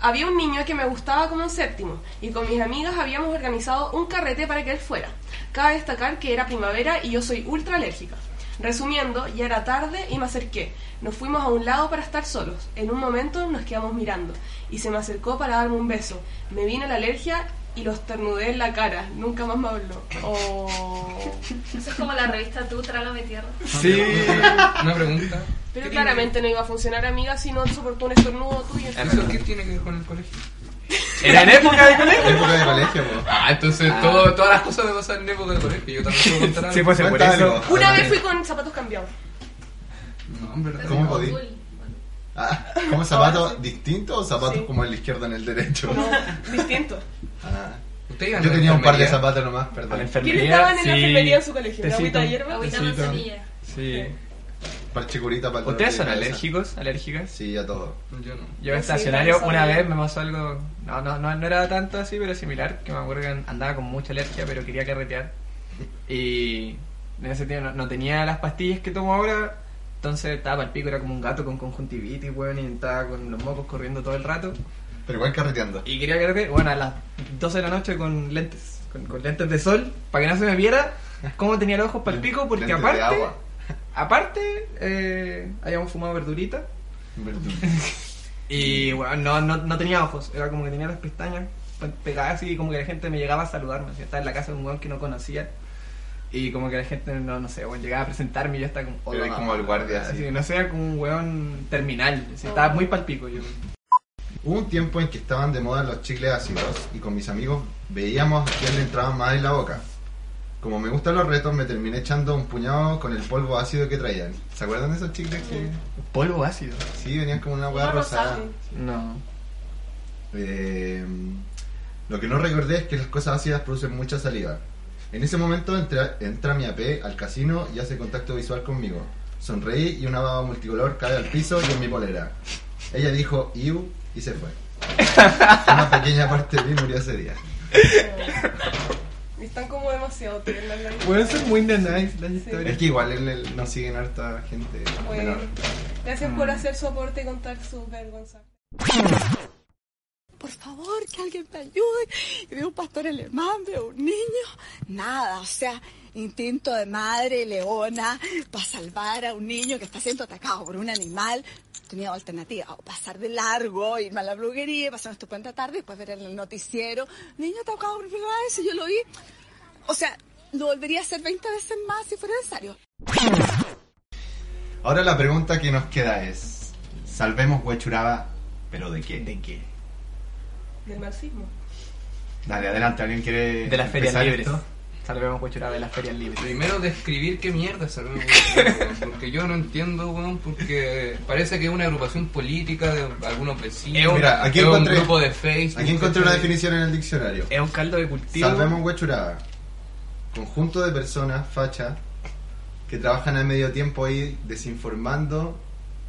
[SPEAKER 6] Había un niño que me gustaba como un séptimo y con mis amigas habíamos organizado un carrete para que él fuera. Cabe destacar que era primavera y yo soy ultra alérgica. Resumiendo, ya era tarde y me acerqué. Nos fuimos a un lado para estar solos. En un momento nos quedamos mirando y se me acercó para darme un beso. Me vino la alergia y lo estornudé en la cara. Nunca más me habló. O...
[SPEAKER 8] Eso es como la revista Tú, Trágame Tierra.
[SPEAKER 5] Sí. Una pregunta.
[SPEAKER 6] Pero claramente no iba a funcionar, amiga, si no soportó un estornudo tuyo.
[SPEAKER 3] ¿Eso qué tiene que ver con el colegio?
[SPEAKER 5] Era en época de colegio.
[SPEAKER 7] Época de colegio, po.
[SPEAKER 3] Ah, entonces
[SPEAKER 7] Ah.
[SPEAKER 3] todo- todas las cosas me pasan en época de colegio. Yo también puedo contar algo.
[SPEAKER 5] Sí, pues, sí, por
[SPEAKER 3] Cuenta
[SPEAKER 5] eso.
[SPEAKER 3] algo.
[SPEAKER 6] Una vez fui con zapatos cambiados.
[SPEAKER 3] No, en verdad.
[SPEAKER 7] ¿Cómo podí? Ah, ¿Como zapatos distintos o zapatos como el izquierdo en el derecho?
[SPEAKER 6] Distinto.
[SPEAKER 7] Ah.
[SPEAKER 3] iban
[SPEAKER 7] Yo
[SPEAKER 3] a la
[SPEAKER 7] tenía un par de
[SPEAKER 3] enfermería?
[SPEAKER 7] zapatos nomás, perdón.
[SPEAKER 6] ¿Quién estaba en la enfermería en su colegio? ¿La agüita de hierba?
[SPEAKER 8] Agüita manzanilla.
[SPEAKER 5] Sí.
[SPEAKER 7] Parche curita para el dolor
[SPEAKER 5] ¿Ustedes
[SPEAKER 7] de
[SPEAKER 5] son
[SPEAKER 7] cabeza.
[SPEAKER 5] alérgicos? ¿Alérgicas?
[SPEAKER 7] Sí, a todo.
[SPEAKER 3] Yo no.
[SPEAKER 5] Yo en
[SPEAKER 7] Sí,
[SPEAKER 5] estacionario
[SPEAKER 7] pero
[SPEAKER 5] una
[SPEAKER 7] sabía.
[SPEAKER 5] vez me pasó algo, no, no, no, no era tanto así, pero similar, que me acuerdo que andaba con mucha alergia, pero quería carretear. Y en ese tiempo no, no tenía las pastillas que tomo ahora, entonces estaba al pico, era como un gato con conjuntivitis, weón, y estaba con los mocos corriendo todo el rato.
[SPEAKER 7] Pero igual carreteando.
[SPEAKER 5] Y quería carretear, bueno, a las 12 de la noche con lentes, con, con lentes de sol, para que no se me viera cómo tenía los ojos para el pico, porque
[SPEAKER 7] Lentes de
[SPEAKER 5] aparte,
[SPEAKER 7] agua.
[SPEAKER 5] aparte, eh, habíamos fumado verdurita.
[SPEAKER 7] Verdura.
[SPEAKER 5] Y bueno, no, no, no tenía ojos, era como que tenía las pestañas pe- pegadas así, y como que la gente me llegaba a saludarme. Yo estaba en la casa de un weón que no conocía, y como que la gente, no, no sé, bueno, llegaba a presentarme y yo estaba como.
[SPEAKER 7] Pero
[SPEAKER 5] "Hola".
[SPEAKER 7] ahí como el guardia, así.
[SPEAKER 5] no sé, era como un weón terminal, así, estaba muy palpico yo.
[SPEAKER 7] Hubo un tiempo en que estaban de moda los chicles ácidos y con mis amigos veíamos a quién le entraban más en la boca. Como me gustan los retos, me terminé echando un puñado con el polvo ácido que traían. ¿Se acuerdan de esos chicles que...?
[SPEAKER 5] ¿Polvo ácido?
[SPEAKER 7] Sí, venían como una hueá
[SPEAKER 5] Uno rosado.
[SPEAKER 7] rosada.
[SPEAKER 5] No.
[SPEAKER 7] Eh, lo que no recordé es que las cosas ácidas producen mucha saliva. En ese momento entra, entra mi AP al casino y hace contacto visual conmigo. Sonreí y una baba multicolor cae al piso y en mi polera. Ella dijo Iu y se fue. Una pequeña parte de mí murió ese día.
[SPEAKER 6] Están como demasiado tiernas. la verdad.
[SPEAKER 5] Pueden ser muy de nice las historias.
[SPEAKER 7] Es que igual en el- nos siguen harta gente
[SPEAKER 6] Bueno.
[SPEAKER 7] menor.
[SPEAKER 6] Gracias
[SPEAKER 5] Mm.
[SPEAKER 6] por hacer su aporte y contar su vergüenza.
[SPEAKER 15] Por favor, que alguien me ayude. Y veo un pastor alemán, veo un niño. Nada, o sea, instinto de madre leona para salvar a un niño que está siendo atacado por un animal. Tenía alternativa, o pasar de largo, irme a la bruguería, pasar una estupenda tarde, después ver en el noticiero. Niño atacado por eso yo lo vi. O sea, lo volvería a hacer 20 veces más si fuera necesario.
[SPEAKER 7] Ahora la pregunta que nos queda es: ¿Salvemos Huechuraba, pero de qué? ¿De qué?
[SPEAKER 6] Del marxismo.
[SPEAKER 7] Dale, adelante, ¿alguien quiere.?
[SPEAKER 5] De las ferias
[SPEAKER 7] empezar
[SPEAKER 5] libres.
[SPEAKER 7] esto?
[SPEAKER 5] Salvemos Huechuraba de las ferias libres.
[SPEAKER 3] Primero describir qué mierda es Salvemos Huechuraba, weón, porque yo no entiendo, weón, porque parece que es una agrupación política de algunos vecinos,
[SPEAKER 7] Mira, aquí
[SPEAKER 3] es un
[SPEAKER 7] encontré,
[SPEAKER 3] grupo de Facebook.
[SPEAKER 7] aquí encontré una
[SPEAKER 3] ¿cachai?
[SPEAKER 7] definición en el diccionario.
[SPEAKER 5] Es un caldo de cultivo.
[SPEAKER 7] Salvemos Huechuraba. Conjunto de personas, facha, que trabajan a medio tiempo ahí desinformando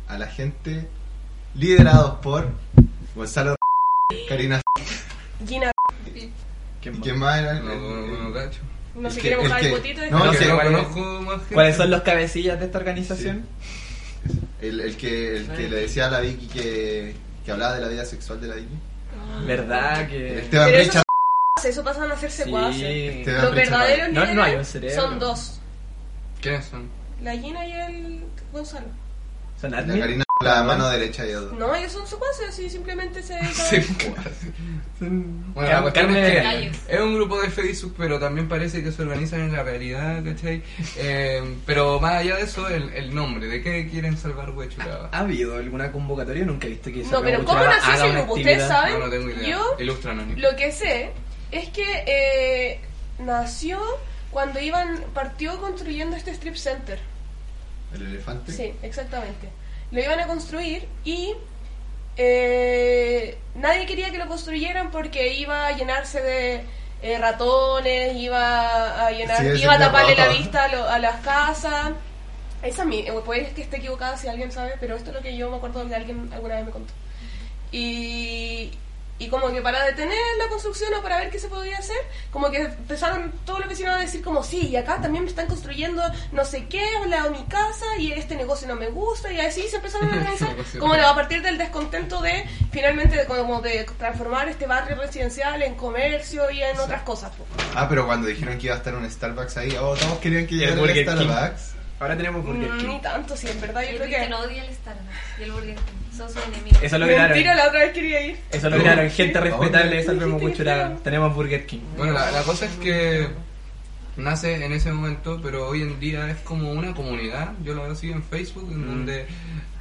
[SPEAKER 7] a la gente, liderados por Gonzalo Karina
[SPEAKER 6] Gina.
[SPEAKER 7] y quién más era el-
[SPEAKER 3] No, no, cacho.
[SPEAKER 6] No
[SPEAKER 7] El
[SPEAKER 6] se
[SPEAKER 7] que-
[SPEAKER 6] quiere
[SPEAKER 7] el
[SPEAKER 6] mojar el
[SPEAKER 7] que-
[SPEAKER 6] potito.
[SPEAKER 7] no,
[SPEAKER 5] No
[SPEAKER 7] el
[SPEAKER 5] sé
[SPEAKER 7] que-
[SPEAKER 5] cuál es.
[SPEAKER 3] conozco más gente.
[SPEAKER 5] ¿Cuáles son los cabecillas de esta organización?
[SPEAKER 7] el, el que, el que le decía a la Vicky que, que hablaba de la vida sexual de la Vicky.
[SPEAKER 5] ¿Verdad que.?
[SPEAKER 7] Esteban
[SPEAKER 6] Ah. Pero
[SPEAKER 7] Brecha.
[SPEAKER 6] Eso, eso pasan a ser secuaces.
[SPEAKER 7] Este
[SPEAKER 6] Los verdaderos
[SPEAKER 5] No, no hay un
[SPEAKER 6] líderes
[SPEAKER 5] cerebro.
[SPEAKER 6] son dos.
[SPEAKER 3] ¿Quiénes son?
[SPEAKER 6] La Gina y el Gonzalo.
[SPEAKER 5] Son
[SPEAKER 7] La
[SPEAKER 5] admin.
[SPEAKER 7] Karina, la mano derecha y otro.
[SPEAKER 6] No, ellos son secuaces y simplemente se...
[SPEAKER 3] Bueno, la cuestión
[SPEAKER 5] Carne
[SPEAKER 3] es que
[SPEAKER 5] de gallo.
[SPEAKER 3] es un grupo de Facebook, pero también parece que se organizan en la realidad, ¿cachai? Eh, pero más allá de eso, el, el nombre, ¿de qué quieren salvar Huechuraba?
[SPEAKER 5] ¿Ha habido alguna convocatoria? Nunca he visto que
[SPEAKER 6] No, pero ¿cómo nació ese grupo? ¿Ustedes saben?
[SPEAKER 3] No, no tengo idea.
[SPEAKER 6] Yo-
[SPEAKER 3] Ilústranos, Nico.
[SPEAKER 6] Lo que sé es que eh, nació cuando iban partió construyendo este strip center.
[SPEAKER 7] El elefante.
[SPEAKER 6] Sí, exactamente. Lo iban a construir y eh, nadie quería que lo construyeran porque iba a llenarse de eh, ratones, iba a llenar,
[SPEAKER 12] Sí,
[SPEAKER 6] iba a
[SPEAKER 12] sí,
[SPEAKER 6] taparle la
[SPEAKER 12] claro.
[SPEAKER 6] vista a, lo- a las casas. Esa es mi, eh, puede que esté equivocada si alguien sabe, pero esto es lo que yo me acuerdo que alguien alguna vez me contó. Y, y como que para detener la construcción o para ver qué se podía hacer, como que empezaron todos los vecinos a decir como, sí, y acá también me están construyendo no sé qué, al lado de mi casa, y este negocio no me gusta, y así se empezaron a organizar,
[SPEAKER 12] negocio.
[SPEAKER 6] como a partir del descontento de, finalmente, de- como de transformar este barrio residencial en comercio y en otras cosas. po.
[SPEAKER 7] Ah, pero cuando dijeron que iba a estar un Starbucks ahí, oh, todos querían que
[SPEAKER 5] Y el
[SPEAKER 7] llegara
[SPEAKER 5] Burger
[SPEAKER 7] el
[SPEAKER 5] King.
[SPEAKER 7] Starbucks.
[SPEAKER 5] Ahora tenemos
[SPEAKER 6] Mm, Ni tanto, sí, en verdad, yo
[SPEAKER 8] El
[SPEAKER 6] creo que...
[SPEAKER 8] Cristian odia el Starbucks y el Burger King. Son sus enemigos.
[SPEAKER 5] Eso lograron.
[SPEAKER 6] Mentira, la otra vez quería ir.
[SPEAKER 5] Eso lo miraron, gente
[SPEAKER 3] ¿Sí?
[SPEAKER 5] respetable, salvemos Huichuraba. Tenemos Burger King.
[SPEAKER 3] Bueno, la, la cosa es que nace en ese momento, pero hoy en día es como una comunidad. Yo lo veo así en Facebook,
[SPEAKER 5] Mm.
[SPEAKER 3] en donde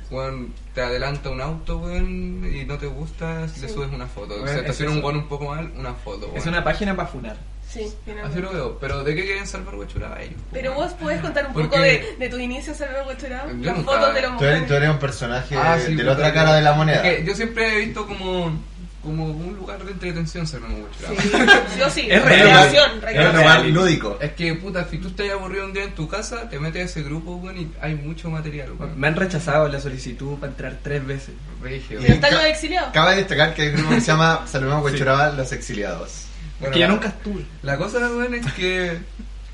[SPEAKER 3] weón, te adelanta un auto weón, y no te gusta, le
[SPEAKER 5] Sí.
[SPEAKER 3] subes una foto.
[SPEAKER 5] Weón,
[SPEAKER 3] Se
[SPEAKER 5] es
[SPEAKER 3] estaciona un
[SPEAKER 5] eso.
[SPEAKER 3] weón un poco mal, una foto.
[SPEAKER 5] Es
[SPEAKER 3] weón.
[SPEAKER 5] una página para funar.
[SPEAKER 6] Sí, finalmente.
[SPEAKER 3] Así lo veo. Pero ¿de qué quieren salvar Huechuraba ellos?
[SPEAKER 6] Pero vos podés contar un
[SPEAKER 3] Porque-
[SPEAKER 6] poco de, de tu inicio a ser restaurado.
[SPEAKER 3] Yo
[SPEAKER 6] Las
[SPEAKER 3] nunca-
[SPEAKER 6] fotos de los
[SPEAKER 7] Tú eres, tú
[SPEAKER 6] mujeres.
[SPEAKER 7] eres un personaje
[SPEAKER 3] Ah, sí,
[SPEAKER 7] de
[SPEAKER 5] pues,
[SPEAKER 7] la otra
[SPEAKER 3] porque-
[SPEAKER 7] cara de la moneda.
[SPEAKER 3] es que yo siempre he visto como, como un lugar de entretención Salvemos Huechuraba.
[SPEAKER 6] Sí, yo sí. Es Recreación, real. recreación.
[SPEAKER 7] Es real, lúdico.
[SPEAKER 3] Es que, puta, si tú estás aburrido un día en tu casa, te metes a ese grupo, weón, y hay mucho material, weón.
[SPEAKER 5] Me han rechazado la solicitud para entrar tres veces.
[SPEAKER 3] Regio.
[SPEAKER 7] Y ca-
[SPEAKER 6] exiliados?
[SPEAKER 7] Cabe destacar que hay un grupo que se llama Salvemos Huechuraba, los exiliados.
[SPEAKER 3] Bueno, la- La cosa, weón, es que.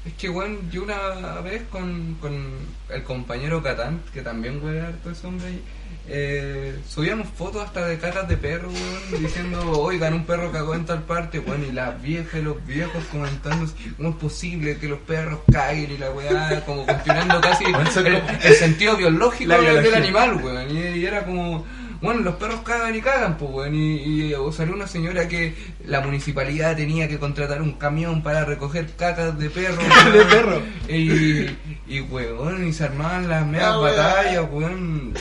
[SPEAKER 3] Es que, weón, yo una vez con, con el compañero Catán, que también, weón, harto ese hombre, eh, subíamos fotos hasta de caras de perro, weón, diciendo, oigan, un perro cagó en tal parte, weón, y las viejas y los viejos comentando cómo es posible que los perros caguen y la weá, como cuestionando casi
[SPEAKER 5] Weón, son
[SPEAKER 3] el,
[SPEAKER 5] como-
[SPEAKER 3] el sentido biológico
[SPEAKER 5] La
[SPEAKER 3] del- del
[SPEAKER 5] biología.
[SPEAKER 3] animal, weón, y, y era como... Bueno, los perros cagan y cagan, pues, weón. Y, y, eh, salió una señora que la municipalidad tenía que contratar un camión para recoger cacas de perro. de perro. Y, y, weón, y se armaban las medias
[SPEAKER 6] Ah, weón.
[SPEAKER 3] batallas, weón.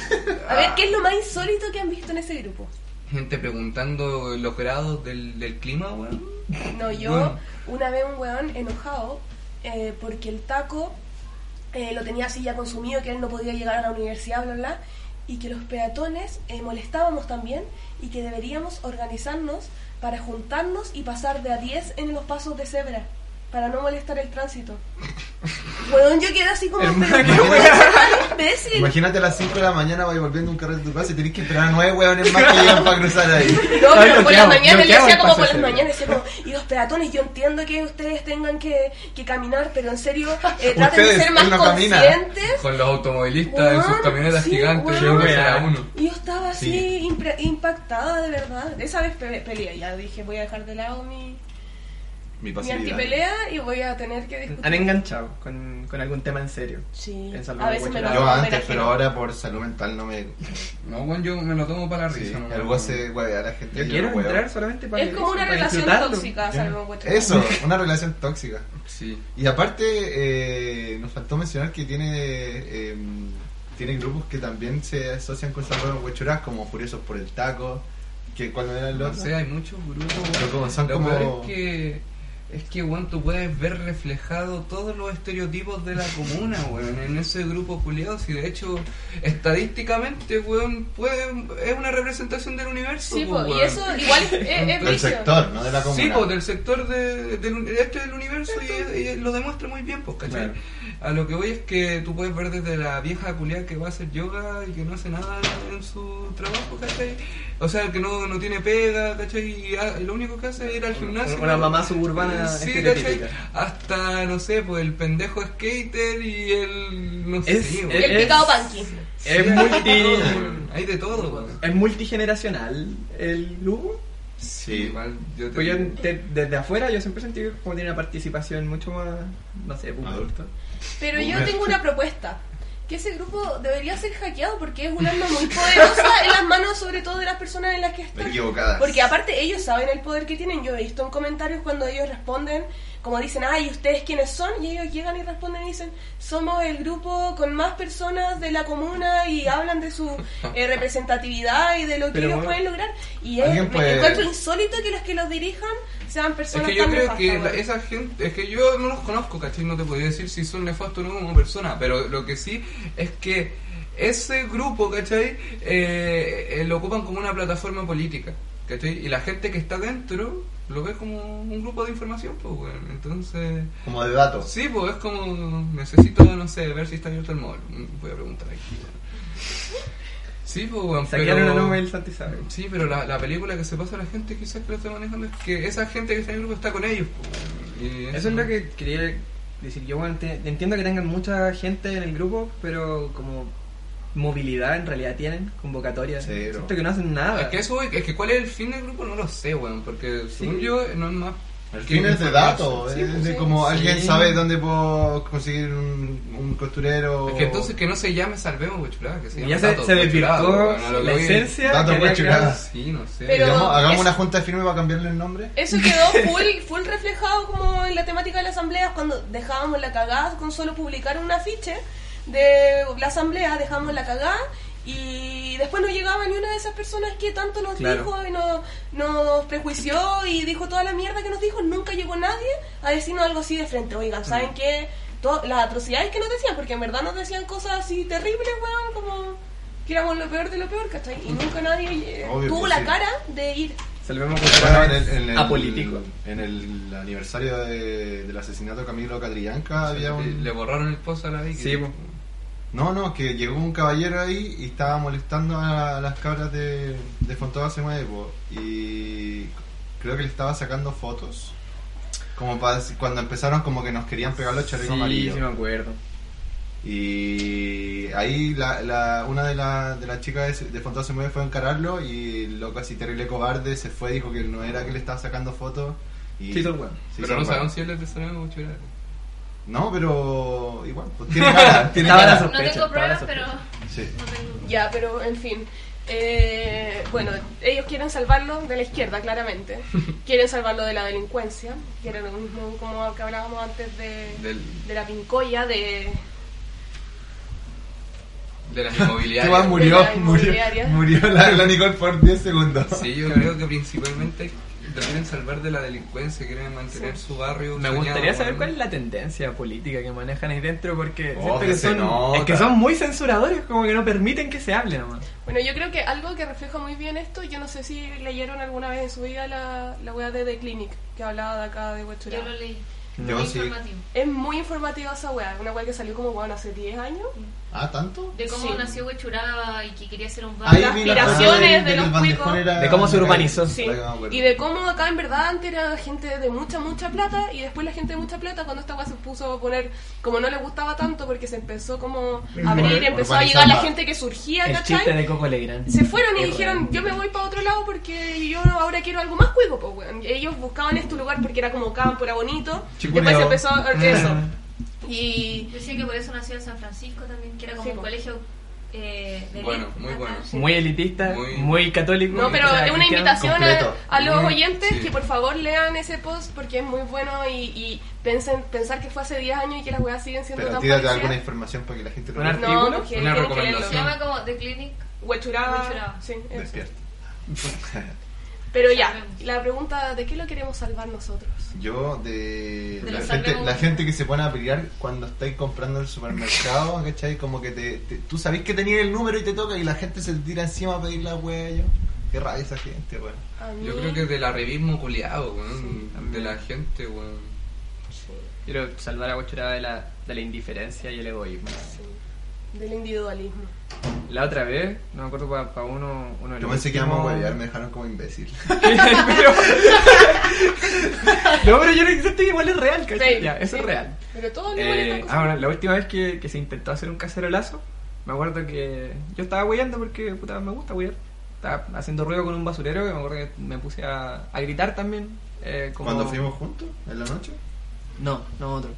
[SPEAKER 6] A ver, ¿qué es lo más insólito que han visto en ese grupo?
[SPEAKER 3] Gente preguntando los grados del, del clima, weón.
[SPEAKER 6] No, yo
[SPEAKER 3] Bueno.
[SPEAKER 6] una vez un weón enojado eh, porque el taco eh, lo tenía así ya consumido, que él no podía llegar a la universidad, bla, bla, y que los peatones eh, molestábamos también y que deberíamos organizarnos para juntarnos y pasar de a 10 en los pasos de cebra para no molestar el tránsito. Weón, yo quedé así como...
[SPEAKER 7] Hermano,
[SPEAKER 6] pero,
[SPEAKER 7] qué
[SPEAKER 6] ¿cómo
[SPEAKER 7] weón?
[SPEAKER 6] eres tan imbécil?
[SPEAKER 7] Imagínate a las 5 de la mañana vais volviendo a un carril de tu casa y tenés que esperar a nueve hueones más que llegan para cruzar ahí.
[SPEAKER 6] No, pero por las mañanas, él decía como por las mañanas, decía como, y los peatones, yo entiendo que ustedes tengan que, que caminar, pero en serio, eh, traten de
[SPEAKER 3] Ustedes,
[SPEAKER 6] ser más
[SPEAKER 3] él no camina.
[SPEAKER 6] conscientes.
[SPEAKER 3] Con los automovilistas en sus
[SPEAKER 6] Weón,
[SPEAKER 3] camionetas
[SPEAKER 6] sí,
[SPEAKER 3] gigantes,
[SPEAKER 6] weón.
[SPEAKER 3] weón, era uno.
[SPEAKER 6] Y yo estaba así
[SPEAKER 3] Sí.
[SPEAKER 6] impre- impactada, de verdad. De Esa vez pe- peleé, ya dije, voy a dejar de lado mi,
[SPEAKER 5] Mi
[SPEAKER 6] mi antipelea y voy a tener que discutir.
[SPEAKER 5] Han enganchado con, con algún tema en serio.
[SPEAKER 6] Sí.
[SPEAKER 5] En
[SPEAKER 6] A veces me lo
[SPEAKER 7] Yo
[SPEAKER 6] hago, me
[SPEAKER 7] antes,
[SPEAKER 6] imagino.
[SPEAKER 7] pero ahora por salud mental no me.
[SPEAKER 3] No, bueno, yo me lo tomo para la
[SPEAKER 7] risa. el goce huevea a la gente.
[SPEAKER 5] Yo
[SPEAKER 7] lo
[SPEAKER 5] quiero
[SPEAKER 7] hueveo.
[SPEAKER 5] entrar solamente para
[SPEAKER 6] Es como una
[SPEAKER 5] para
[SPEAKER 6] relación
[SPEAKER 5] disfrutarlo.
[SPEAKER 6] tóxica, Salvador Huachuraba.
[SPEAKER 7] Eso, una relación tóxica.
[SPEAKER 3] Sí.
[SPEAKER 7] Y aparte, eh, nos faltó mencionar que tiene eh, tiene grupos que también se asocian con Salvador Huechurás, como Furiosos por el Taco, que cuando eran los...
[SPEAKER 3] No sé, hay muchos grupos.
[SPEAKER 7] Pero como son
[SPEAKER 3] Lo
[SPEAKER 7] como-
[SPEAKER 3] peor es que, es que weón, tú puedes ver reflejado todos los estereotipos de la comuna, weón, en ese grupo culiado. Si de hecho, estadísticamente, weón, puede- es una representación del universo.
[SPEAKER 6] Sí,
[SPEAKER 3] pues,
[SPEAKER 6] po, y
[SPEAKER 3] weón.
[SPEAKER 6] eso igual es- es- es Del vicio. sector,
[SPEAKER 7] ¿no? De la comuna.
[SPEAKER 3] Sí, pues, del sector de, del, este del universo y, y lo demuestra muy bien, pues, ¿cachai?
[SPEAKER 5] Claro.
[SPEAKER 3] A lo que voy es que tú puedes ver desde la vieja culiada que va a hacer yoga y que no hace nada en su trabajo, ¿cachai? O sea, que no, no tiene pega, ¿cachai? Y, ah, y lo único que hace es ir al gimnasio.
[SPEAKER 5] Una mamá suburbana
[SPEAKER 3] Sí,
[SPEAKER 5] estereotípica.
[SPEAKER 3] ¿cachai? Hasta, no sé, pues el pendejo skater y el. No
[SPEAKER 5] Es-
[SPEAKER 3] sé,
[SPEAKER 5] es-
[SPEAKER 3] güey.
[SPEAKER 6] Y el picado panqui.
[SPEAKER 5] Es multi.
[SPEAKER 3] Hay de todo,
[SPEAKER 5] ¿Es multigeneracional el grupo?
[SPEAKER 7] Sí.
[SPEAKER 3] Igual, yo te-
[SPEAKER 5] Pues yo de- desde afuera yo siempre sentí que como tiene una participación mucho más, no sé, pues, adulta.
[SPEAKER 6] Pero yo tengo una propuesta. Que ese grupo debería ser hackeado porque es un arma muy poderosa en las manos, sobre todo de las personas en las que están.
[SPEAKER 7] Equivocadas.
[SPEAKER 6] Porque aparte ellos saben el poder que tienen. Yo he visto en comentarios cuando ellos responden, como dicen, ay, ¿ustedes quiénes son? Y ellos llegan y responden y dicen, somos el grupo con más personas de la comuna y hablan de su eh, representatividad y de lo que
[SPEAKER 3] Pero
[SPEAKER 6] ellos
[SPEAKER 3] bueno,
[SPEAKER 6] pueden lograr. Y es,
[SPEAKER 3] alguien
[SPEAKER 6] me
[SPEAKER 3] puede-
[SPEAKER 6] encuentro insólito que los que los dirijan sean
[SPEAKER 3] Es
[SPEAKER 6] personas
[SPEAKER 3] que yo
[SPEAKER 6] tan
[SPEAKER 3] creo
[SPEAKER 6] nefastas,
[SPEAKER 3] que la-
[SPEAKER 6] bueno.
[SPEAKER 3] esa gente, es que yo no los conozco, ¿cachai? No te podría decir si son nefastos o no como persona, pero lo que sí es que ese grupo, ¿cachai? Eh, eh, lo ocupan como una plataforma política, ¿cachai? Y la gente que está dentro lo ve como un grupo de información, pues, weón. Entonces...
[SPEAKER 7] Como de datos.
[SPEAKER 3] Sí, pues es como, necesito, no sé, ver si está abierto el mall. Mm, Voy a preguntar aquí. Sí, pues, weón,
[SPEAKER 5] Saquearon
[SPEAKER 3] pero-
[SPEAKER 5] a Nobel Santi Isabel.
[SPEAKER 3] Sí, pero la, la película que se pasa a la gente quizás que lo está manejando es que esa gente que está en el grupo está con ellos. po, weón. Y
[SPEAKER 5] Eso es lo que quería decir. Yo bueno, te- entiendo que tengan mucha gente en el grupo, pero como movilidad en realidad tienen, convocatoria.
[SPEAKER 3] Cero.
[SPEAKER 5] Siento que no hacen nada.
[SPEAKER 3] Es que eso, es que cuál es el fin del grupo no lo sé, weón, porque según yo no es más
[SPEAKER 7] Fines de datos,
[SPEAKER 3] Sí,
[SPEAKER 7] es
[SPEAKER 3] pues,
[SPEAKER 7] de
[SPEAKER 3] sí.
[SPEAKER 7] como
[SPEAKER 3] Sí.
[SPEAKER 7] alguien sabe dónde puedo conseguir un, un costurero.
[SPEAKER 3] Es que entonces que no se llame Salvemos Huechurada, que se llame
[SPEAKER 5] Ya se-
[SPEAKER 3] Datos
[SPEAKER 5] se desvirtuó
[SPEAKER 3] Huechurada, bueno, a lo que
[SPEAKER 5] la
[SPEAKER 3] voy.
[SPEAKER 5] esencia
[SPEAKER 7] Datos
[SPEAKER 5] que había
[SPEAKER 7] Huechurada.
[SPEAKER 5] creado.
[SPEAKER 3] Sí, no sé.
[SPEAKER 6] Pero-
[SPEAKER 7] Digamos, hagamos
[SPEAKER 6] es-
[SPEAKER 7] una junta de firme para cambiarle el nombre.
[SPEAKER 6] Eso quedó full, full reflejado como en la temática de la asamblea, cuando dejábamos la cagada con solo publicar un afiche de la asamblea, dejábamos la cagada y después no llegaba ni una de esas personas que tanto nos
[SPEAKER 12] Claro.
[SPEAKER 6] dijo y nos, nos prejuició y dijo toda la mierda que nos dijo, nunca llegó nadie a decirnos algo así de frente, oigan,
[SPEAKER 7] Mm.
[SPEAKER 6] ¿saben qué? Todas las atrocidades que nos decían, porque en verdad nos decían cosas así terribles, weón, como que éramos lo peor de lo peor, ¿cachai? Y nunca nadie eh,
[SPEAKER 7] Mm. Obvio
[SPEAKER 6] tuvo
[SPEAKER 7] que
[SPEAKER 6] la
[SPEAKER 7] sí.
[SPEAKER 6] cara de ir
[SPEAKER 5] Salvemos
[SPEAKER 7] Bueno,
[SPEAKER 5] Huechurada
[SPEAKER 7] en el, en el-
[SPEAKER 5] apolítico.
[SPEAKER 7] En el aniversario de- del asesinato de Camilo Catrillanca había un...
[SPEAKER 3] Le borraron el pozo a la Vicky.
[SPEAKER 7] Sí, po. No, no, que llegó un caballero ahí y estaba molestando a las cabras de, de Fontova Semae, po, y creo que le estaba sacando fotos. Como para decir- cuando empezaron como que nos querían pegar los chalecos
[SPEAKER 5] Sí,
[SPEAKER 7] amarillos.
[SPEAKER 5] sí me acuerdo.
[SPEAKER 7] Y ahí la, la- una de, la- de las chicas de, de Fontana se mueve fue a encararlo y lo casi terrible cobarde se fue, dijo que no era que le estaba sacando fotos. Y,
[SPEAKER 3] Sí, hizo el
[SPEAKER 7] bueno.
[SPEAKER 3] weón. Pero no sabemos si él es de Salvemos Huechurada.
[SPEAKER 7] No, pero igual, pues tiene cara. tiene
[SPEAKER 3] Estaba
[SPEAKER 7] cara.
[SPEAKER 3] la
[SPEAKER 6] No tengo pruebas, pero...
[SPEAKER 7] Sí.
[SPEAKER 6] Ya, pero en fin. Eh, bueno, ellos quieren salvarlo de la izquierda, claramente. Quieren salvarlo de la delincuencia. Quieren lo mismo como que hablábamos antes de,
[SPEAKER 3] Del-
[SPEAKER 6] de la pincoya, de...
[SPEAKER 3] De las
[SPEAKER 7] Este
[SPEAKER 3] inmobiliarias.
[SPEAKER 7] weón murió,
[SPEAKER 6] De la
[SPEAKER 7] murió,
[SPEAKER 6] inmobiliaria.
[SPEAKER 7] murió la, la Nicole por 10 segundos.
[SPEAKER 3] Sí, yo creo que principalmente lo quieren salvar de la delincuencia, quieren mantener su barrio.
[SPEAKER 5] Me
[SPEAKER 3] soñado,
[SPEAKER 5] gustaría saber
[SPEAKER 3] ¿no?
[SPEAKER 5] cuál es la tendencia política que manejan ahí dentro porque siento
[SPEAKER 3] Oh, que
[SPEAKER 5] que
[SPEAKER 3] se
[SPEAKER 5] son,
[SPEAKER 3] nota.
[SPEAKER 5] es que son muy censuradores, como que no permiten que se hable nomás.
[SPEAKER 6] Bueno, yo creo que algo que refleja muy bien esto, yo no sé si leyeron alguna vez en su vida la, la web de The Clinic, que hablaba de acá de Huachurá.
[SPEAKER 8] Yo lo leí.
[SPEAKER 7] Yo
[SPEAKER 8] Muy
[SPEAKER 7] sí.
[SPEAKER 8] informativo.
[SPEAKER 6] Es muy informativa esa web, una web que salió como bueno, hace 10 años.
[SPEAKER 7] Ah, ¿tanto?
[SPEAKER 8] De cómo
[SPEAKER 6] Sí.
[SPEAKER 8] nació Huechuraba y que quería ser un
[SPEAKER 6] Ahí
[SPEAKER 8] barrio.
[SPEAKER 6] vi la Aspiraciones de los cuicos.
[SPEAKER 5] De cómo se urbanizó.
[SPEAKER 6] Sí. Y de cómo acá en verdad antes era gente de mucha, mucha plata y después la gente de mucha plata cuando esta weá se puso a poner, como no le gustaba tanto porque se empezó como a abrir,
[SPEAKER 5] Urbanizar
[SPEAKER 6] empezó a llegar la
[SPEAKER 5] más.
[SPEAKER 6] gente que surgía,
[SPEAKER 5] El chiste de
[SPEAKER 6] ¿cachai?
[SPEAKER 5] Coco Legrand.
[SPEAKER 6] Se fueron y
[SPEAKER 5] Qué
[SPEAKER 6] dijeron, yo me voy para otro lado porque yo ahora quiero algo más cuico, pues weón. Y Ellos buscaban este lugar porque era como campo, era bonito.
[SPEAKER 8] Chicureo.
[SPEAKER 6] Después empezó a- eso.
[SPEAKER 8] Ah.
[SPEAKER 6] Y
[SPEAKER 8] Decía que por eso nació en San Francisco también, que era como
[SPEAKER 6] Sí,
[SPEAKER 8] un
[SPEAKER 6] po.
[SPEAKER 8] colegio eh, de
[SPEAKER 3] Bueno,
[SPEAKER 8] elite.
[SPEAKER 3] muy bueno.
[SPEAKER 5] Muy elitista, muy, católico.
[SPEAKER 6] No, pero
[SPEAKER 5] o sea,
[SPEAKER 6] es una
[SPEAKER 5] cristiano.
[SPEAKER 6] invitación a, a los
[SPEAKER 5] Mm.
[SPEAKER 6] oyentes
[SPEAKER 5] Sí.
[SPEAKER 6] que por favor lean ese post porque es muy bueno y, y pensen, pensar que fue hace 10 años y que las weas siguen siendo
[SPEAKER 7] Pero
[SPEAKER 6] tan
[SPEAKER 7] tírate
[SPEAKER 6] parecidas.
[SPEAKER 7] alguna información para que la gente lo
[SPEAKER 5] ¿Un
[SPEAKER 7] vea.
[SPEAKER 5] artículo?
[SPEAKER 6] No, porque tienen que leerlo.
[SPEAKER 8] Se llama como The Clinic.
[SPEAKER 6] Huechuraba.
[SPEAKER 8] Huechuraba.
[SPEAKER 6] Sí, eso.
[SPEAKER 7] Despierta.
[SPEAKER 6] Pero ya, la pregunta de qué lo queremos salvar nosotros.
[SPEAKER 7] Yo de,
[SPEAKER 6] De
[SPEAKER 7] la,
[SPEAKER 6] los
[SPEAKER 7] gente,
[SPEAKER 6] salvemos.
[SPEAKER 7] la gente que se pone a pelear cuando estáis comprando en el supermercado, ¿cachai? Como que te, te- tú sabés que tenías el número y te toca y la gente se tira encima a pedir la wea yo. Qué rabia esa gente, weón.
[SPEAKER 3] Yo creo que es del arribismo culiado, weón. de la gente, weón.
[SPEAKER 5] Quiero salvar a Huachuraba de la, de la indiferencia y el egoísmo.
[SPEAKER 6] Del individualismo.
[SPEAKER 5] La otra vez, no me acuerdo para uno, uno de
[SPEAKER 7] Yo
[SPEAKER 5] los
[SPEAKER 7] pensé que
[SPEAKER 5] últimos-
[SPEAKER 7] íbamos a huevear, me dejaron como imbécil.
[SPEAKER 5] No, pero yo no siento que igual es real, ¿cachai?
[SPEAKER 6] Sí,
[SPEAKER 5] Ya, eso
[SPEAKER 6] sí.
[SPEAKER 5] es real.
[SPEAKER 6] Pero todo le molesta
[SPEAKER 5] Eh,
[SPEAKER 6] cosas.
[SPEAKER 5] ah, bueno, la última vez que, que se intentó hacer un cacerolazo, me acuerdo que yo estaba hueando porque puta, me gusta huear. Estaba haciendo ruido con un basurero que me acuerdo que me puse a, a gritar también. eh, como-
[SPEAKER 7] ¿Cuando fuimos juntos? ¿En la noche?
[SPEAKER 5] No, no otro.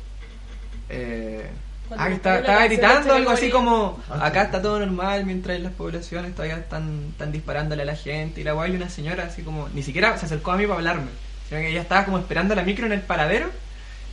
[SPEAKER 5] Eh,
[SPEAKER 7] Cuando
[SPEAKER 5] ah, que
[SPEAKER 7] me
[SPEAKER 5] está-
[SPEAKER 7] pegó la
[SPEAKER 5] estaba
[SPEAKER 7] canción
[SPEAKER 5] gritando
[SPEAKER 7] de
[SPEAKER 5] algo así
[SPEAKER 7] Gregory.
[SPEAKER 5] como:
[SPEAKER 7] Ah,
[SPEAKER 5] acá está todo normal mientras las poblaciones todavía están, están disparándole a la gente. Y la guay, una señora así como, ni siquiera se acercó a mí para hablarme, sino que ella estaba como esperando la micro en el paradero.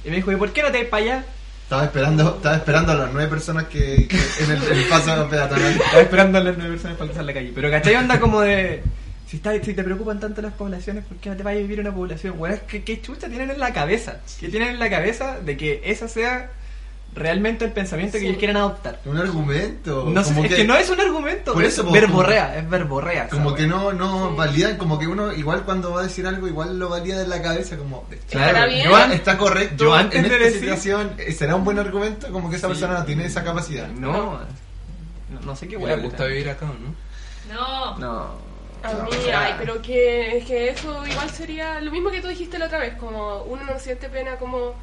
[SPEAKER 5] Y me dijo: ¿Y por qué no te vas para allá?
[SPEAKER 7] Estaba esperando, estaba esperando a las nueve personas que, que en el, en el paso peatonal.
[SPEAKER 5] Estaba esperando a las nueve personas para cruzar la calle. Pero ¿cachai? Onda como de. Si, está- si te preocupan tanto las poblaciones, ¿por qué no te vayas a vivir en una población? Weón, es que qué chucha tienen en la cabeza. ¿Qué tienen en la cabeza de que esa sea realmente el pensamiento que ellos quieren adoptar?
[SPEAKER 7] Un argumento.
[SPEAKER 5] No sé,
[SPEAKER 7] como
[SPEAKER 5] es que, no es un argumento.
[SPEAKER 7] Por
[SPEAKER 5] es
[SPEAKER 7] eso, pues, po,
[SPEAKER 5] verborrea, es verborrea. esa
[SPEAKER 7] Como
[SPEAKER 5] weá.
[SPEAKER 7] que no, no validan, como que uno igual cuando va a decir algo, igual lo valida de la cabeza, como
[SPEAKER 5] Claro,
[SPEAKER 7] está,
[SPEAKER 5] ¿Estará bien?
[SPEAKER 7] está correcto
[SPEAKER 5] Yo antes
[SPEAKER 7] en
[SPEAKER 5] de
[SPEAKER 7] esta
[SPEAKER 5] decir-
[SPEAKER 7] situación, eh, será un buen argumento, como que esa
[SPEAKER 5] Sí.
[SPEAKER 7] persona no tiene esa capacidad.
[SPEAKER 5] No, no, no sé qué
[SPEAKER 3] Le
[SPEAKER 5] hueá.
[SPEAKER 3] gusta vivir acá, ¿no?
[SPEAKER 6] No.
[SPEAKER 5] No.
[SPEAKER 6] A
[SPEAKER 5] No,
[SPEAKER 6] mí,
[SPEAKER 5] o sea-
[SPEAKER 6] Ah, ay, pero que, es que eso igual sería lo mismo que tú dijiste la otra vez, como uno no siente pena como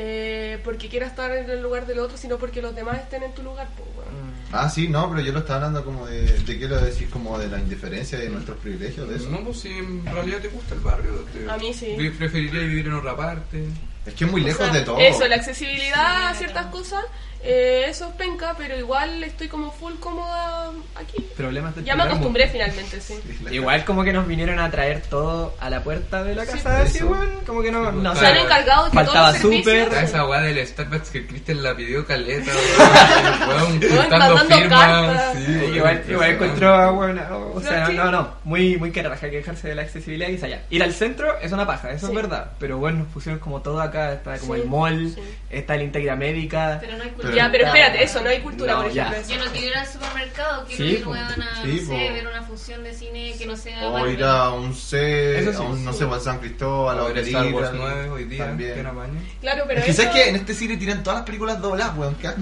[SPEAKER 6] eh, porque quieras estar en el lugar del otro, sino porque los demás estén en tu lugar. po, weón.
[SPEAKER 7] Ah, sí, no, pero yo lo estaba hablando como de, de qué lo decís, como de la indiferencia de nuestros privilegios, de eso.
[SPEAKER 3] No, pues si en realidad te gusta el barrio. te-
[SPEAKER 6] A mí sí.
[SPEAKER 3] pre- Preferiría vivir en otra parte.
[SPEAKER 7] Es que es muy lejos
[SPEAKER 6] O sea,
[SPEAKER 7] de todo.
[SPEAKER 6] Eso, la accesibilidad a ciertas cosas, eh, eso es penca, pero igual estoy como full cómoda aquí.
[SPEAKER 5] Problemas de
[SPEAKER 6] Ya me acostumbré finalmente, sí.
[SPEAKER 5] Igual como que nos vinieron a traer todo a la puerta de la casa, así, weón. Como que no, no
[SPEAKER 7] pues,
[SPEAKER 6] Se han encargado de que
[SPEAKER 5] Faltaba
[SPEAKER 6] todos los servicios-
[SPEAKER 5] súper.
[SPEAKER 3] Esa weá del Starbucks que Kristen la pidió caleta, weón. weón, juntando
[SPEAKER 6] mandando
[SPEAKER 3] firmas.
[SPEAKER 6] cartas.
[SPEAKER 3] sí,
[SPEAKER 5] Sí,
[SPEAKER 3] weón,
[SPEAKER 5] igual, igual
[SPEAKER 3] impresionante.
[SPEAKER 5] encuentro, bueno, o sea,
[SPEAKER 6] No,
[SPEAKER 5] no,
[SPEAKER 6] sí.
[SPEAKER 5] no, no, muy, muy que raja quejarse de la accesibilidad y es allá. Ir al centro es una paja, eso es verdad, pero bueno, nos pusieron como todo acá, está como
[SPEAKER 6] Sí,
[SPEAKER 5] el mall, está la íntegra médica.
[SPEAKER 8] Pero no hay
[SPEAKER 6] cultura. Ya, pero espérate, eso, no hay cultura,
[SPEAKER 5] No,
[SPEAKER 6] por
[SPEAKER 5] ya.
[SPEAKER 6] ejemplo, eso.
[SPEAKER 8] Yo no quiero ir al supermercado, quiero
[SPEAKER 7] Sí,
[SPEAKER 8] ir
[SPEAKER 7] po.
[SPEAKER 8] weón, a,
[SPEAKER 7] Sí,
[SPEAKER 8] no
[SPEAKER 7] po. Oh,
[SPEAKER 8] sé, ver una función de cine que no sea.
[SPEAKER 7] O
[SPEAKER 8] Barbie.
[SPEAKER 7] ir a un C,
[SPEAKER 3] Eso sí,
[SPEAKER 7] a un, no
[SPEAKER 3] sí.
[SPEAKER 7] sé, o al San Cristóbal, a
[SPEAKER 3] O
[SPEAKER 7] la
[SPEAKER 3] ver Star Wars 9 hoy día, que era baño.
[SPEAKER 6] Claro, pero
[SPEAKER 7] es que sabes
[SPEAKER 6] eso-
[SPEAKER 7] que en este cine tiran todas las películas dobladas, weón. qué asco.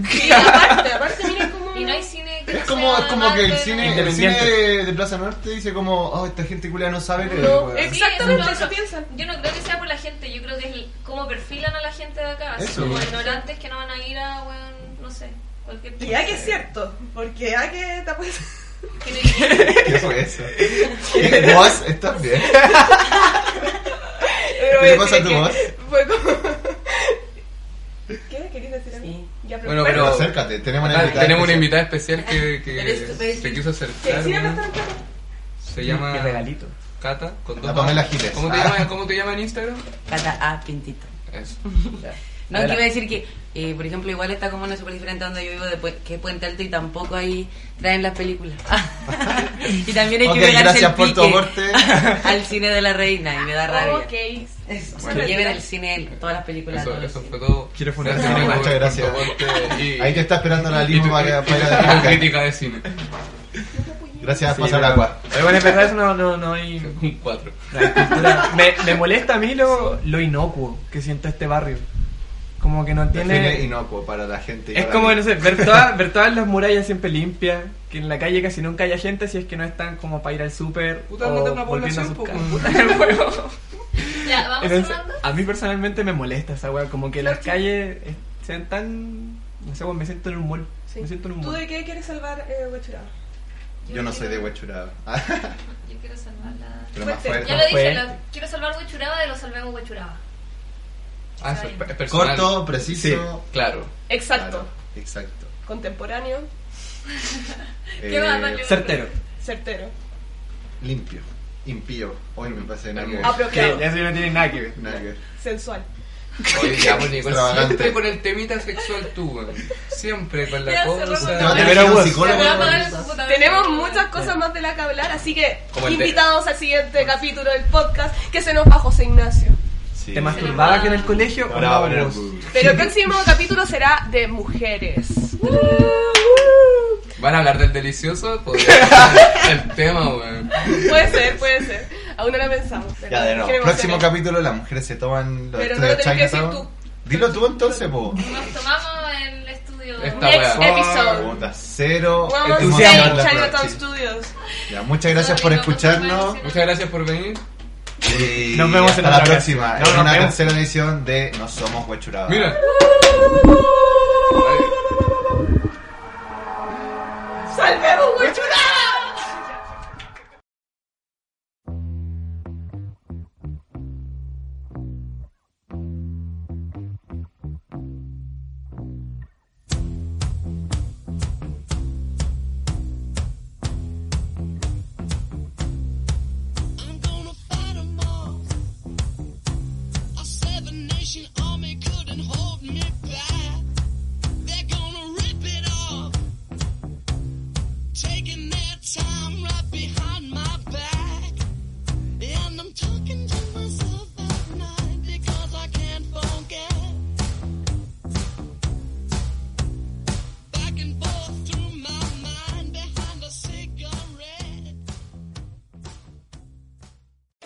[SPEAKER 8] Y no hay cine que
[SPEAKER 7] Es
[SPEAKER 8] no
[SPEAKER 7] como,
[SPEAKER 8] sea
[SPEAKER 7] es como que el
[SPEAKER 8] Marvel.
[SPEAKER 7] cine, el cine de, de Plaza Norte dice como, oh, esta gente culia no sabe leer,
[SPEAKER 8] No,
[SPEAKER 7] weón.
[SPEAKER 8] Sí, no, no. Yo no creo que sea por la gente, yo creo que es cómo perfilan a la gente de acá, así
[SPEAKER 7] Eso.
[SPEAKER 8] como ignorantes que no van a ir a, weón, no sé, cualquier
[SPEAKER 14] Y ya que es cierto, porque ya que te apuesto.
[SPEAKER 7] ¿Qué fue eso? ¿Qué- ¿Vos estás bien? ¿Qué le pasa a tu voz?
[SPEAKER 6] Fue como... ¿Qué? ¿Querías decir algo? Ya,
[SPEAKER 3] Bueno, pero.
[SPEAKER 7] acércate, tenemos una
[SPEAKER 3] acá
[SPEAKER 7] invitada
[SPEAKER 3] tenemos una
[SPEAKER 7] especial.
[SPEAKER 3] invitada especial que,
[SPEAKER 6] Pero esto
[SPEAKER 3] que
[SPEAKER 6] parece-
[SPEAKER 3] se quiso
[SPEAKER 6] ¿Qué?
[SPEAKER 3] acercar.
[SPEAKER 6] Sí,
[SPEAKER 3] weón.
[SPEAKER 6] no, no, no, no.
[SPEAKER 3] Se llama.
[SPEAKER 5] Mi regalito.
[SPEAKER 3] Cata, con
[SPEAKER 7] La
[SPEAKER 3] dos
[SPEAKER 7] Pamela
[SPEAKER 3] As.
[SPEAKER 7] Giles.
[SPEAKER 3] ¿Cómo te
[SPEAKER 7] Ah.
[SPEAKER 3] llamas cómo te llama en Instagram?
[SPEAKER 14] Cata A. Pintito.
[SPEAKER 3] Eso.
[SPEAKER 14] No, que iba a decir que, eh, por ejemplo, igual esta comuna súper diferente a donde yo vivo, de Pue- que es Puente Alto y tampoco ahí traen las películas. y también hay
[SPEAKER 7] Ok,
[SPEAKER 14] que pegarse
[SPEAKER 7] gracias
[SPEAKER 14] el
[SPEAKER 7] por
[SPEAKER 14] pique
[SPEAKER 7] tu aporte.
[SPEAKER 14] al cine de la reina y me da rabia.
[SPEAKER 6] Ok.
[SPEAKER 14] Eso,
[SPEAKER 7] Bueno.
[SPEAKER 14] que lleven al cine todas las películas.
[SPEAKER 3] Eso,
[SPEAKER 14] todos los
[SPEAKER 3] eso fue todo.
[SPEAKER 7] Quiero poner
[SPEAKER 3] Gracias,
[SPEAKER 7] no,
[SPEAKER 3] por-
[SPEAKER 7] muchas gracias.
[SPEAKER 3] por tu aporte y-
[SPEAKER 7] Ahí te está esperando la
[SPEAKER 3] y
[SPEAKER 7] limo
[SPEAKER 3] tu-
[SPEAKER 7] para-
[SPEAKER 3] y tu-
[SPEAKER 7] para-
[SPEAKER 3] y tu crítica de cine.
[SPEAKER 7] Gracias
[SPEAKER 5] Sí,
[SPEAKER 7] por pasar
[SPEAKER 5] pero-
[SPEAKER 7] agua.
[SPEAKER 5] Pero bueno, en verdad eso no, no, no hay...
[SPEAKER 3] Un 4.
[SPEAKER 5] Me, me molesta a mí lo, lo inocuo que siente este barrio. Como que no tiene...
[SPEAKER 7] Define inocuo para la gente. y
[SPEAKER 5] Es
[SPEAKER 7] para
[SPEAKER 5] como,
[SPEAKER 7] mí.
[SPEAKER 5] no sé, ver, toda- ver todas las murallas siempre limpias, que en la calle casi nunca haya gente si es que no están como para ir al súper
[SPEAKER 3] Puta,
[SPEAKER 5] o
[SPEAKER 3] anda una
[SPEAKER 5] volviendo a
[SPEAKER 3] población,
[SPEAKER 5] sus
[SPEAKER 3] po,
[SPEAKER 5] casas. Bueno,
[SPEAKER 8] Ya, vamos
[SPEAKER 5] entonces,
[SPEAKER 8] cerrando.
[SPEAKER 5] a mí personalmente me molesta esa weá, como que las calles eh, sean tan... No sé, weón, me siento en un mall.
[SPEAKER 6] Sí.
[SPEAKER 5] Me siento en un
[SPEAKER 6] ¿Tú
[SPEAKER 5] mall.
[SPEAKER 6] de qué quieres salvar, eh, Huachuraba?
[SPEAKER 7] Yo no soy de huechurado.
[SPEAKER 5] Ah,
[SPEAKER 8] Yo quiero salvarla.
[SPEAKER 7] Pero más
[SPEAKER 8] Fuerte.
[SPEAKER 7] fuerte.
[SPEAKER 8] Ya lo dije,
[SPEAKER 7] Fuerte.
[SPEAKER 8] la- quiero salvar Huechuraba de lo salvemos Huechuraba.
[SPEAKER 3] Ah, eso es pe- es personal.
[SPEAKER 7] Corto, preciso.
[SPEAKER 3] Claro.
[SPEAKER 6] Exacto.
[SPEAKER 7] Exacto.
[SPEAKER 6] Contemporáneo.
[SPEAKER 7] Eh, certero.
[SPEAKER 6] Certero.
[SPEAKER 7] Limpio. Impío. Hoy no me pasa nada. que ver.
[SPEAKER 6] Apropiado.
[SPEAKER 5] Ya eso ya no tiene nada que ver.
[SPEAKER 7] Nada que ver.
[SPEAKER 6] Sensual.
[SPEAKER 3] Oye, ya, pues, Nicole,
[SPEAKER 7] Extravagante.
[SPEAKER 3] siempre con el temita sexual tú, weón. Siempre con la
[SPEAKER 6] Ya, cerramos
[SPEAKER 3] cosa.
[SPEAKER 6] la Te va a
[SPEAKER 7] tener un psicólogo.
[SPEAKER 6] Tenemos muchas cosas más de las que hablar, así que
[SPEAKER 3] Como el de-
[SPEAKER 6] invitados al siguiente capítulo del podcast que se nos va José Ignacio.
[SPEAKER 5] ¿Te masturbabas que en el colegio?
[SPEAKER 7] Ahora va a poner
[SPEAKER 5] vos?
[SPEAKER 6] Pero el próximo capítulo será de mujeres.
[SPEAKER 3] ¿Van a hablar del delicioso? Podría ser el tema, weón.
[SPEAKER 6] Puede ser, puede ser. Aún no lo pensamos. pero
[SPEAKER 7] Ya, de nuevo.
[SPEAKER 6] queremos
[SPEAKER 7] Próximo
[SPEAKER 6] hacer-
[SPEAKER 7] capítulo, las mujeres se toman los
[SPEAKER 6] Pero
[SPEAKER 7] estudios
[SPEAKER 6] no lo tenés que
[SPEAKER 7] Chinatown.
[SPEAKER 6] decir
[SPEAKER 7] Dilo tú entonces, po.
[SPEAKER 8] Nos tomamos el estudio.
[SPEAKER 7] Esta
[SPEAKER 6] Next
[SPEAKER 7] weá.
[SPEAKER 6] episode.
[SPEAKER 7] Puta, Cero.
[SPEAKER 6] Vamos
[SPEAKER 7] entusiasmo en
[SPEAKER 6] a
[SPEAKER 7] la
[SPEAKER 6] Chinatown
[SPEAKER 7] próxima.
[SPEAKER 6] Studios.
[SPEAKER 7] Ya, muchas gracias por escucharnos.
[SPEAKER 3] Muchas gracias por venir.
[SPEAKER 7] Y
[SPEAKER 5] Nos vemos
[SPEAKER 7] hasta
[SPEAKER 5] en
[SPEAKER 7] la
[SPEAKER 5] otra
[SPEAKER 7] próxima.
[SPEAKER 5] ocasión. No,
[SPEAKER 7] en
[SPEAKER 5] nos
[SPEAKER 7] una
[SPEAKER 5] vemos.
[SPEAKER 7] tercera edición de No Somos Huechurados.
[SPEAKER 3] Mira.
[SPEAKER 6] ¡Salvemos Huechuraba!
[SPEAKER 16] I'm gonna fight 'em all. A seven-nation army couldn't hold me back. They're gonna rip it off, taking their time right behind my back. And I'm talking to myself at night because I can't forget. Back and forth through my mind behind a cigarette.